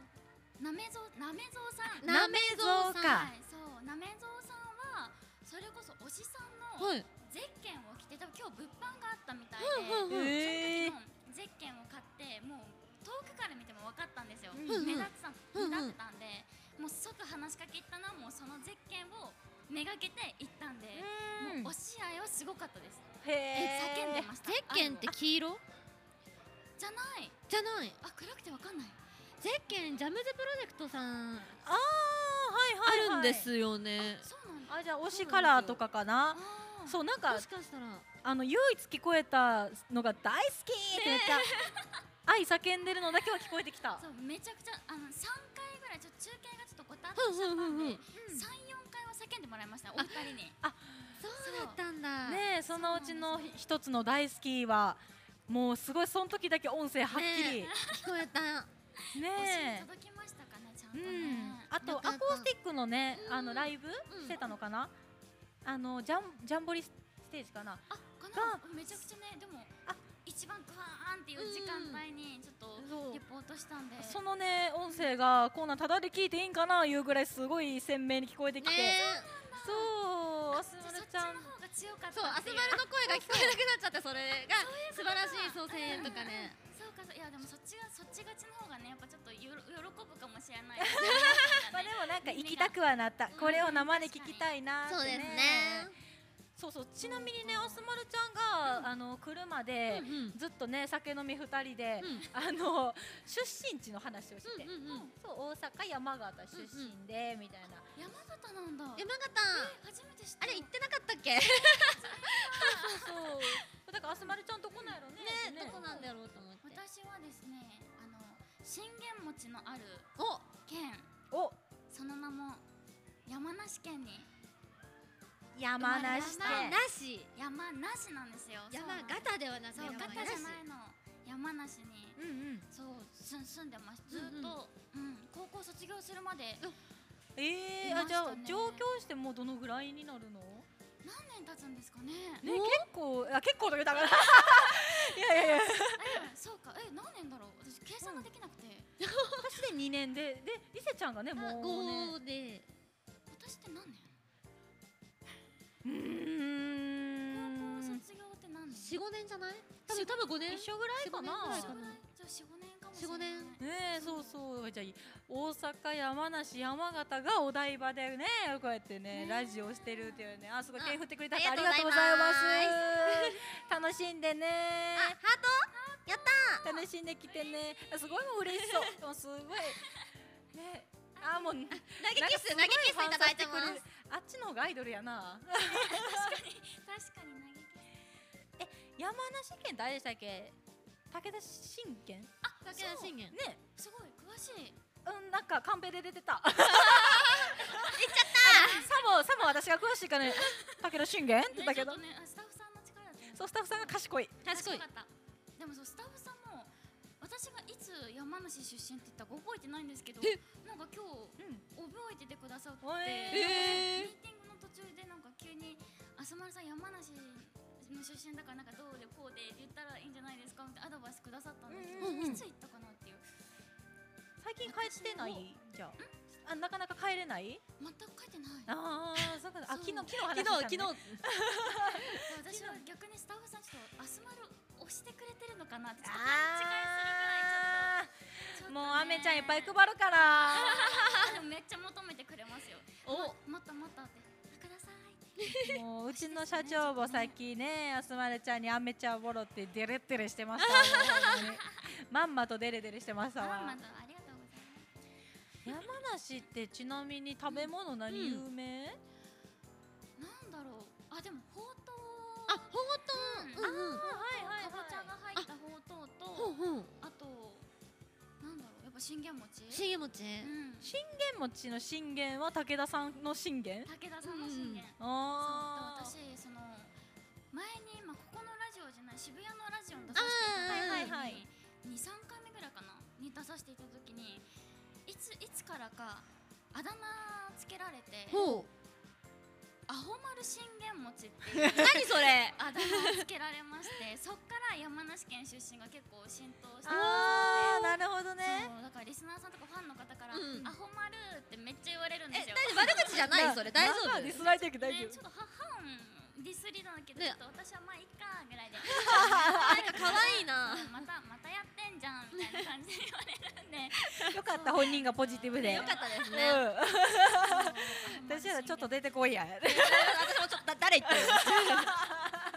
S4: なめぞうなめぞうさん
S1: なめぞうか
S4: はいそうなめぞうさんはそれこそ推しさんの
S2: はい。
S4: ゼッケンを着て多分今日物販があったみたいで、
S2: うんうんうん。
S1: えー
S4: その時のゼッケンを買ってもう遠くから見ても分かったんですよ、
S1: うん
S2: うん
S4: 目立ってた
S2: うんうん
S4: 目立ってたんで、もう即話しかけ行ったなもうそのゼッケンをめがけて行ったんで、
S1: うん
S4: もう推し合いはすごかったです、
S1: へえ
S4: 叫んでました
S2: ゼッケンって
S4: 愛を
S2: 黄色
S4: じゃない
S2: じゃない。
S4: あ暗くて分かんない
S2: ゼッケンジャムズプロジェクトさんあ
S1: ああはいはい、はい、
S2: るんですよね。
S4: そうなんだ
S1: あじゃあ推しカラーとかかな
S4: あー
S1: そうなんか
S2: もしかしたら。
S1: あの唯一聞こえたのが大好きってめっちゃ愛叫んでるのだけは聞こえてきた
S4: そうめちゃくちゃあの3回ぐらいちょっと中継がちょっとごたっとしちゃ
S2: ふ
S4: っ
S2: ん
S4: た
S2: ふん
S4: ん
S2: ふんふん
S4: で、34回は叫んでもらいましたお二人に
S2: そうだったんだ。
S1: ねえそのうちの一つの大好きはもうすごいその時だけ音声はっき
S2: 聞こえた。
S1: り
S4: 推しに
S1: ねえ
S4: 届きましたかねちゃん
S1: う
S4: とね、
S1: んあと
S2: よかっ
S1: ア
S2: た
S1: コースティックのねあのライブ
S2: うん
S1: してたのかなあのジャンジャンボリステージかな
S4: あかなめちゃくちゃねでも
S1: あ
S4: 一番グワーンっていう時間帯にちょっと
S2: そう
S4: レポートしたんで
S1: そのね音声がこんなんただで聞いていいんかないうぐらいすごい鮮明に聞こえてきて、そうアスマルちゃん
S4: そっちの方が強かっ
S2: そ
S4: た
S2: う、ア
S4: っ
S2: ス
S4: ていう
S2: バルの声が聞こえなくなっちゃって、それが素晴らしいそう声援とかね。
S4: そうかそういやでもそっちがそっちがちの方がねやっぱちょっとよろ喜ぶかもしれないです
S1: まあで
S4: ね
S1: もなんか行きたくはなった。これを生で聞きたいなって、ね。
S2: そうですね。
S1: そうそう。ちなみにね、あすまるちゃんが、あの車で
S2: う、ん
S1: ずっとね酒飲み二人で、
S2: うん
S1: あの出身地の話をしてて、
S2: うんうんうん
S1: そう大阪山形出身で、みたいな。
S4: 山形なんだ
S2: 山形、
S4: 初めて知った
S2: あれ行ってなかったっけ？
S1: そう。だからあすまるちゃんとこないのね。
S2: ね、どこなんだろうと思って。
S4: 私はですねあの信玄餅のある
S2: お、
S4: 県
S1: お
S4: その名も山梨県に
S1: 山梨で。
S4: 山
S2: なし。
S4: 山梨なんですよ
S2: 山
S4: そうなんです
S2: 形ではなく
S4: そう
S2: 山
S4: ガ
S2: 梨
S4: タじゃないの山梨に
S1: うんうん。
S4: そうす住んでますずっと、うん高校卒業するまで
S1: ええ
S4: いま
S1: あ
S4: したね
S1: じゃあ上京してもうどのぐらいになるの？
S4: 何年経つんですかね
S1: ね結構あ結構だけ だから。いやいやいや。
S4: えそうかえ何年だろう私計算ができなくて、
S1: 私で2年でで伊勢ちゃんがねもうね
S2: 五で。
S4: 私って何年
S1: うー
S4: 高
S1: ん
S4: 校卒業って何年
S2: 四五年じゃない？多分多分五年。
S1: 一緒ぐらいか
S2: 四五
S1: な
S2: 年
S4: 一緒ぐらいじゃあ四五年かもし
S2: 四
S4: れない
S2: 五年
S1: ねえそうそうじゃあ大阪山梨山形がお台場でねこうやってね
S4: ねえ
S1: ラジオしてるっていうねあすごい
S2: あ
S1: 手振ってくれたってあ
S2: あ
S1: り
S2: り
S1: が
S2: が
S1: と
S2: と
S1: う
S2: う
S1: ご
S2: ご
S1: ざ
S2: ざ
S1: い
S2: い
S1: ま
S2: ます
S1: す楽しんでね
S2: あ、ハート？やった。
S1: 楽しんできてねあすごいもう嬉しそう でもすごいねあもう投げ
S2: 投げキス投げキスいただいてます。
S1: あっちの方がアイドルやな
S4: 確かに嘆き
S1: 山梨県誰でしたっけ武田信玄ね
S2: 武田信玄。
S4: すごい詳しい
S1: うんなんかカンペで出て た言っちゃったサモサモ私が詳しいからね武田信玄って言ったけど
S4: ねちょっとねあスタッフさんの力だとね
S1: そうスタッフさんが賢い
S2: 賢い
S4: か。ったでもそうスタッフさんも私がいつ山梨出身って言ったか覚えてないんですけど
S2: え
S4: なんか今日
S1: うん
S4: 覚えててくださって、
S1: おい
S2: えー
S4: ミーティングの途中でなんか急に「あすまるさん山梨の出身だからなんかどうでこうで」って言ったらいいんじゃないですかってアドバイスくださったんですけど、
S1: うんうんうん
S4: いつ行ったかなっていう
S1: 最近帰ってないじゃんあなかなか帰れない
S4: 全く書いてない
S1: ああそうかあ昨日
S4: そう
S1: 昨日話した、ね、
S3: 昨日昨日
S4: 私は逆にスタッフさんちょっとアスマル押してくれてるのかなってちょっと
S1: ああ
S4: ちょっと
S1: もうアメちゃんいっぱい配るから
S4: でもめっちゃ求めてくれますよ
S3: お
S4: もっともっとってくださいって
S1: もううちの社長もさっきねあすまるちゃんにアメちゃんボロってデレッデレしてましたわほんまにまんまとデレデレしてました
S4: マン
S1: わ
S4: マンとありがとうございます
S1: 山梨ってちなみに食べ物何有名、
S4: なんだろうあでもほうとう
S3: あほうとううんうん
S1: あはいはい
S4: かぼちゃが入ったほうとう
S3: ほう
S4: と
S3: ほう
S4: あとなんだろうやっぱ信玄餅
S3: 信玄餅
S4: うん
S1: 信玄餅の信玄は武田さんの信玄
S4: 武田さんの信玄
S1: ああ
S4: そうで私その前に今ここのラジオじゃない渋谷のラジオに出させ
S1: あー
S4: ていた
S1: はいは
S4: だ
S1: いはい
S4: いた時に23回目ぐらいかなに出させていただきにいついつからかあだ名つけられて
S3: ほう
S4: 「アホ丸信玄餅」っていう
S3: 何それ
S4: あだ名つけられ ましてそっから山梨県出身が結構浸透して
S1: あーなるほどね
S4: そうだからリスナーさんとかファンの方から
S3: うん
S4: アホ丸」ってめっちゃ言われるんで
S3: え
S4: すよ。
S3: 大丈夫悪口じゃないそれ大丈
S1: なんか
S3: 夫
S1: ディスられてるけど大丈
S4: ね、
S1: 夫
S4: ちょっとははんディスりなんだけど、
S3: ね
S4: ちょっと私はまあいいかぐ らいで
S3: なんか可愛いな
S4: またまたやってんじゃんみたいな感じで言われるん で
S1: よかった本人がポジティブで
S3: よかったですね
S1: うん
S4: そう
S1: 私らちょっと出てこいや
S3: 私もちょっとだ誰言ってる
S4: 私だか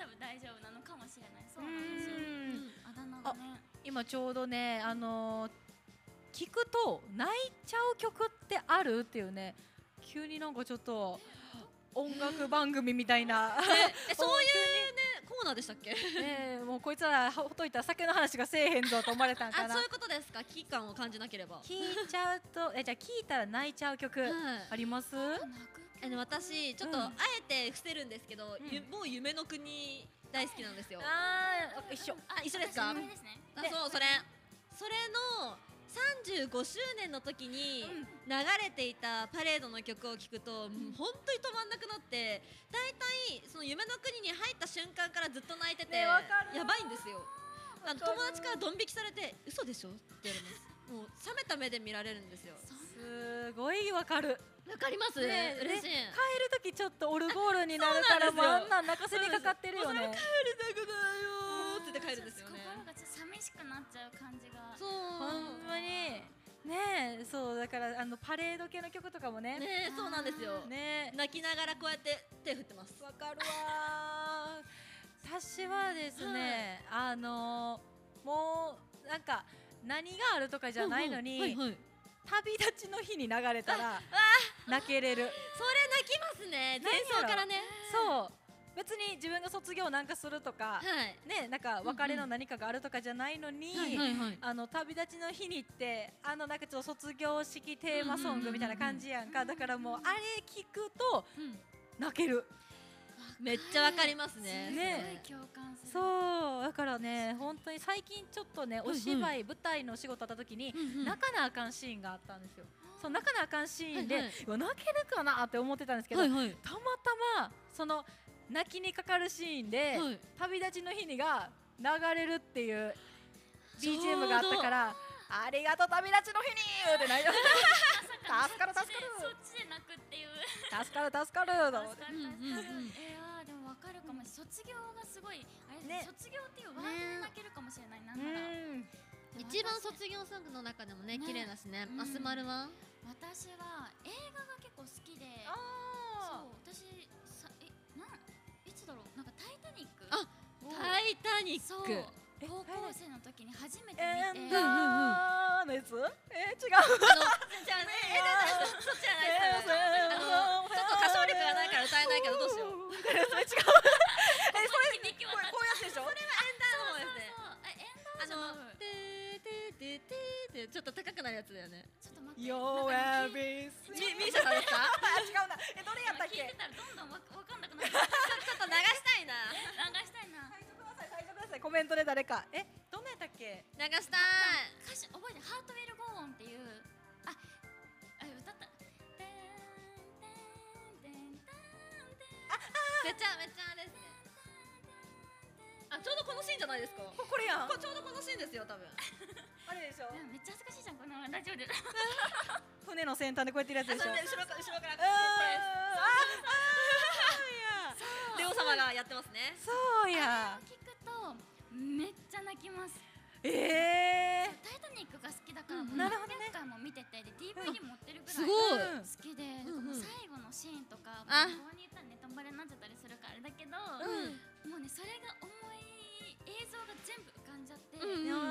S4: ら多分大丈夫なのかもしれないそうなんですよ
S1: うん
S4: あだ名がね
S1: 今ちょうどねあのー聞くと泣いちゃう曲ってあるっていうね急になんかちょっと音楽番組みたいな、
S3: えそういうねコーナーでしたっけ
S1: ねえ、もうこいつらほっといたら酒の話がせえへんぞと思われたんか
S3: あ
S1: な
S3: そういうことですか危機感を感じなければは
S1: 聞いちゃうとえじゃあ聞いたら泣いちゃう曲
S3: い
S1: あります
S4: 泣く
S3: あの私ちょっと
S1: うん
S3: あえて伏せるんですけど、
S1: うん
S3: ゆもう夢の国大好きなんですよ、
S1: あー一緒
S4: あ
S3: 一緒ですか
S4: 私もですね
S3: あ
S1: ね
S3: そうそれそれの35周年の時に
S1: うん
S3: 流れていたパレードの曲を聴くと、もう本当に止まんなくなって大体その夢の国に入った瞬間からずっと泣いてて、
S1: ねわかる
S3: やばいんですよあの
S1: わかる
S3: 友達からドン引きされて嘘でしょって言われますもう冷めた目で見られるんですよ
S1: すごいわかる
S3: わかります
S1: ね
S3: 嬉しい
S1: 帰る時ちょっとオルゴールになるから
S3: そ
S1: も
S3: う
S1: う
S3: なん
S1: あ
S3: ですよ
S1: んなん泣かせにかかってるよね
S3: 帰りたくないよーって言って帰るんですよね
S4: 心がちょっと寂しくなっちゃう感じが
S3: そ
S1: ほん
S3: う
S1: まにねえそうだからあのパレード系の曲とかもねね
S3: ねそうなんですよ
S1: ね
S3: 泣きながらこうやって手振ってます
S1: わかるわー私はですね、あのーもうなんか何があるとかじゃないのに、
S3: はいはい
S1: 旅立ちの日に流れたら泣けれる
S3: それ泣きますね前奏からね
S1: そう別に自分が卒業なんかするとか、
S3: はい
S1: ねなんか別れの何かがあるとかじゃないのに、
S3: はいはい
S1: あの旅立ちの日にってあのなんかちょっと卒業式テーマソングみたいな感じやんかだからもうあれ聞くと泣ける
S3: めっちゃわかりますね
S1: ね
S4: すごい共感する
S1: そうだからね本当に最近ちょっとねお芝居舞台のお仕事だった時に泣かなあかんシーンがあったんですよそう泣かなあかんシーンで
S3: はいはいう
S1: わ泣けるかなって思ってたんですけど
S3: は
S1: た
S3: い
S1: ま
S3: はい
S1: たまその泣きにかかるシーンで
S3: はい
S1: 旅立ちの日にが流れるっていう BGM があったからありがとう旅立ちの日に言うて泣いて
S4: まさ
S1: 助かる
S4: そっち
S1: 助かる
S4: でそっちで泣くっていう
S1: 助かる助かると思って
S4: 助かる助かるえーあーでもわかるかもしれない卒業がすごいあれ
S1: ね
S4: 卒業っていうワードで泣けるかもしれないなんならでも
S3: 一番卒業ソングの中でもね
S4: ね
S3: 綺麗だしね
S4: うん
S3: マスマルは
S4: 私は映画が結構好きで
S1: あ
S4: そう私さえなんいつだろうなんか「タイタニック」
S3: あタイタニ
S4: そ
S3: ッ
S4: う
S3: ク
S1: え
S4: 高校生の時に初めて見て、
S1: エンダ
S3: だ
S1: ーのやつえー違う
S3: じゃあねそっちじゃないで
S1: あ
S3: すちょっと歌唱力がないから歌えないけどどうし よう
S1: うそれ違うえそれ
S4: 響き
S1: こ
S4: 渡
S1: れ
S4: っ
S1: こういうやつでしょ
S3: 歌の方ですね
S4: そうえエンダ
S3: あ
S4: ーじゃ
S3: の
S4: なく
S3: てーてーてーてーってちょっと高くなるやつだよね
S4: ちょっと待って
S1: Your
S4: なんか
S1: every
S3: みミーシャさんですか
S1: あ違うなえどれやったっ
S4: 聞
S1: け
S4: いてたらどんどんわわかんなくなってき
S3: ち
S4: た
S3: ょっと流したいな
S4: 流したいな
S1: 最初ください最初くださいコメントで誰かえどんなやったっけ
S3: 流した
S4: 歌詞覚えて「ハートウィル・ゴーン」っていうああ歌った「テンテンテンテンテン
S3: いめちゃめちゃあれですねあちょうどこのシーンじゃないですか
S1: これやん
S3: こちょうどこのシーンですよ多分
S1: あれでしょ
S4: うんめっちゃ恥ずかしいじゃんこのラジオで
S1: 船の先端でこうやってるやつでしょ
S3: そう後ろから後ろから
S1: うーんあ
S3: レオ様がやってますね
S1: そうや
S4: 聞くとめっちゃ泣きます
S1: え
S4: 「タイタニック」が好きだから、
S1: うん
S4: もう
S1: なるほどね
S4: 何回も見ててで DVD 持ってるぐらい、
S3: すごい
S1: ー、
S4: 好きで、
S3: うんうん
S4: なんかもう最後のシーンとか、
S3: あ
S4: もう棒にいったらネタバレになっちゃったりするからあれだけど、もうねそれが重い映像が全部浮かんじゃって、
S3: うんうん
S4: た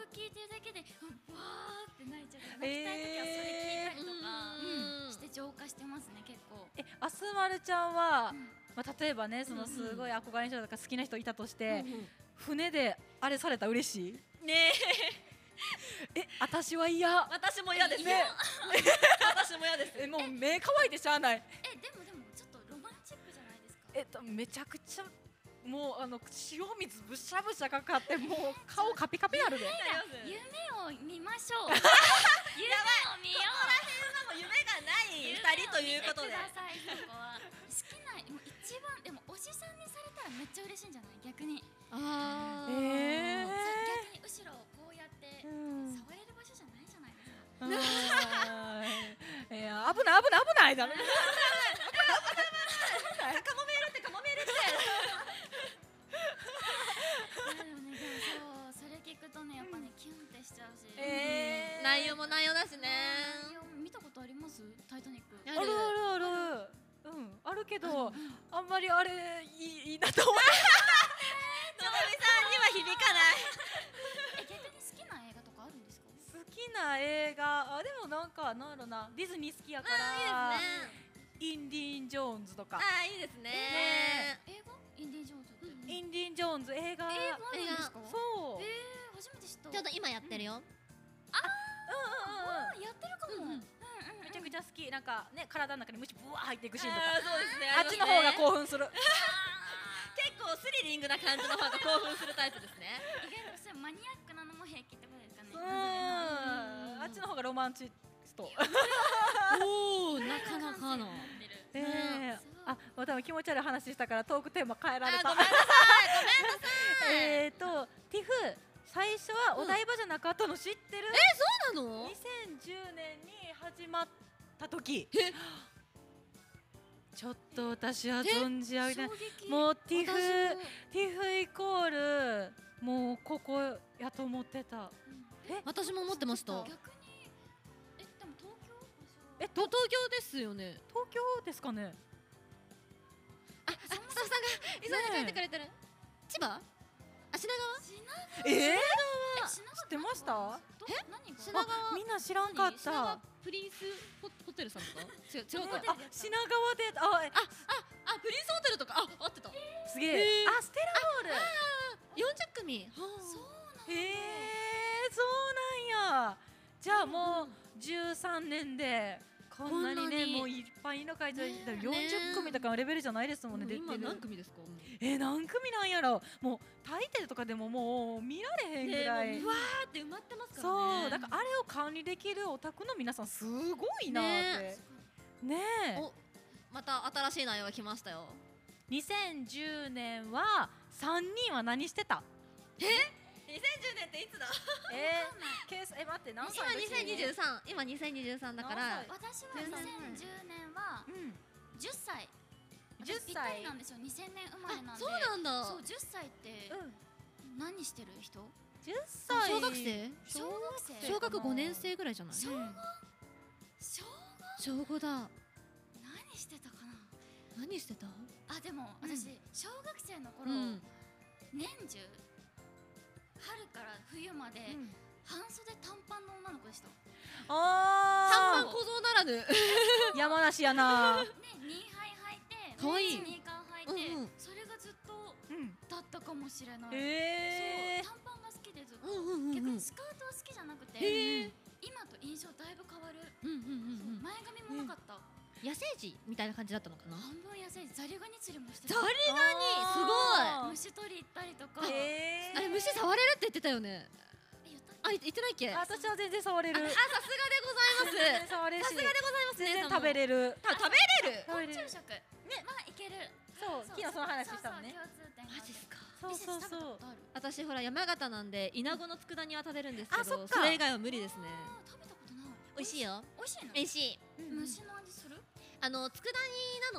S4: だ曲聴いてるだけでうわーって泣いちゃって泣きたい時は
S3: うん
S4: それ聴いたりとか、して浄化してますね結構。
S1: えあすまるちゃんは、
S4: うん
S1: まあ、例えばねそのすごい憧れの人とか好きな人いたとして、
S3: うんうん
S1: 船であれされたら嬉しい
S3: ねえ
S1: え私は嫌
S3: 私も嫌です
S1: ね
S3: ね私も嫌です
S1: えもう目乾いてしゃあない
S4: えでもでもちょっとロマンチックじゃないですか。
S1: えっとめちゃくちゃもうあの塩水ぶしゃぶしゃかか ってもう顔カピカピやるで
S4: 夢を見まし ょう。夢を見よ
S3: も
S4: う。
S3: 夢がない二人ということで
S4: 夢を見てくださいそこは好きなもう一番でもおじさんにされたらめっちゃ嬉しいんじゃない逆に、
S3: あー
S1: えー
S4: そう逆に後ろをこうやって
S1: う
S4: 触
S1: ん
S4: れる場所じゃないじゃないですか
S1: う ーんいや危ない危ない危ないだろ
S3: カモメールってカモメールって
S4: いやでもねでもそうそれ聞くとねやっぱねキュンってしちゃうし、
S1: えー
S3: 内容も内容だしね
S4: 内容見たことありますタイタニック
S3: あ
S1: あるあるあるうんあるけどあんまりあれいいいいなと思って
S3: のぞみさんには響かない
S4: え逆に好きな映画とかあるんですか
S1: 好きな映画あでもなんかなんやろなディズニー好きやからインディーン・ジョーンズとか
S3: あーいいですね
S4: 映画インディ・ジョーンズって、
S3: うん
S1: インディーン・ジョーンズ映画
S4: 映画なんですか
S1: そう
S4: えー、初めて知った
S2: ちょうど今やってるよ
S1: うんうんうん
S4: あやってるかも、
S3: うんうん
S1: めちゃくちゃ好きなんかね体の中に虫ぶわー入っていくシーンとか
S3: あーそうですね
S1: あっちの方が
S3: う
S1: 興奮する
S3: 結構スリリングな感じの方が興奮するタイプですね
S4: 意外とそれマニアックなのも平気ってことですかね。
S1: うん
S3: うん
S1: あっちの方がロマンチスト
S3: おおなか
S1: ええあ、まあ、多分気持ち悪い話したからトークテーマ変えられ
S3: あ
S1: た
S3: ごめんなさ
S1: え
S3: いごめんなさい
S1: っとティフ最初はお台場じゃなかったの知ってる、
S3: そうなの
S1: 2010年に始まった時ちょっと私は存じ上げないもうティフティフイコールもうここやと思ってた
S2: 私も思ってまし
S4: 逆にえでも東京
S1: え
S2: 東京ですよね
S1: 東京ですかね
S2: あ、あスタッフさんが急いで書いてくれてる千葉あ、品川
S4: 品川
S1: ええ
S4: え品川
S1: 知ってました
S4: え何が
S2: 品川
S1: みんな知らんかったあ
S2: プリンスホホテルさんとか違う
S1: 品
S2: 違う
S1: 川
S2: か
S1: であえ
S2: あ、プリンスホテルとかあ、合ってた
S1: すげえ
S2: えー
S1: あステラホール
S2: 40組はあ
S4: そう
S1: へえそうなんやじゃあもう13年でこんなに
S2: こ
S1: ね
S2: んなに
S1: もういっぱいの会場
S2: ねえ
S1: 40組とかのレベルじゃないですもんね出て
S2: 今何
S1: る
S2: 組ですか
S1: え何組なんやろもう大抵とかでももう見られへんぐらい、
S3: ねもうわーって埋まってますからね
S1: そうだからあれを管理できるお宅の皆さんすごいなーってねえ
S3: おまた新しい内容が来ましたよ
S1: 2010年は3人は何してた
S3: 2010年っていつだ
S1: えー、ケースえ待って何歳の時
S3: 今2023今2023だか
S1: 何
S3: ら
S1: 歳
S4: 私は2010年は
S1: うん
S4: 10歳
S1: 10歳
S4: 私ぴったりなんですよ2000年生まれなんで
S3: そうなんだ
S4: そう10歳って
S1: うん
S4: 何してる人
S1: 10歳
S2: 小学生
S4: 小学生
S2: 小学5年生ぐらいじゃない
S4: 小5
S2: 小
S4: 小
S2: 5だ
S4: 5何してたかな
S2: 何してた
S4: あでも
S1: うん
S4: 私小学生の頃、
S2: うん
S4: 年中春から冬まで、
S1: うん
S4: 半袖短パンの女の子でした。ね、
S1: あ
S3: 小僧ならぬ
S1: ー山梨やな
S4: ニーハイ履いて、
S2: かわいい
S4: スニーカー履いて、
S2: うんうん
S4: それがずっと
S1: うん
S4: だったかもしれない。
S1: え
S4: そう、短パンが好きでずっと。
S2: うんうんうんうん
S4: 逆にスカートは好きじゃなくて、今と印象だいぶ変わる。
S2: うんうんうんうん
S4: 前髪もなかった。
S2: 野生児みたいな感じだったのかな
S4: 半分痩せ、ザリガニ釣りもし
S2: ザ
S4: てた。
S1: ー、
S2: リ
S1: あ
S4: 虫取り行ったりとか。
S1: ー
S2: あ
S1: えー
S4: え
S2: れ虫触れるって言ってたよね
S4: 言った
S2: あ、
S4: っけ
S2: い言ってないっけ
S1: あ私は全然触れる
S3: あさすがでご
S1: 全然
S3: ざいま
S1: 触れるし
S3: さすがでございますね
S1: 全然食べれる
S3: す食
S1: 食べ
S3: べれる
S1: れる
S4: 昆虫食。ね、まあいける。
S1: そう昨日その話したもんね
S4: そうそう共通点
S2: か
S1: そうそうそう
S4: があってある
S9: 私ほら山形なんで稲子の佃煮は食べるんですけど
S1: あそっか
S9: れ以外は無理ですね
S4: あー食べたことない
S3: 美味しいよ
S4: 美味しいの
S3: 美味しい
S4: 虫の味する
S3: あの佃煮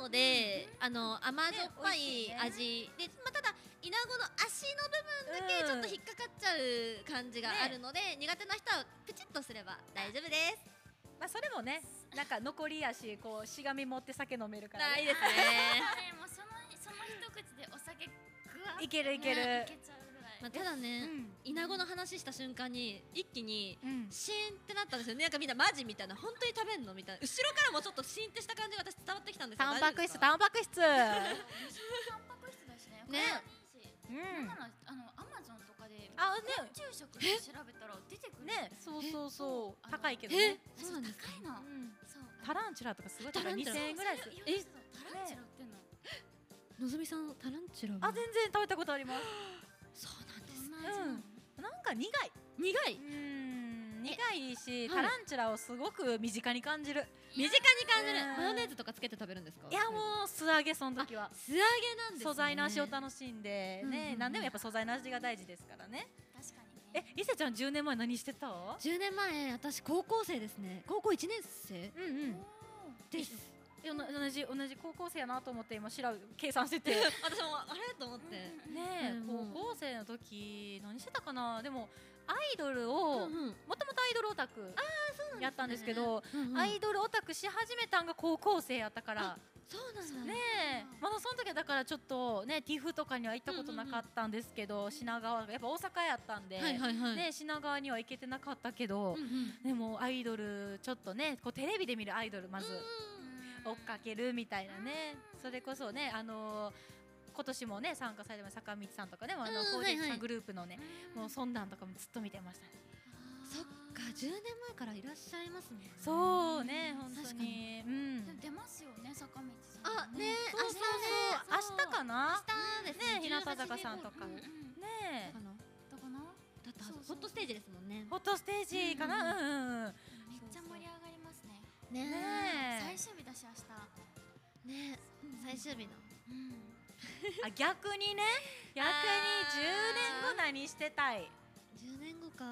S3: なので、あの甘じょっぱい
S4: ね美
S3: 味で、まあ、ただイナゴの足の部分だけちょっと引っかかっちゃう感じがあるので、苦手な人はプチッとすれば大丈夫です。
S1: まあそれもねなんか残りやしこうしがみ持って酒飲めるから、
S3: あいい
S1: ね、
S3: ですね。
S4: あれもうそのその一口でお酒ぐわっ
S1: いけるいける、
S4: ねいけちゃうぐらい
S3: まあ、ただ
S1: う
S3: ね、
S1: ん
S3: イナゴの話した瞬間に一気に
S1: うん
S3: シーンってなったんですよね。なんかみんなマジみたいな本当に食べんのみたいな後ろからもちょっとシーンってした感じが私伝わってきたんですよ。
S1: タンパク質
S3: 大丈夫ですか
S1: タンパク質
S4: タンパク質だしね
S3: ね
S4: 体にいいし
S1: うん
S4: だからあのアマゾンとかで
S1: あ
S4: 昆虫食って調べたら出てくる
S1: ねねそうそうそう
S4: あの
S1: 高いけどね、
S4: えそうなんですか高いの
S1: うん
S4: そう
S1: タランチュラとかすごい高い
S3: タランチュ
S1: 2000
S3: ラ
S1: 円ぐらいする
S4: えタランチュラ売ってんの
S3: のぞみさんタランチュラ
S1: あ
S3: は
S1: 全然食べたことあります
S3: そうなんで
S4: ど
S3: す。
S4: んな味なの
S1: なんか苦い
S3: 苦い。
S1: うん苦いし
S3: はい
S1: タランチュラをすごく身近に感じる、
S3: 身近に感じる
S1: うん
S3: マヨネーズとかつけて食べるんですか
S1: い、やもう素揚げその時は
S3: 素揚げなんです、ね、
S1: 素材の味を楽しんで、
S3: うんうん
S1: ね
S3: うん
S1: 何でもやっぱ素材の味が大事ですからね
S4: 確かに
S1: え
S4: ね
S1: 伊勢ちゃん10年前何してた
S3: 10年前私高校生ですね高校1年生
S1: うんうん
S4: おー
S3: です
S1: 同じ同じ高校生やなと思って今調べ計算しててね
S3: 私もあれと思って
S1: え
S3: うん
S1: 高
S3: うん
S1: 校生の時何してたかなでもアイドルを、
S3: うんうん
S1: もともとアイドルオタクやったんですけど
S3: うんうん
S1: アイドルオタクし始めたんが高校生やったから
S3: そうなんだ
S1: ねえまだその時はだからちょっとね TIFF とかには行ったことなかったんですけど、品川やっぱ大阪やったんで、
S3: はいはいはい、
S1: ね、品川には行けてなかったけど、
S3: うんうん
S1: でもアイドルちょっとねこうテレビで見るアイドルまず追っかけるみたいなねそれこそねあのー今年もね参加されてます坂道さんとかでもあの
S3: うん
S1: コーディネートさ
S3: はいは
S1: ん
S3: い
S1: グループのねもうそんなんとかもずっと見てましたね
S3: そっか10年前からいらっしゃいますね
S1: そうね本当
S3: 確か
S1: にうん
S4: でも出ますよね坂道さ
S3: あ
S4: ん
S3: ね
S1: そうそうそう明日かな
S3: 明日です
S1: ね日向坂さんとか
S4: うんう
S1: ね
S4: んだ
S1: え
S3: かな
S4: かな
S3: だったはず
S4: そうそう
S3: ホットステージですもんね
S1: ホットステージかなうんうん うん
S4: めっちゃ盛り上がりますね
S3: ね
S1: ね
S4: 最
S1: え
S4: 終日だし明日
S3: ね最終日の
S4: うん
S1: あ逆にね逆に10年後何してたい
S3: 10年後か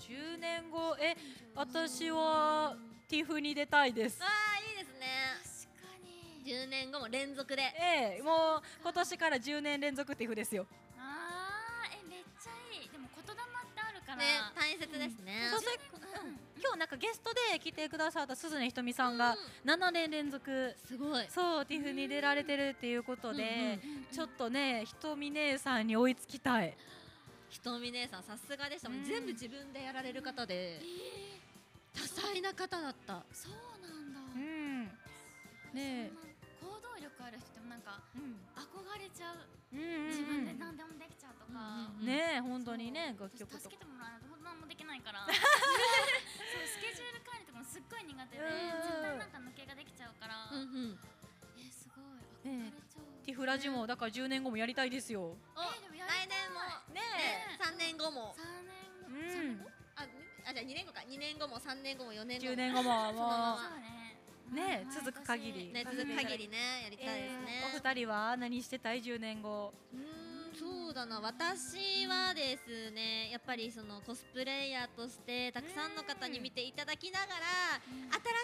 S1: 10年後え私はティフに出たいです
S3: あーいいですね
S4: 確かに
S3: 10年後も連続で
S1: ええもう今年から10年連続ティフですよ
S4: あーえめっちゃいいでも言霊ってあるから
S3: ね大切ですね、
S1: そうそれ
S4: うん
S1: 今日なんかゲストで来てくださった鈴音ひとみさんが7年連続
S3: すごい
S1: そうティフに出られてるっていうことで、
S3: うん
S4: うん
S1: ちょっとねひとみ姉さんに追いつきたい
S3: ひとみ姉さんさすがでしたもん、
S1: うん
S3: 全部自分でやられる方で、多彩な方だった
S4: そうなんだ
S1: うんねえ
S4: そんな行動力ある人でもなんか
S1: うん
S4: 憧れちゃう
S1: うん
S4: 自
S1: うんうん
S4: 分で何でもできちゃうとか、
S3: うん
S1: ねえ本当にね
S4: そう
S1: 楽曲と
S4: 私
S1: か
S4: 助けてもらわないと何もできないからそうスケジュール管理とかもすっごい苦手で
S1: うん
S4: 絶対なんか抜けができちゃうから、
S3: うんうん
S4: えすごい憧
S1: ね
S4: れちゃう、
S1: ティフラジもだから10年後もやりたいですよ
S3: お
S4: えでもやり
S3: 来
S4: たい
S3: 年も
S1: ね
S3: ね3年後も
S4: 三年
S1: うん
S4: 後三年後
S3: あにあじゃあ2年後か2年後も3年後も4年後も
S1: 10年後も
S3: のま
S1: も
S3: ま
S4: そうね
S1: ね
S4: うん
S1: 続く限り
S3: ね
S4: 毎年
S3: 続く限りねやり
S1: う、
S3: たいですね、
S1: お二人は何してたい10年後
S3: うーんそうだな私はですねやっぱりそのコスプレイヤーとしてたくさんの方に見ていただきながら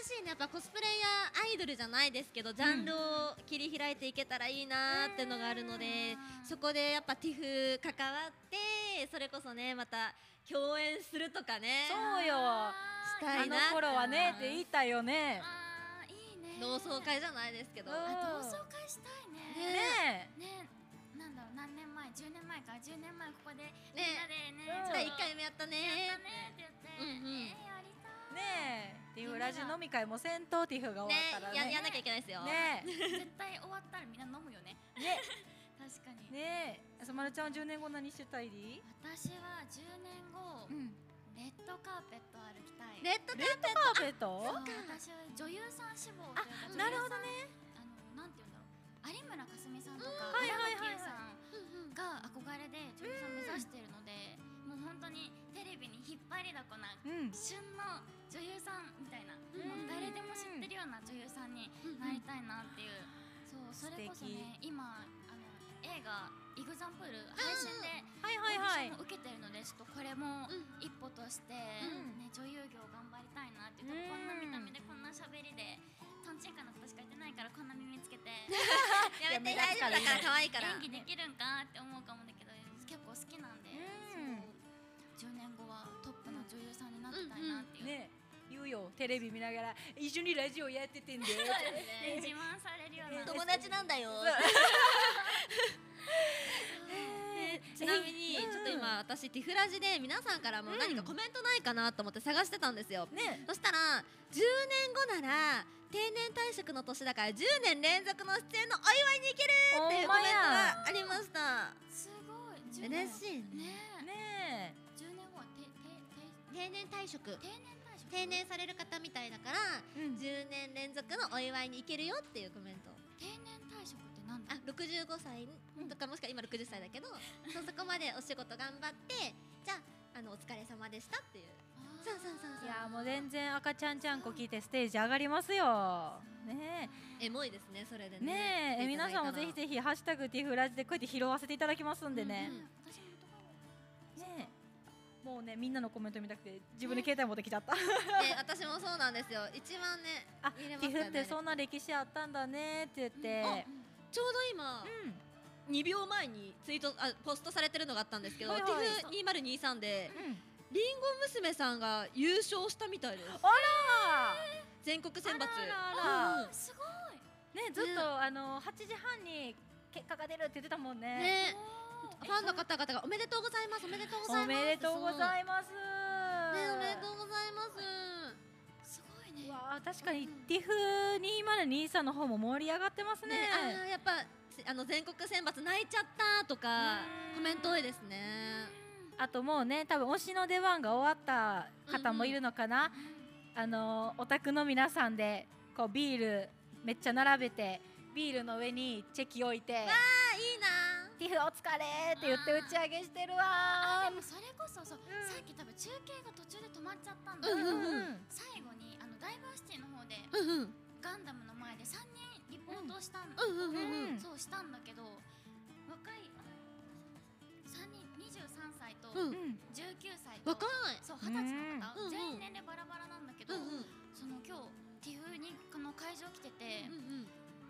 S3: 新しいねやっぱコスプレイヤーアイドルじゃないですけどジャンルを切り開いていけたらいいなーってのがあるのでそこでやっぱ TIFF 関わってそれこそねまた共演するとかね
S1: そうよ
S3: し
S4: あ
S3: た
S1: あ
S3: い
S1: の
S3: なって
S1: 頃はねって言いたいよね
S4: あーいいね
S3: 同窓会じゃないですけど
S1: うん
S4: あ同窓会したい
S1: ね
S4: ねねなんだろう何年前10年前か10年前ここでみんな
S3: ね
S4: でね
S1: うん
S4: ちょっ
S3: 第
S4: と
S3: 1回目やったね
S4: やったねって言って
S3: うんうん
S4: えーやりた
S1: えねえティフラジ飲み会もせんとティフが終わ
S3: ね
S1: ったらね
S3: ややんなきゃいけないですよ、
S1: ね
S4: い絶対終わったらみんな飲むよね
S1: えね
S4: 確か
S1: え
S4: に
S1: ねえあさまるちゃんは10年後何してたいり
S4: 私は10年後
S1: うん
S4: レッドカーペット歩きたい
S3: レッドカーペット
S1: カーペッ
S4: そう
S1: ト
S4: 私は女優さん志望というか
S1: なるほど
S4: ねあのなんて言うんだろう有村架純さんとか
S1: はい
S4: 村
S1: はいはいはい
S4: 野美さんが憧れで女優さん目指しているのでもう本当にテレビに引っ張りだこな
S1: うん
S4: 旬の女優さんみたいなも
S1: ん
S4: う誰でも知ってるような女優さんになりたいなっていうそうそれこそね今あの映画「イグザンプール」配信で
S1: はいはいはい
S4: オーディションを受けてるのでちょっとこれも
S3: うん
S4: 一歩として、
S1: ん
S4: ね、女優業頑張りたいなってい
S1: う
S4: う
S1: ん
S4: こんな見た目でこんな喋りでとんちんかなことしか言ってないからこんな耳つけて
S2: やめて大丈夫だから可愛いから
S4: 演技できるんかって思うかもだけど結構好きなんで、
S1: うん
S4: そう10年後はトップの女優さんになってたいなっていう、
S1: ね言うよテレビ見ながら一緒にラジオやっててん で
S4: ね自慢されるような
S2: 友達なんだよ
S3: ちなみにちょっと今私ティフラジで皆さんからも何かコメントないかなと思って探してたんですよ
S1: ね
S3: そしたら10年後なら定年退職の年だから10年連続の出演のお祝いに行ける
S1: お
S3: っていうコメント
S1: や
S3: がありました
S4: すごい
S3: 嬉
S4: 10年
S3: しいね
S4: ね
S1: ね
S4: 10年後はててて
S3: 定年退職
S4: 定年退職
S3: 定年される方みたいだから
S1: え、うん
S3: 10年連続のお祝いに行けるよっていうコメント
S4: 定年退職ってなんだ
S3: あ65歳とかもしくは今60歳だけど、そうそこまでお仕事頑張ってじゃああのお疲れ様でしたっていうそうそうそう
S1: い
S3: そう
S1: やもう全然赤ちゃんちゃんこ聞いてステージ上がりますよね
S3: エモいですねそれで
S1: えねええ
S3: 見ていた
S1: 皆
S3: だいた
S1: さ
S3: ら
S1: んもぜひぜひハッシュタグティフラジでこうやって拾わせていただきますんでね、
S4: うん
S1: ねえ
S4: 私も男の子
S1: もうねみんなのコメント見たくて自分で携帯持ってきちゃった
S3: ね私もそうなんですよ一番ね
S1: あ
S3: 見れま
S1: テ
S3: す
S1: ィフ
S3: から
S1: って
S3: ね
S1: そんな歴史あったんだねって言って、
S3: ちょうど今
S1: うん
S3: 2秒前にツイートあポストされてるのがあったんですけど
S1: はい
S3: テ
S1: はい
S3: ィフ2023で
S1: うん
S3: りんご娘さんが優勝したみたいです
S1: あ
S3: 全国選抜
S1: あらあらあら
S3: うん
S4: すごい
S1: ねずっと、あの8時半に結果が出るって言ってたもんね
S3: ね
S4: お
S3: ファンの方々がおめでとうございますおめでとうございま
S1: お
S3: す
S1: めでとうご
S3: い
S1: ざいます
S3: ねおめでとうございます
S4: すごいね
S1: うわあ確かにティフ2023の方も盛り上がってますね
S3: ねあーやっぱあの全国選抜泣いちゃったとか
S1: うん
S3: コメント多いですね
S1: あともうね多分推しの出番が終わった方もいるのかな、あのお宅の皆さんでこうビールめっちゃ並べてビールの上にチェキ置いて
S3: あいい
S1: 「
S3: な
S1: ティフお疲れ!」って言って打ち上げしてるわ
S4: あでもそれこそそう、
S1: うん
S4: さっき多分中継が途中で止まっちゃったんだ
S3: う
S4: け
S3: ん
S4: ど、
S3: うんうん
S4: 最後にあのダイバーシティの方で
S3: うんうん
S4: ガンダムの前で3人リポートをした
S3: うん
S4: ん、
S3: うんうんうん
S4: そうしたんだけど若いあ3人23歳と
S3: うん
S1: うん
S4: 19歳と、
S3: 若い
S4: そう20歳の方、
S3: うん
S4: 全員年齢バラバラなんだけ
S3: う
S4: ど、
S3: んうん
S4: その今日ティフにこの会場来てて、
S3: うんうん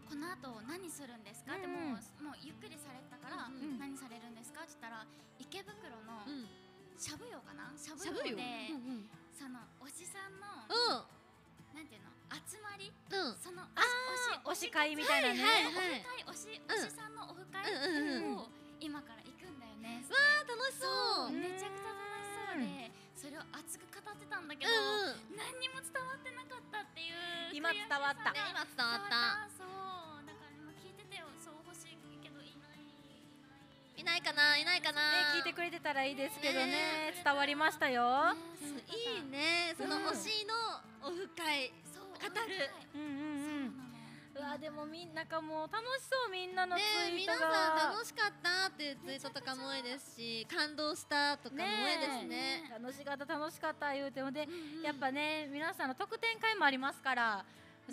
S4: この後何するんですか、って
S1: うんうん
S4: もうもうゆっくりされたから、
S3: うんうん
S4: 何されるんですかって言ったら池袋の
S3: うん
S4: しゃぶよかなしゃぶ
S3: しゃぶり
S4: よ
S3: を
S4: で
S3: うんうん
S4: そのおじさんの、
S3: うん
S4: なんていうの集ま
S3: う
S4: り
S3: ん
S4: その
S1: 推し会みたいなね、
S3: はいはい
S4: オフ会推し推しさんのオフ会
S3: う
S1: うんうん
S3: ん
S4: を今から行くんだよね
S3: わあ楽しそう
S4: そううん
S1: ん
S4: めちゃくちゃ楽しそうでそれを熱く語ってたんだけど
S3: うん
S4: 何にも伝わってなかったっていう
S1: 今伝わった
S4: 悔しさ
S3: 今伝わった
S4: がそうだから今聞いててよそう欲しいけどいないい
S3: いな
S4: ない
S3: いかないないかな
S1: ね聞いてくれてたらいいですけどね伝
S3: ね
S1: わりましたよ、
S3: うん
S4: い
S3: いいねその
S1: うん
S3: 推しのオフ会
S4: そう
S3: 語る
S1: うんうん
S4: そう
S1: うんう
S4: なの
S1: わでもみんなかもう楽しそうみんなのツ
S3: ねえ
S1: イー
S3: 皆
S1: トが、
S3: さん楽しかったっていうツイートとかも多いですし感動したとかも多いですね
S1: 楽しかった楽しかった言うてもで、
S3: うんうん
S1: やっぱね皆さんの特典会もありますから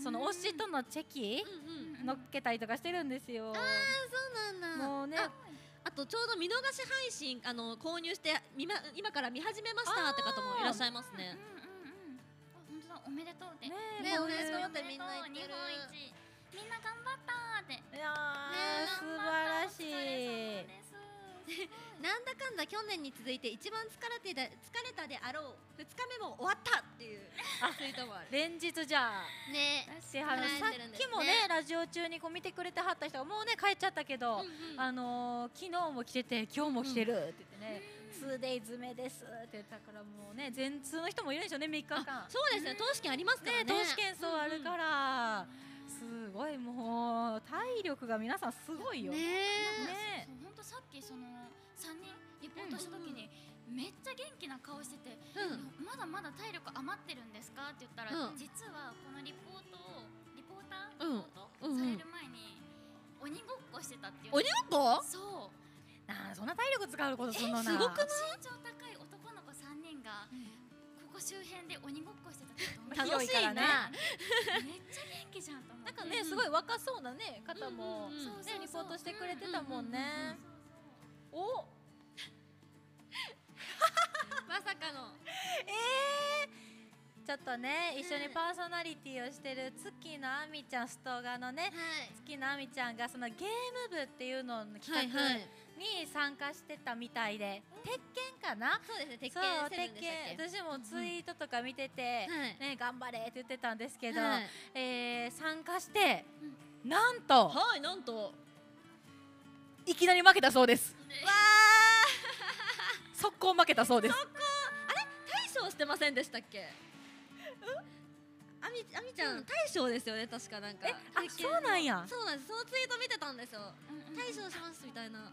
S1: その
S4: うん
S1: 推しとのチェキ
S3: うんうん
S1: 乗っけたりとかしてるんですよ、
S3: そうなんだ
S1: もうね
S3: ああとちょうど見逃し配信あの購入して見ま今から見始めましたって方もいらっしゃいますね
S4: うんうんうんうんあ本当だおめでとうって
S1: ねえ
S3: ね
S1: も
S3: お
S1: う
S3: めでとう
S1: いや
S3: ってみんな言ってる
S4: 日本一みんな頑張ったーって
S1: ー
S3: ね
S1: 素晴らしい
S3: なんだかんだ去年に続いて一番疲れてだ疲れたであろう2日目も終わったっていうツイートもある
S1: 連日じゃあ
S3: ね
S1: であの
S3: 捉
S1: さ
S3: えてるん
S1: っ
S3: ですね
S1: きもねラジオ中にこう見てくれてはった人がもうね帰っちゃったけど、
S3: うんうん
S1: あのー昨日も来てて今日も来てるって言ってね、ツーデイ詰めですって言ったからもうね全通の人もいるんでしょうね3日間
S3: そうですね投資券ありますからね
S1: ね投資券そうあるから、すごいもう体力が皆さんすごいよ、
S3: ね
S1: ね
S4: 本当さっきその三人リポートした時にめっちゃ元気な顔してて
S3: うんうん
S4: まだまだ体力余ってるんですかって言ったら
S3: うん
S4: 実はこのリポートをリポーター
S3: うん
S4: リポートされる前に鬼ごっこしてたっていう
S3: 鬼ごっこ
S4: そう
S1: なあそんな体力使うことすんのな
S3: えすごくない
S4: 身長高い男の子3人がここ周辺で鬼ごっこしてたけど
S1: 楽しいな
S4: めっちゃ元きじゃんと思って
S1: なんかねすごい若そうなね方も
S3: うんうんうん
S4: そうそうそう
S1: ねリポートしてくれてたもんね
S4: うんうんうんそうそう
S1: お
S3: まさかの
S1: ちょっとね
S3: うん
S1: 一緒にパーソナリティをしてる月のあみちゃんストーガーのね
S3: はい
S1: 月のあみちゃんがそのゲーム部っていうのの企画
S3: はいはい
S1: に参加してたみたいで、鉄拳かな
S3: そうですね鉄
S1: そ
S3: 拳
S1: う
S3: セブンでしたっけ
S1: 鉄拳私もツイートとか見てて、
S3: はい
S1: ね、頑張れって言ってたんですけど、
S3: はい
S1: えー参加して、なんと
S3: はいなんとわ
S1: いきなり負けたそうです
S3: あ
S1: 速攻負けたそうです
S3: 大将してませんでしたっけあみあみちゃん大将ですよね確かなんか
S1: えあそうなんや
S3: そうなんですそのツイート見てたんですよ
S4: うんうんうん
S3: 大将しますみたいな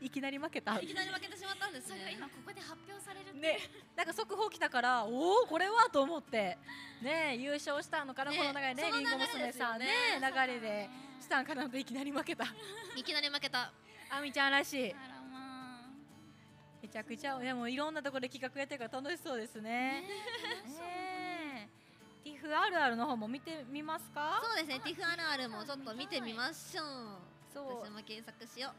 S3: い
S1: きなり負けた
S3: いきなり負けてしまったんです
S4: それが
S3: ね
S4: 今ここで発表されるって
S1: ねなんか速報来たからおおこれはと思ってね優勝したのかな、
S3: ね
S1: この流れね
S3: その
S1: りんご
S3: 流れ
S1: 娘
S3: ですよ
S1: さんね
S3: ね
S1: 流れでしたんかなといきなり負け た
S3: いきなり負けた
S1: あみちゃんらしい
S4: あらまあ
S1: めちゃくちゃでもいろんなところで企画やってるから楽しそうですねねえ TIFRR の方も見てみますか
S3: そうですねティフあるあるもちょっと見てみましょう
S1: そう
S3: 私も検索しよ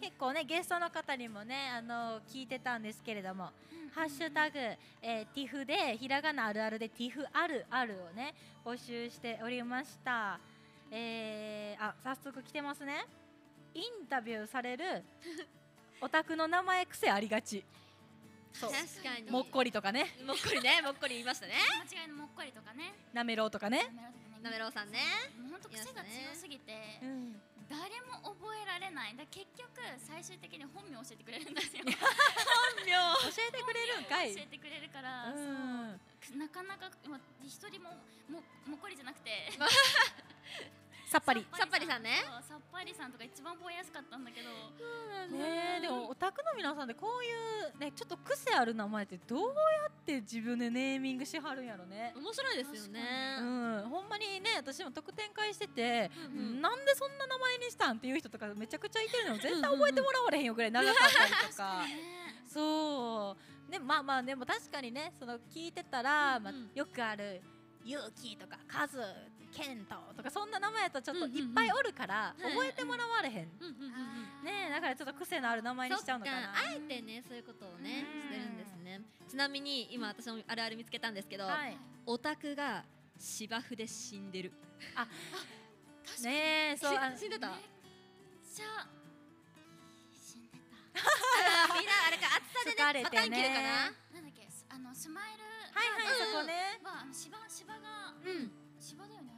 S1: 結構ねゲストの方にもねあの聞いてたんですけれども「ハッシュタグ、えー、TIFF」でひらがなあるあるで「TIFF あるある」をね募集しておりました、えー、あ早速来てますねインタビューされ るお宅の名前癖ありがち
S3: う
S1: そう
S3: 確かに
S1: もっこりとかね
S3: もっこりねもっこり言いましたね
S4: 間違いのもっこりとかね
S1: なめろうとかね、
S3: なめろうさんね
S4: 本当癖が強すぎて、
S1: うん、
S4: 誰も覚えられないだ結局最終的に本名教えてくれるんですよ
S1: 教えてくれるんかい
S4: 教えてくれるから、
S1: うん
S4: そうなかなかまあ一人もももっこりじゃなくて
S1: さっぱり
S3: さっぱりさんね
S4: そうさっぱりさんとか一番覚えやすかったんだけど
S1: ねえでもオタクの皆さんでこういうねちょっと癖ある名前ってどうやって自分でネーミングしはるんやろね
S3: 面白いですよね
S1: うん、ほんまにね私も特典会してて、
S3: うんうん
S1: なんでそんな名前にしたんっていう人とかめちゃくちゃいてるの絶対覚えてもらわれへんよぐらい長か ったりとか
S4: ね
S1: そうねまあまあでも確かにねその聞いてたら、
S3: うんうん
S1: まあ、よくある「ゆうき」とか「かず」「けんと」とかそんな名前やとちょっといっぱいおるから、
S3: うんうんうん
S1: 覚えてもらわれへん、
S3: うんうんうんうん
S1: ねだからちょっと癖のある名前にしちゃうのかな
S3: そっあえてねそういうことをね
S1: うん
S3: してるんですねちなみに今私もあるある見つけたんですけど
S1: はい、
S3: オタクが芝生で死んでる
S4: 確かに
S1: ねえそうあの
S3: し死んでた
S4: めっちゃ死んで た
S3: あー みんなあれか暑さでねパ
S1: 疲れてね
S3: ターン切るかな
S4: なんだっけすあのスマイル
S1: はいはい、
S3: うん
S1: そこね
S4: はあの芝芝が
S3: うん
S4: 芝だよね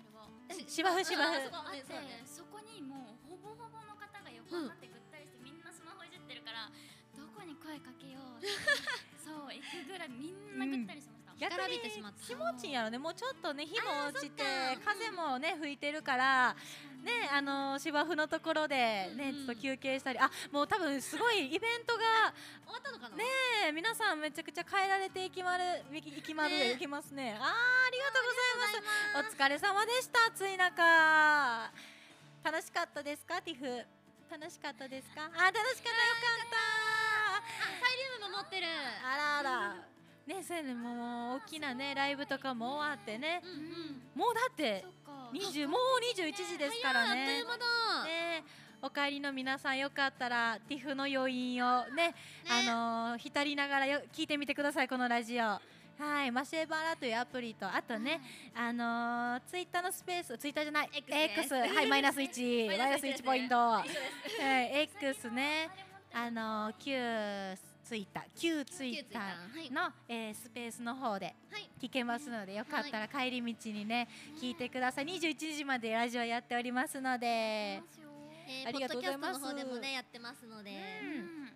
S4: あれは
S1: し芝生芝
S3: うん
S1: 生
S3: あそこ
S4: あっ
S3: ね
S4: て
S3: そうだね
S4: そこにもうほぼほぼの方が横になってぐったりしてみんなスマホいじってるからどこに声かけよ うってそう行くぐらいみんなぐったりしてました、
S1: 逆
S3: 干から
S1: に
S3: びてしまった
S1: 気持ちいいんやろねもうちょっとね日も落ちて
S3: あーそっか
S1: 風もね吹いてるからねあのー芝生のところでね
S3: うんうん
S1: ちょっと休憩したりあもう多分すごいイベントが
S3: 終わったのかな
S1: ねえ皆さんめちゃくちゃ変えられていきまるいきいきまる、
S3: ね
S1: いきますねあーありがとうございますお疲れ様でした暑い中楽しかったですかティフ楽しかったですかあー楽しかったよかった
S3: あサイリウムも持ってる
S1: あらあら。ね、それでもう大きなねライブとかも終わってね
S3: う。んうん
S1: もうだって
S4: そっか
S1: 二十もう二十一時ですから
S3: あっとい
S1: ね
S3: う。間だ
S1: ね、お帰りの皆さんよかったらティフの余韻をね、あのー浸りながらよ聞いてみてくださいこのラジオ。はい、マシェバラというアプリとあとね、あのーツイッターのスペースツイッターじゃない
S3: X ね
S1: X はいマイナス一 マイナス一ポイント、はい X ねあのー旧ツイッター旧ツイ
S3: 旧
S1: ッ
S3: ツイッ
S1: タ
S3: ター
S1: ー
S3: はい
S1: の、えースペースの方で
S3: はい
S1: 聞けますのでよかったら帰り道にね、聞いてください21時までラジオやっておりますので、
S3: え
S1: あ
S3: ー
S1: り
S3: ポッ
S1: がと
S3: ド
S1: う
S3: キ
S1: ご
S3: ャ
S1: ざ
S3: ス
S1: います
S3: トの方でもねやってますので
S1: う
S3: ね
S1: ん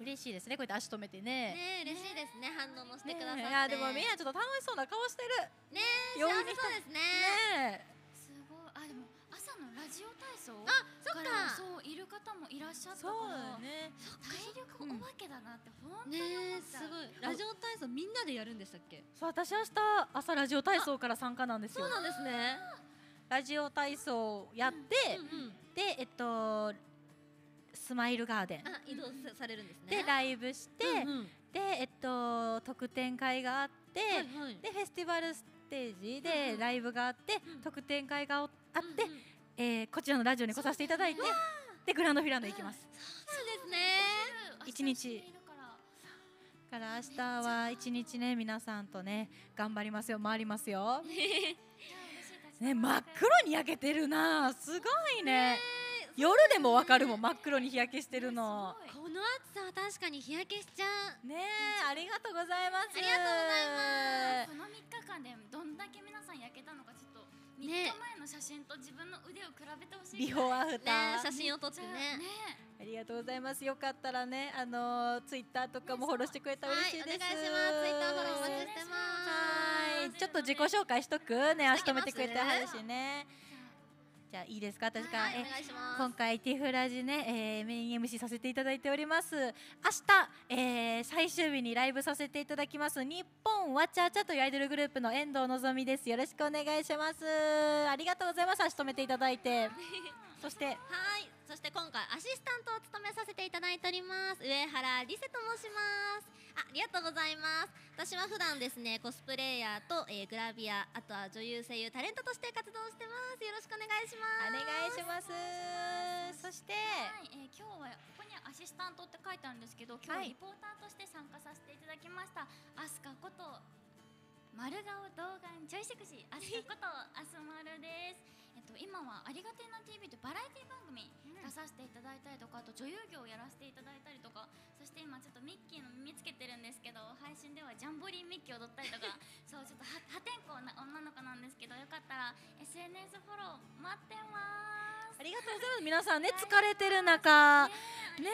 S1: 嬉しいですねこうやって足止めてね
S3: 嬉しいですね反応もし
S1: ね
S3: てくださって
S1: いやでもみんなちょっと楽しそうな顔してる
S3: ねえ幸
S1: 余
S3: せ
S1: 韻に
S3: そうですね
S1: ね
S4: すごいあでも朝のラジオ体操
S3: あそっ
S4: から
S3: か
S4: そういる方もいらっしゃったか
S1: そうだよ
S4: ら
S1: ね
S4: 体力お化けだなって本当
S3: ね
S4: に思
S3: え
S4: っ
S3: す
S4: ちゃう
S3: ごいラジオ体操みんなでやるんでしたっけ
S1: そう私明日朝ラジオ体操から参加なんですよ
S3: そうなんですね
S1: ラジオ体操やって、
S3: うんうん
S1: でえっとスマイルガーデン
S3: あ移動さされるんですね
S1: でライブして、
S3: うんうん
S1: でえっと特典会があって、
S3: はいはい
S1: でフェスティバルステージでライブがあって、
S3: うん
S1: 特典会がおあって、
S3: うんうん
S1: えーこちらのラジオに来させていただいてでグランドフィランド行きます、
S3: そうですね
S1: 一日
S4: 明日お昼いるから
S1: だから明日は一日ね皆さんとね頑張りますよ回りますよ
S4: いや嬉しいです
S1: ね真っ黒に焼けてるなすごいね夜でもわかるもん真っ黒に日焼けしてるの
S4: すご
S3: こ
S4: い
S3: の暑さは確かに日焼けしちゃう
S1: ねえありがとうございます
S3: ありがと
S1: いま
S3: うござ
S4: この3日間でどんだけ皆さん焼けたのかちょっと3
S3: ね
S4: 日前の写真と自分の腕を比べてほしい
S1: ビフォーアフタ
S3: ね
S1: ー、
S3: 写真を撮って
S4: じゃあ
S3: ね
S4: ね
S1: ありがとうございますよかったらねあのツイッターとかもフォローしてくれたら嬉しいです、
S3: はい、お願いし
S1: はい
S3: ますツイッターフォローお待ちしてま
S4: し
S1: ちょっと自己紹介しとくね足止めてくれた話ね
S4: じゃあ
S1: じゃあいいですか私
S3: す
S1: から、
S3: はい、
S1: え
S3: お願いします
S1: 今回ティフラジね、えーメイン MC させていただいております明日、えー最終日にライブさせていただきます日本わちゃわちゃというアイドルグループの遠藤のぞみですよろしくお願いしますありがとうございます足止めていただいてそ して
S3: はい、そして今回アシスタントを務めさせていただいております上原理瀬と申しますあありがとうございます私は普段ですねコスプレイヤーと、えーグラビアあとは女優声優タレントとして活動してますよろしくお願いし
S1: お
S3: ます
S1: 願いしますそして
S4: はい、えー、今日はここにアシスタントって書いてあるんですけど今
S1: はい
S4: 日リポーターとして参加させていただきました、アスカこと丸顔動画ちょいセクシーアスカことアスマルですえっと今はありがてえな TV というバラエティ番組出させていただいたりとかあと女優業をやらせていただいたりとかそして今ちょっとミッキーの耳つけてるんですけど配信ではジャンボリーミッキー踊ったり とかそうちょっとは破天荒な女の子なんですけどよかったら SNS フォロー待ってます
S1: ありがとうございます皆さんね疲れてる中ね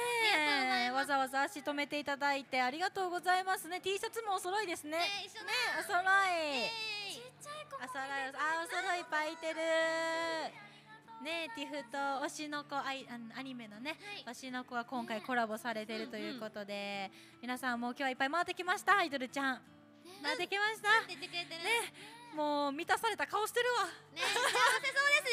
S1: えわざわざ足止めていただいてありがとうございますね T シャツもお揃いですね
S3: ね一緒
S1: ね
S3: だ
S1: お揃い、
S3: イエーイ
S4: ちっちゃい子
S1: おそろい、あ、おそろいっぱいいてる。ねえ、ティフと推しの子、あい、あのアニメのね、推しの子が今回コラボされてるということで。皆さんもう今日はいっぱい回ってきました、アイドルちゃん。回ってきました。
S3: って言ってくれてる
S1: ねもう満たされた顔してるわ。
S3: ね幸せそうです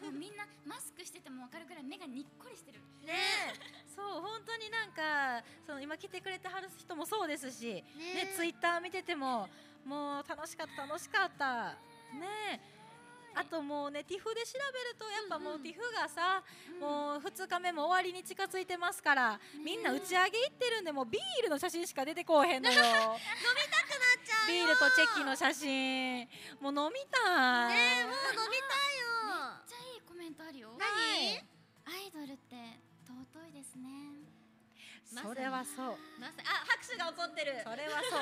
S1: ね
S4: もうみんなマスクしててもわかるくらい目がにっこりしてる。
S1: ねえそう、本当になんか、その今来てくれてはる人もそうですし。ね、ツイッター見てても、もう楽しかった、楽しかった。ねえ。あともうね、ティフで調べると、やっぱもうティフがさ、もう2日目も終わりに近づいてますから、みんな打ち上げ行ってるんで、もうビールの写真しか出てこうへんの よ。飲みたくなっちゃうビールとチェキの写真、もう飲みたい。
S3: ねもう飲みたいよ
S4: めっちゃいいコメントあるよ。
S3: 何
S4: アイドルって尊いですね。
S3: まさ
S1: そ
S3: に
S1: れはそう。
S3: まさあ拍手が起こってる
S1: それはそう。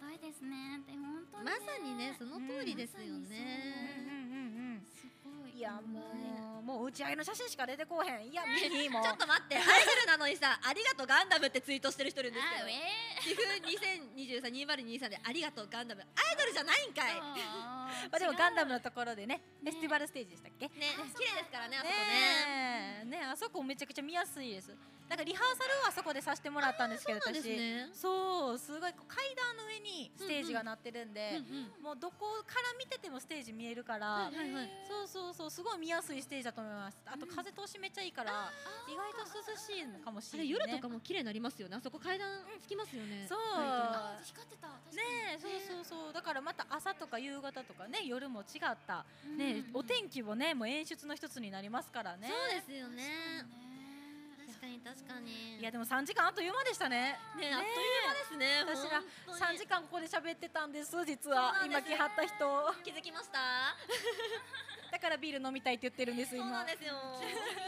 S4: 尊いですね。って本当に、
S3: まさにねその通りですよ
S4: うんまさ
S1: うんうんう
S3: ね、
S1: ん
S4: すご
S1: うん
S4: い。
S1: いやもう、もう打ち上げの写真しか出てこうへん。いや、見 にもう
S3: ちょっと待ってアイドルなのにさありがとうガンダムってツイートしてる人いるんですけ
S4: あ、
S3: ど
S4: え
S3: 岐阜20232023でありがとうガンダムアイドルじゃないんかい
S4: ー。ま
S1: まあ、でもガンダムのところでね、フェスティバルステージでしたっけ。ね
S3: ね綺麗ですからねあそこね
S1: え、ねえ、あそこめちゃくちゃ見やすいです。なんかリハーサルはあそこでさせてもらったんですけど、
S3: そうです
S1: 私。
S3: ね
S1: そう、すごいこう階段の上にステージがなってるん
S3: うん
S1: で、もうどこから見ててもステージ見えるから。
S3: うんはいはい
S1: そうそうそう、すごい見やすいステージだと思います。あと風通しめっちゃいいから、意外と涼しいのかもし
S3: あ
S1: れない、
S3: れ
S1: ね。
S3: 夜とかも綺麗になりますよねあそこ階段つきますよね
S1: そう。
S3: 割
S4: あ、光ってた。確かに
S1: ねえ、そうそうそう、だからまた朝とか夕方とかね、夜も違った。
S4: うん
S1: ねえ、お天気もね、もう演出の一つになりますからね。
S3: とそうですよね確
S4: ね
S3: かに確かに
S1: いやでも三時間あっという間でしたね。
S3: ねあっという間ですね
S1: 私ら
S3: 本当に
S1: 三時間ここで喋ってたんです実は
S3: そう
S1: 今
S3: なんです
S1: 来はった人
S3: 気づきました
S1: だからビール飲みたいって言ってるんです
S3: そう
S1: 今。
S3: なんですよ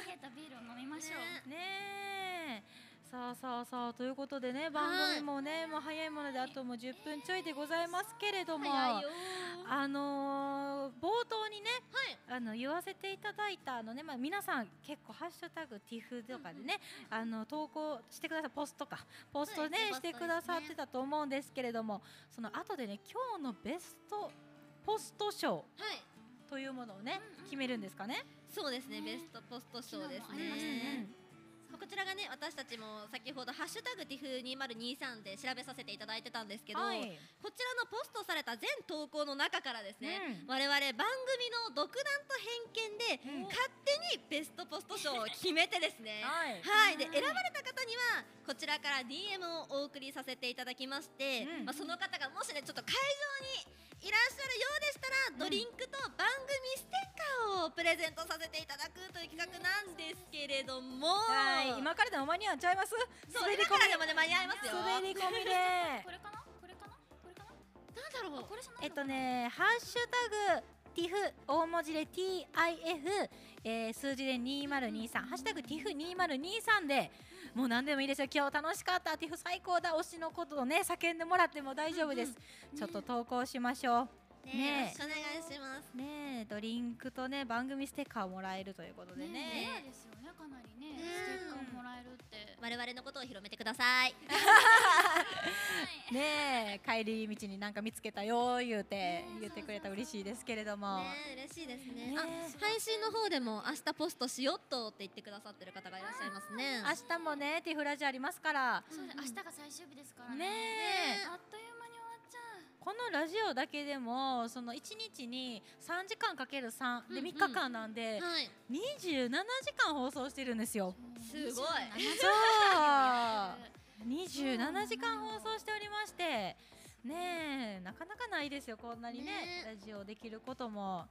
S4: 冷えたビールを飲みましょう。
S3: ね
S1: ねえ。そうそうそうということでね番組もねもう早いものであともう10分ちょいでございますけれども、
S3: 早いよ
S1: あのー冒頭にね、
S3: はい
S1: あの言わせていただいたあのね、まあ、皆さん結構「ハッシュタグティフとかでね、あの投稿してくださいポストかポストね、
S3: はい
S1: してくださってたと思うんですけれどもその後でね今日のベストポスト賞
S3: はい
S1: というものをね、
S4: うんうん
S1: 決めるんですかね。
S3: そうですね
S4: ね
S3: ベストポスト賞です
S4: 昨日もありました
S3: ね
S4: ね
S3: まあこちらがね私たちも先ほど「ハッシュタグティフ2023」で調べさせていただいてたんですけど、
S1: はい
S3: こちらのポストされた全投稿の中からですね、
S1: うん
S3: 我々番組の独断と偏見で、
S1: うん
S3: 勝手にベストポスト賞を決めてですね
S1: はい
S3: はいで選ばれた方にはこちらから DM をお送りさせていただきまして、
S1: うん
S3: まあ、その方がもしねちょっと会場いらっしゃるようでしたら、ドリンクと番組ステッカーをプレゼントさせていただくという企画なんですけれども、
S1: はい、今からでも間に合っちゃいます。
S3: そう今からでもね間に合いますよ
S1: 滑り込みで。
S4: これかなこれかなこれかな
S3: なんだろう
S4: あこれじゃない
S1: えっと
S4: のかな
S1: ね、ハッシュタグ。TIF 大文字で TIF、えー数字で2023、ハッシュタグ TIF2023 でもう何でもいいですよ今日楽しかった TIF 最高だ推しのことをね叫んでもらっても大丈夫です、ちょっと投稿しましょ
S3: ね
S1: ね
S3: よろしくお願いします
S1: うねえドリンクとね番組ステッカーをもらえるということでね
S4: ねレアですよねかなりね
S3: ね
S4: ステッカーもらえるって
S3: 我々のことを広めてください
S4: はい
S1: ねえ帰り道になんか見つけたよ言うて
S4: ねえ
S1: 言ってくれたら嬉しいですけれども、
S3: ね嬉しいですね
S1: ね
S3: あ配信の方でも明日ポストしよっとって言ってくださってる方がいらっしゃいますね
S1: 明日もねティフラジありますから
S4: そうだ明日が最終日ですから
S1: ね
S4: ね
S1: え
S4: あっという間に終わっちゃう
S1: このラジオだけでもその1日に3時間かける3で
S3: うん
S1: 3
S3: うん
S1: 日間なんで
S3: はい
S1: 27時間放送してるんですよ。
S3: すごい
S1: そう
S4: あ
S1: 27時間放送しておりましてねえなかなかないですよこんなにね
S3: ね
S1: ラジオできることも。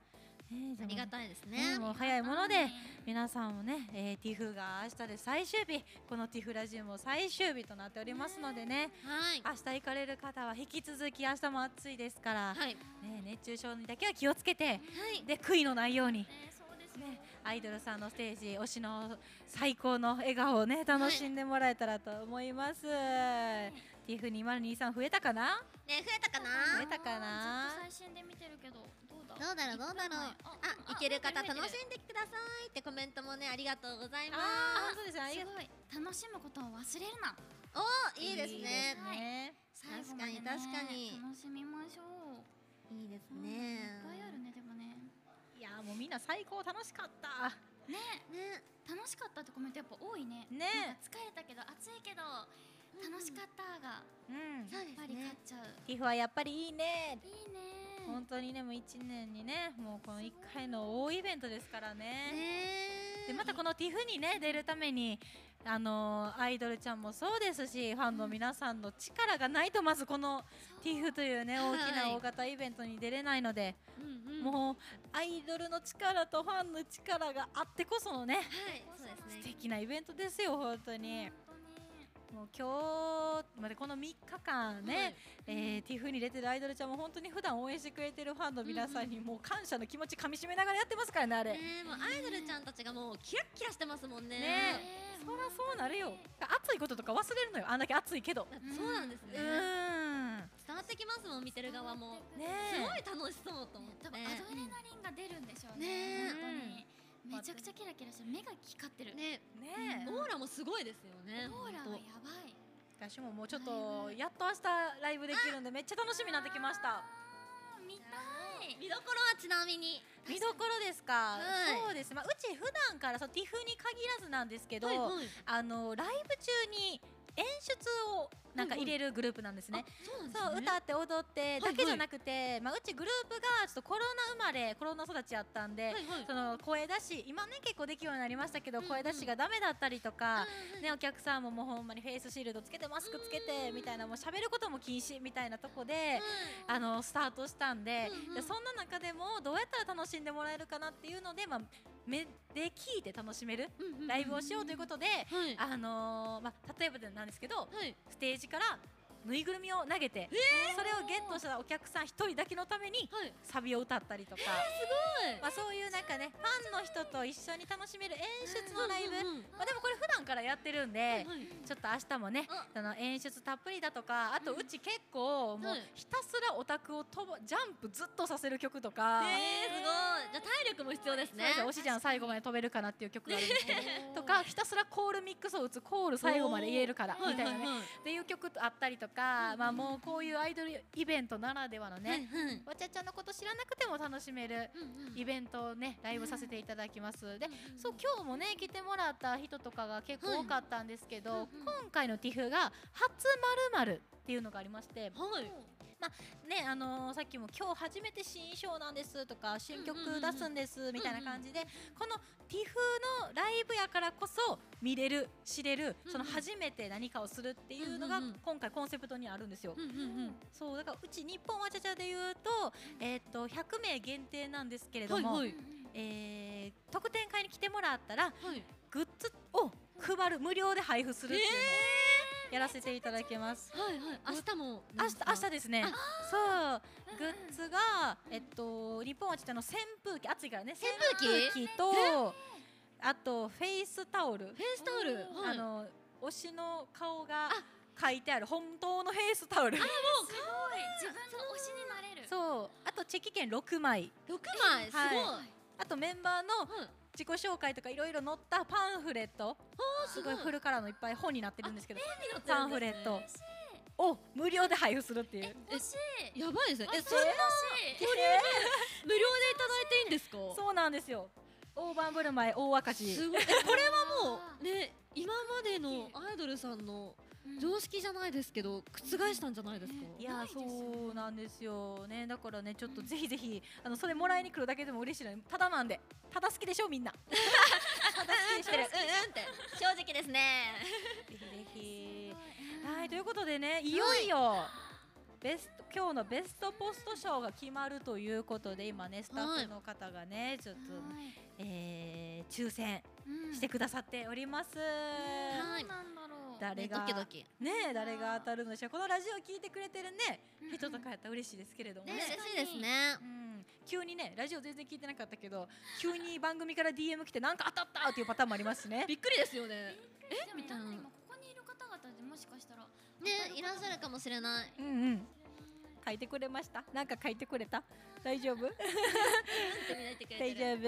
S1: ねえ
S3: ありが
S1: い
S3: たいです
S1: ね
S3: ね
S1: えもう早いもので皆さんもね、えー、ティフが明日で最終日このティフラジオも最終日となっておりますのでね
S3: はい
S1: 明日行かれる方は引き続き明日も暑いですから、
S3: はい
S1: ね、熱中症にだけは気をつけて、
S3: はい
S1: で悔いのないように、
S4: ねそうですよ
S1: ね、アイドルさんのステージ推しの最高の笑顔をね楽しんでもらえたらと思います。ティフ2023増えたかな
S3: ね増えた
S1: 増
S3: かな
S1: えたかな
S4: ずっと最新で見てるけどどうだ
S3: どうだろうどうだろう
S4: あ
S3: あ
S4: あ
S3: いける方
S4: 見
S3: 楽
S4: てる見てる
S3: しんでくださいってコメントもねありがとうございま
S1: あーそうですねあり
S4: す
S1: がと
S4: ごい楽しむことを忘れるな
S3: すいいです
S1: いい
S3: ね
S1: ね
S4: 最後までね
S3: 確かに確かに
S4: 楽しみましょう
S3: いいです
S4: うん
S3: ね
S4: いっぱいあるねでもね
S1: いやーもうみんな最高楽しかった
S4: ね
S3: ね
S4: 楽しかったってコメントやっぱ多いね
S1: ね
S4: なんか疲れたけど暑いけど楽しかったが
S1: うん
S3: そう
S4: やっ
S3: で
S4: ぱ
S3: す
S4: り勝っ
S3: ね
S4: ちゃう
S1: ティフはやっぱりいいね
S4: いいね
S1: 本当にねもう1年にねもうこの1回の大イベントですからね
S3: ね
S1: でまたこのティフにね出るためにあのーアイドルちゃんもそうですしファンの皆さんの力がないとまずこのティフというね
S3: はい
S1: 大きな大型イベントに出れないので、
S3: うんうんは
S1: もうアイドルの力とファンの力があってこそのね
S3: いそうです
S1: 素
S3: ね
S1: 敵なイベントですよ本当に
S4: 本当に
S1: もう今日までこの3日間ね、
S3: はい
S1: えーティフに出てるアイドルちゃんも本当に普段応援してくれてるファンの皆さんにもう感謝の気持ちかみしめながらやってますからねあれ、
S3: ねえもうアイドルちゃんたちがもうキラッキラしてますもんね
S1: ね
S4: え
S1: そりゃそうなるよ暑いこととか忘れるのよあんだけ暑いけど
S3: だってそうなんですね
S1: うーん
S3: 伝わってきますもん見てる側も
S1: ね
S3: すご
S1: え
S3: い楽しそうと思って
S4: 多分アドレナリンが出るんでしょう
S3: ね
S4: ね
S1: うん
S4: 本当にめちゃくちゃキラキラしてる目が光ってる、
S3: ね
S1: ねえ
S3: オーラもすごいですよね
S4: オーラがやばい
S1: 私ももうちょっとやっと明日ライブできるんでめっちゃ楽しみになってきました
S4: あー見たい
S3: 見どころはちなみに
S1: 見どころですか
S3: い
S1: そうですまあうち普段からそうティフに限らずなんですけど
S3: はいはい
S1: あのライブ中に演出をなんか入れるグループなんですね
S3: そうな
S1: そ
S3: ん
S1: う
S3: ですね
S1: 歌って踊ってだけ
S3: はいはい
S1: じゃなくてまあうちグループがちょっとコロナ生まれコロナ育ちやったんで
S3: はいはい
S1: その声出し今ね結構できるようになりましたけど、
S3: うんうん
S1: 声出しがダメだったりとか、
S3: うんうん
S1: ね、お客さんももうほんまにフェイスシールドつけてマスクつけてみたいなもう喋ることも禁止みたいなとこで。あのスタートしたんで,で、
S3: うんうん
S1: そんな中でもどうやったら楽しんでもらえるかなっていうので、まあ、目で聞いて楽しめる
S3: うんうんうん
S1: ライブをしようということで、
S3: はい
S1: あのーまあ、例えばなんですけど
S3: はい
S1: ステージからぬいぐるみを投げて、それをゲットしたお客さん一人だけのために
S3: はい
S1: サビを歌ったりとか。
S3: はい
S1: まあ、そういうなんかねファンの人と一緒に楽しめる演出のライブ、
S3: うんうんうん
S1: まあ、でもこれ普段からやってるんで、
S3: はいはい
S1: ちょっと明日もね
S3: あ
S1: その演出たっぷりだとかあとうち結構もう
S3: はい
S1: ひたすらオタクを飛ばジャンプずっとさせる曲とか。
S3: えーすごいじゃあ体力も必要です
S1: そうです
S3: ね
S1: よおしちゃん最後まで飛べるかなっていう曲があるんですけどとかひたすらコールミックスを打つコール最後まで言えるからみたいなね、
S3: はいはいはい
S1: っていう曲とあったりとか、まあ、もうこういうアイドルイベントならではのね、
S3: はいはい
S1: わちゃちゃんのこと知らなくても楽しめる
S3: うんうん
S1: イベントをねライブさせていただきます、でそう今日もね来てもらった人とかが結構多かったんですけど、
S3: はいうんうん
S1: 今回の TIFF が「初まるっていうのがありまして、
S3: はい
S1: まねあのーさっきも今日初めて新衣装なんですとか新曲出すんですみたいな感じで、このティフのライブやからこそ見れる知れる、
S3: うん
S1: その初めて何かをするっていうのが
S3: うんうんうん
S1: 今回コンセプトにあるんですよ。
S3: うんうんうん
S1: そうだからうち日本わちゃちゃで言うと,、えー、と100名限定なんですけれど
S3: はい
S1: も、
S3: はい
S1: えー特典会に来てもらったら
S3: はい
S1: グッズを配る無料で配布するっていうのをやらせていただきます。
S3: はいはい明日も
S1: 明日明日ですね。そう、グッズが、
S4: うん
S1: えっと、日本はちっちゃいの扇風機、暑いからね。扇
S3: 風
S1: 機と、あとフェイスタオル。
S3: フェイスタオル
S4: おー
S3: は
S1: あ
S3: い
S1: の、推しの顔が書いてある本当のフェイスタオル。
S4: すごい自分の推しになれる
S1: そう、あとチェキ券六枚。
S3: 六枚すごい
S1: はい
S3: あ
S1: あとメンバーの自己紹介とかいろいろ載ったパンフレット。すごいフルカラーのいっぱい本になってるんですけど、パンフレットを無料で配布するっていう。
S4: 推し
S3: やばいですねえ
S4: 私
S3: それ
S4: 推し
S3: 無料でいただいていいんですか
S1: そうなんですよ。大盤振る舞い大赤字。
S3: すごいえこれはもうね今までのアイドルさんの常識じゃないですけど覆したんじゃないですか
S1: いや
S4: ない
S1: ー
S4: ですよね
S1: そうなんですよねだからねちょっと
S4: うん
S1: ぜひぜひ、あのそれもらいに来るだけでも嬉しいのにただなんでただ好きでしょみんな
S2: うんうんっ
S1: ただ好きでしょ
S2: て正直ですね
S1: ぜひぜ
S4: す
S1: ひ
S4: ご
S1: はいということでねいよいよベスト今日のベストポスト賞が決まるということで今ねスタッフの方がねちょっと、
S4: はい
S1: えー抽選
S4: うん
S1: してくださっております、
S3: は
S4: はいいなんだろう
S1: 誰が
S3: ねドキドキ
S1: ねえ誰が当たるのでしょうこのラジオ聞いてくれてるね
S4: うんうん
S1: 人とかやったら嬉しいですけれども
S3: ね
S1: ね
S3: 嬉
S4: 確か
S3: しい
S4: に
S3: ですね
S1: うん急にねラジオ全然聞いてなかったけど急に番組から DM 来てなんか当たったっていうパターンもありますしね
S3: びっくりですよね
S4: え
S3: み
S4: み
S3: たい
S4: たい
S3: な
S4: な今ここにいる方々でもしかしたら
S3: ねいらっしゃるかもしれない
S1: うんうん書いてくれましたなんか書いてくれた大丈夫大丈夫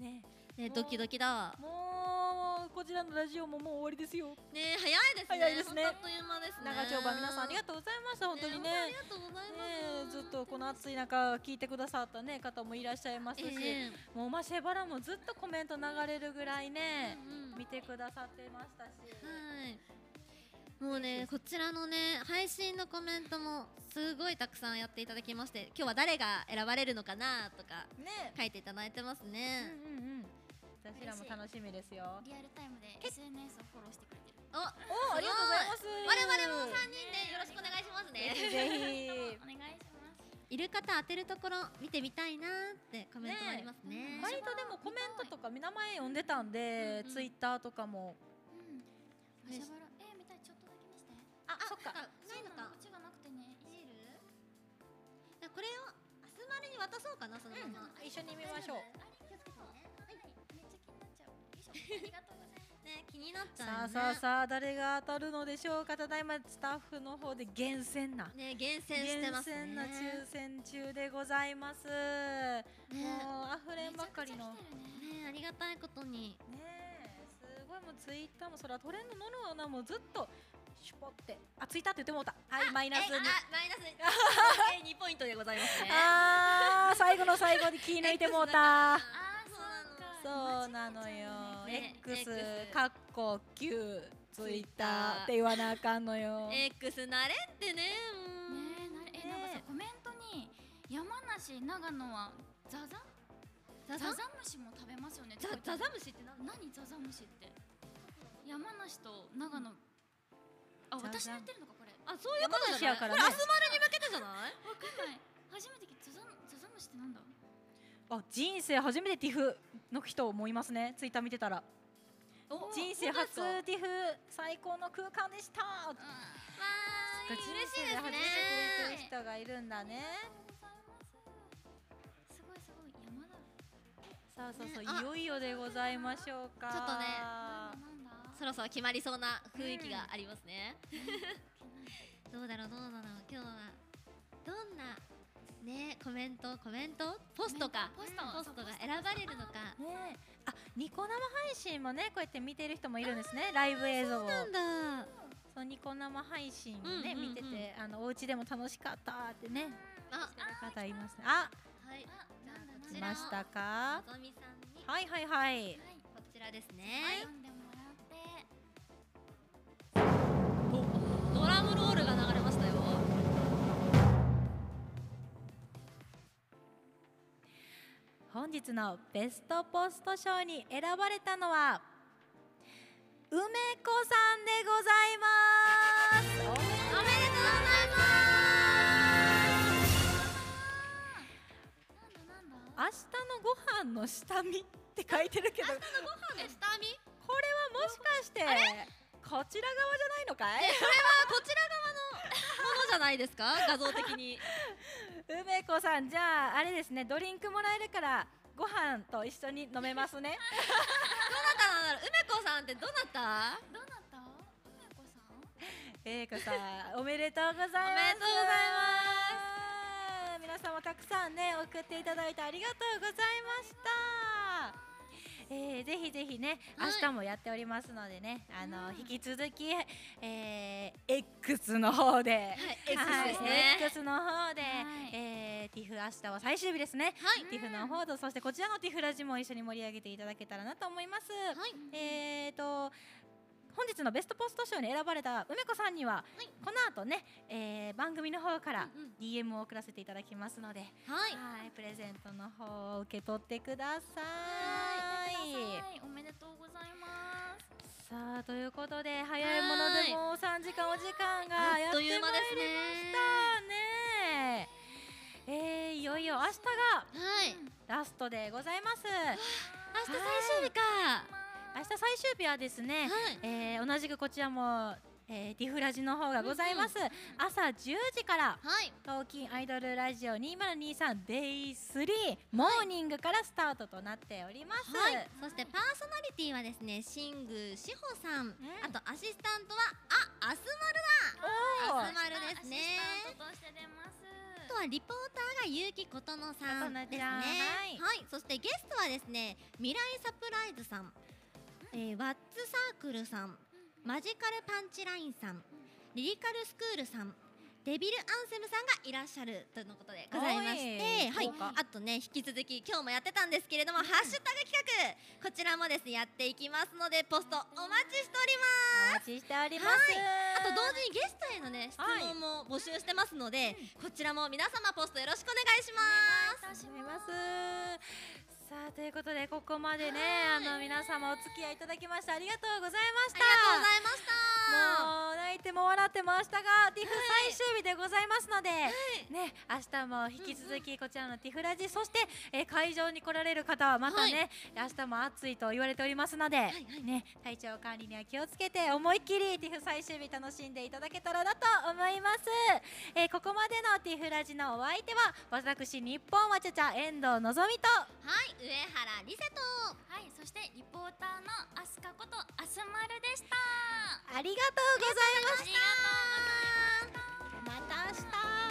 S1: ね
S3: ねドキドキだわ
S1: もうこちらのラジオももう終わりですよ
S3: ね早いですね
S1: 早いですね
S3: ほんとあっという間ですね
S1: 長丁場皆さんありが
S3: と
S1: とうございました本当にね
S3: ありがとうござい
S1: ね
S3: ま
S1: え
S3: す
S1: ずっとこの暑い中聞いてくださったね方もいらっしゃいますし、
S3: ええ
S1: もうまシェバラもずっとコメント流れるぐらいね、
S3: うんうん
S1: 見てくださってましたし、
S3: はい。もうね、こちらのね、配信のコメントもすごいたくさんやっていただきまして、今日は誰が選ばれるのかなとか
S1: ね
S3: 書いていただいてます
S1: うん
S3: ね。
S1: うんうん私らも楽しみですよ
S4: リアルタイムで SNS をフォローしてくれてる
S3: お、我
S1: おありがとうございます
S3: 々も三人でよろしくお願いしますね。
S1: ぜひぜ
S4: お願いします
S3: いる方当てるところ見てみたいなってコメントもありますね。
S1: ひ
S4: ね
S1: 割とでもコメントとか名前読んでたんで、
S3: うんうん
S1: ツイッターとかも
S4: うんマシャバラえみたいちょっとだけ見せて
S1: あそっか
S3: あないの
S4: そう
S3: か
S4: こ。っちがなくてねいじる
S3: じゃあこれをアスマルに渡そうかなそのまま。
S1: 一緒に見ましょう
S4: あれ気をつけてねはいめっちゃ気になっちゃうよいしょありがとうございます
S3: ね、気になっち
S1: さ
S3: ゃうよ
S1: あ
S3: ね。
S1: さあさあ誰が当たるのでしょうかただいまスタッフの方で厳選な
S3: ね、厳選して
S1: 厳
S3: ますね。
S1: 選な抽選中でございます、
S3: ね
S1: もう溢れんばかりの
S4: めちゃくちゃ来てるね
S3: ね、ありがたいことに。
S1: ねえすごいもうツイッターもそれはトレンドのるようなもうずっとシュポってあツイッターって言ってもうたはいマイナスに
S3: マイナス 二ポイントでございますね。
S1: あー最後の最後に気抜いてもう た
S4: あーそう
S1: そうな
S4: なの
S1: のよ
S3: ね
S1: X
S3: X
S1: かっこ Q ツイッターって言わなあかんのよ
S3: X なれんってね、もう
S4: ねえなれえなんかさコメントに山梨長野はザザ
S3: ザ
S4: ザ
S3: ザ
S4: ザムシも食べますよね
S3: ザザザムシってなんだ。
S4: 何ザザムシって山梨と長野あ
S1: ザザ
S4: 私の言ってるのかこれ
S3: あ、そういうことじゃな
S1: 山
S3: い。
S1: 梨やから
S3: こ
S1: ね
S3: れアスマルに向けてじゃない？
S4: わかんない初めて聞いたザザザザムシってなんだ
S1: あ人生初めてティフの人思いますねツイッター見てたら人生初ティフ最高の空間でした
S4: あ
S3: わーい、嬉しいですね。
S1: 初めて来てくれてる人がいるんだね
S4: りがとうございますすごいすごい山だ
S1: さあそうそう、
S3: ねあ
S1: いよいよでございましょうか
S3: ちょっとね
S4: なんだなんだ
S3: そろそろ決まりそうな雰囲気がありますね。どうだろうどうだろう今日はどんなねコメントコメントポストか
S4: コメントポスト
S3: が選ばれるのか。
S1: ねえあニコ生配信もねこうやって見てる人もいるんですねライブ映像を
S3: なんだ。
S1: そのニコ生配信をね、
S3: うんうんう
S1: 見
S3: ん
S1: ててあのお家でも楽しかったってね
S3: あ、
S1: 方いますねあ
S3: はい。
S4: あ
S3: じゃ
S4: なんだ
S3: あこ
S1: 来
S3: ち
S4: なんだ
S1: ま
S3: ら
S1: したか
S3: のぞみさんに
S1: はいはいはい
S4: はい
S3: こちらですね。
S4: 読んでもらって
S3: ドラムロールが流れましたよ。
S4: あ
S1: 本日のベストポスト賞に選ばれたのは梅子さんでございますおめでとうございます明日のご飯の下見って書いてるけどこれ
S3: え下見
S1: はもしかしてこちら側じゃないのかい
S3: あこちら側のものじゃないですか画像的に
S1: 梅子さんじゃああれですねドリンクもらえるからご飯と一緒に飲めますね
S3: どなたなんだろう梅子さんってどなた
S4: どうなった梅子さん
S1: 梅子さんおめでとうございます
S3: おめでとうござい
S1: ます皆さんもたくさんね送っていただいてありがとうございましたえー、ぜひぜひね
S3: は
S1: 明
S3: い
S1: 日もやっておりますのでね、あ
S4: う
S1: の
S4: ん
S1: 引き続き、えー、X の方で、
S3: X ですね
S1: はい X の方で、
S4: はい
S1: えー、ティフ明日は最終日ですね
S3: はい
S1: ティフの方とそしてこちらのティフラジも一緒に盛り上げていただけたらなと思います。
S3: はい
S1: えーと本日のベストポスト賞に選ばれた梅子さんには、
S3: い
S1: この後ね、えー番組の方から DM を送らせていただきますので、
S3: はい
S1: はいプレゼントの方を受け取ってください。
S4: はいおめでとうございます
S1: さあということで早いものでもう3時間お時間がや
S3: あ
S1: っ
S3: ってと
S1: まい
S3: い
S1: り
S3: う
S1: ま
S3: 間ですね
S1: したね。えーいよいよ明日が
S3: はい
S1: ラストでございます。
S3: 明日最終日か
S1: 明日最終日はですね、
S3: はい
S1: えー同じくこちらも、えー、ディフラジの方がございます、朝10時から
S3: はい
S1: 東京アイドルラジオ 2023Day3 モーニングからスタートとなっております、
S3: はい、そしてパーソナリティはですね、新宮志保さん、あとアシスタントはあ、アス
S1: おー
S3: マルアスマルですね。
S4: アシスタントとして出ます
S3: あとはリポーターが結城琴乃さん
S1: 琴乃
S3: ですね。
S1: ちゃんはい
S3: はい、そしてゲストはですね、未来サプライズさん、えーワッツサークルさん、マジカルパンチラインさん、リリカルスクールさん。デビルアンセムさんがいらっしゃるとのことでございまし
S1: は
S3: て、はいい
S1: 豪華、
S3: あとね引き続き今日もやってたんですけれども、ハッシュタグ企画こちらもですねやっていきますのでポストお待ちしております。
S1: お待ちしております、
S3: あと同時にゲストへのね質問も募集してますので、こちらも皆様ポストよろしくお願いしま
S1: し
S3: す。
S1: ますさあということでここまでねあの皆様お付き合いいただきましてありがとうございました
S3: ありがとうご
S1: も
S3: ざいました。
S1: う泣いても笑っても明日がティフ最終日でございますので、ね明日も引き続きこちらのティフラジ、そして、えー会場に来られる方はまたね、明日も暑いと言われておりますので、ね体調管理には気をつけて思いっきりティフ最終日楽しんでいただけたらなと思います、えーここまでのティフラジのお相手は私日本はちゃちゃ遠藤のぞみと
S3: はい、上原リセと
S4: はいそしてリポーターのアスカことアスマルでした
S1: ありがとうございました
S3: また明日。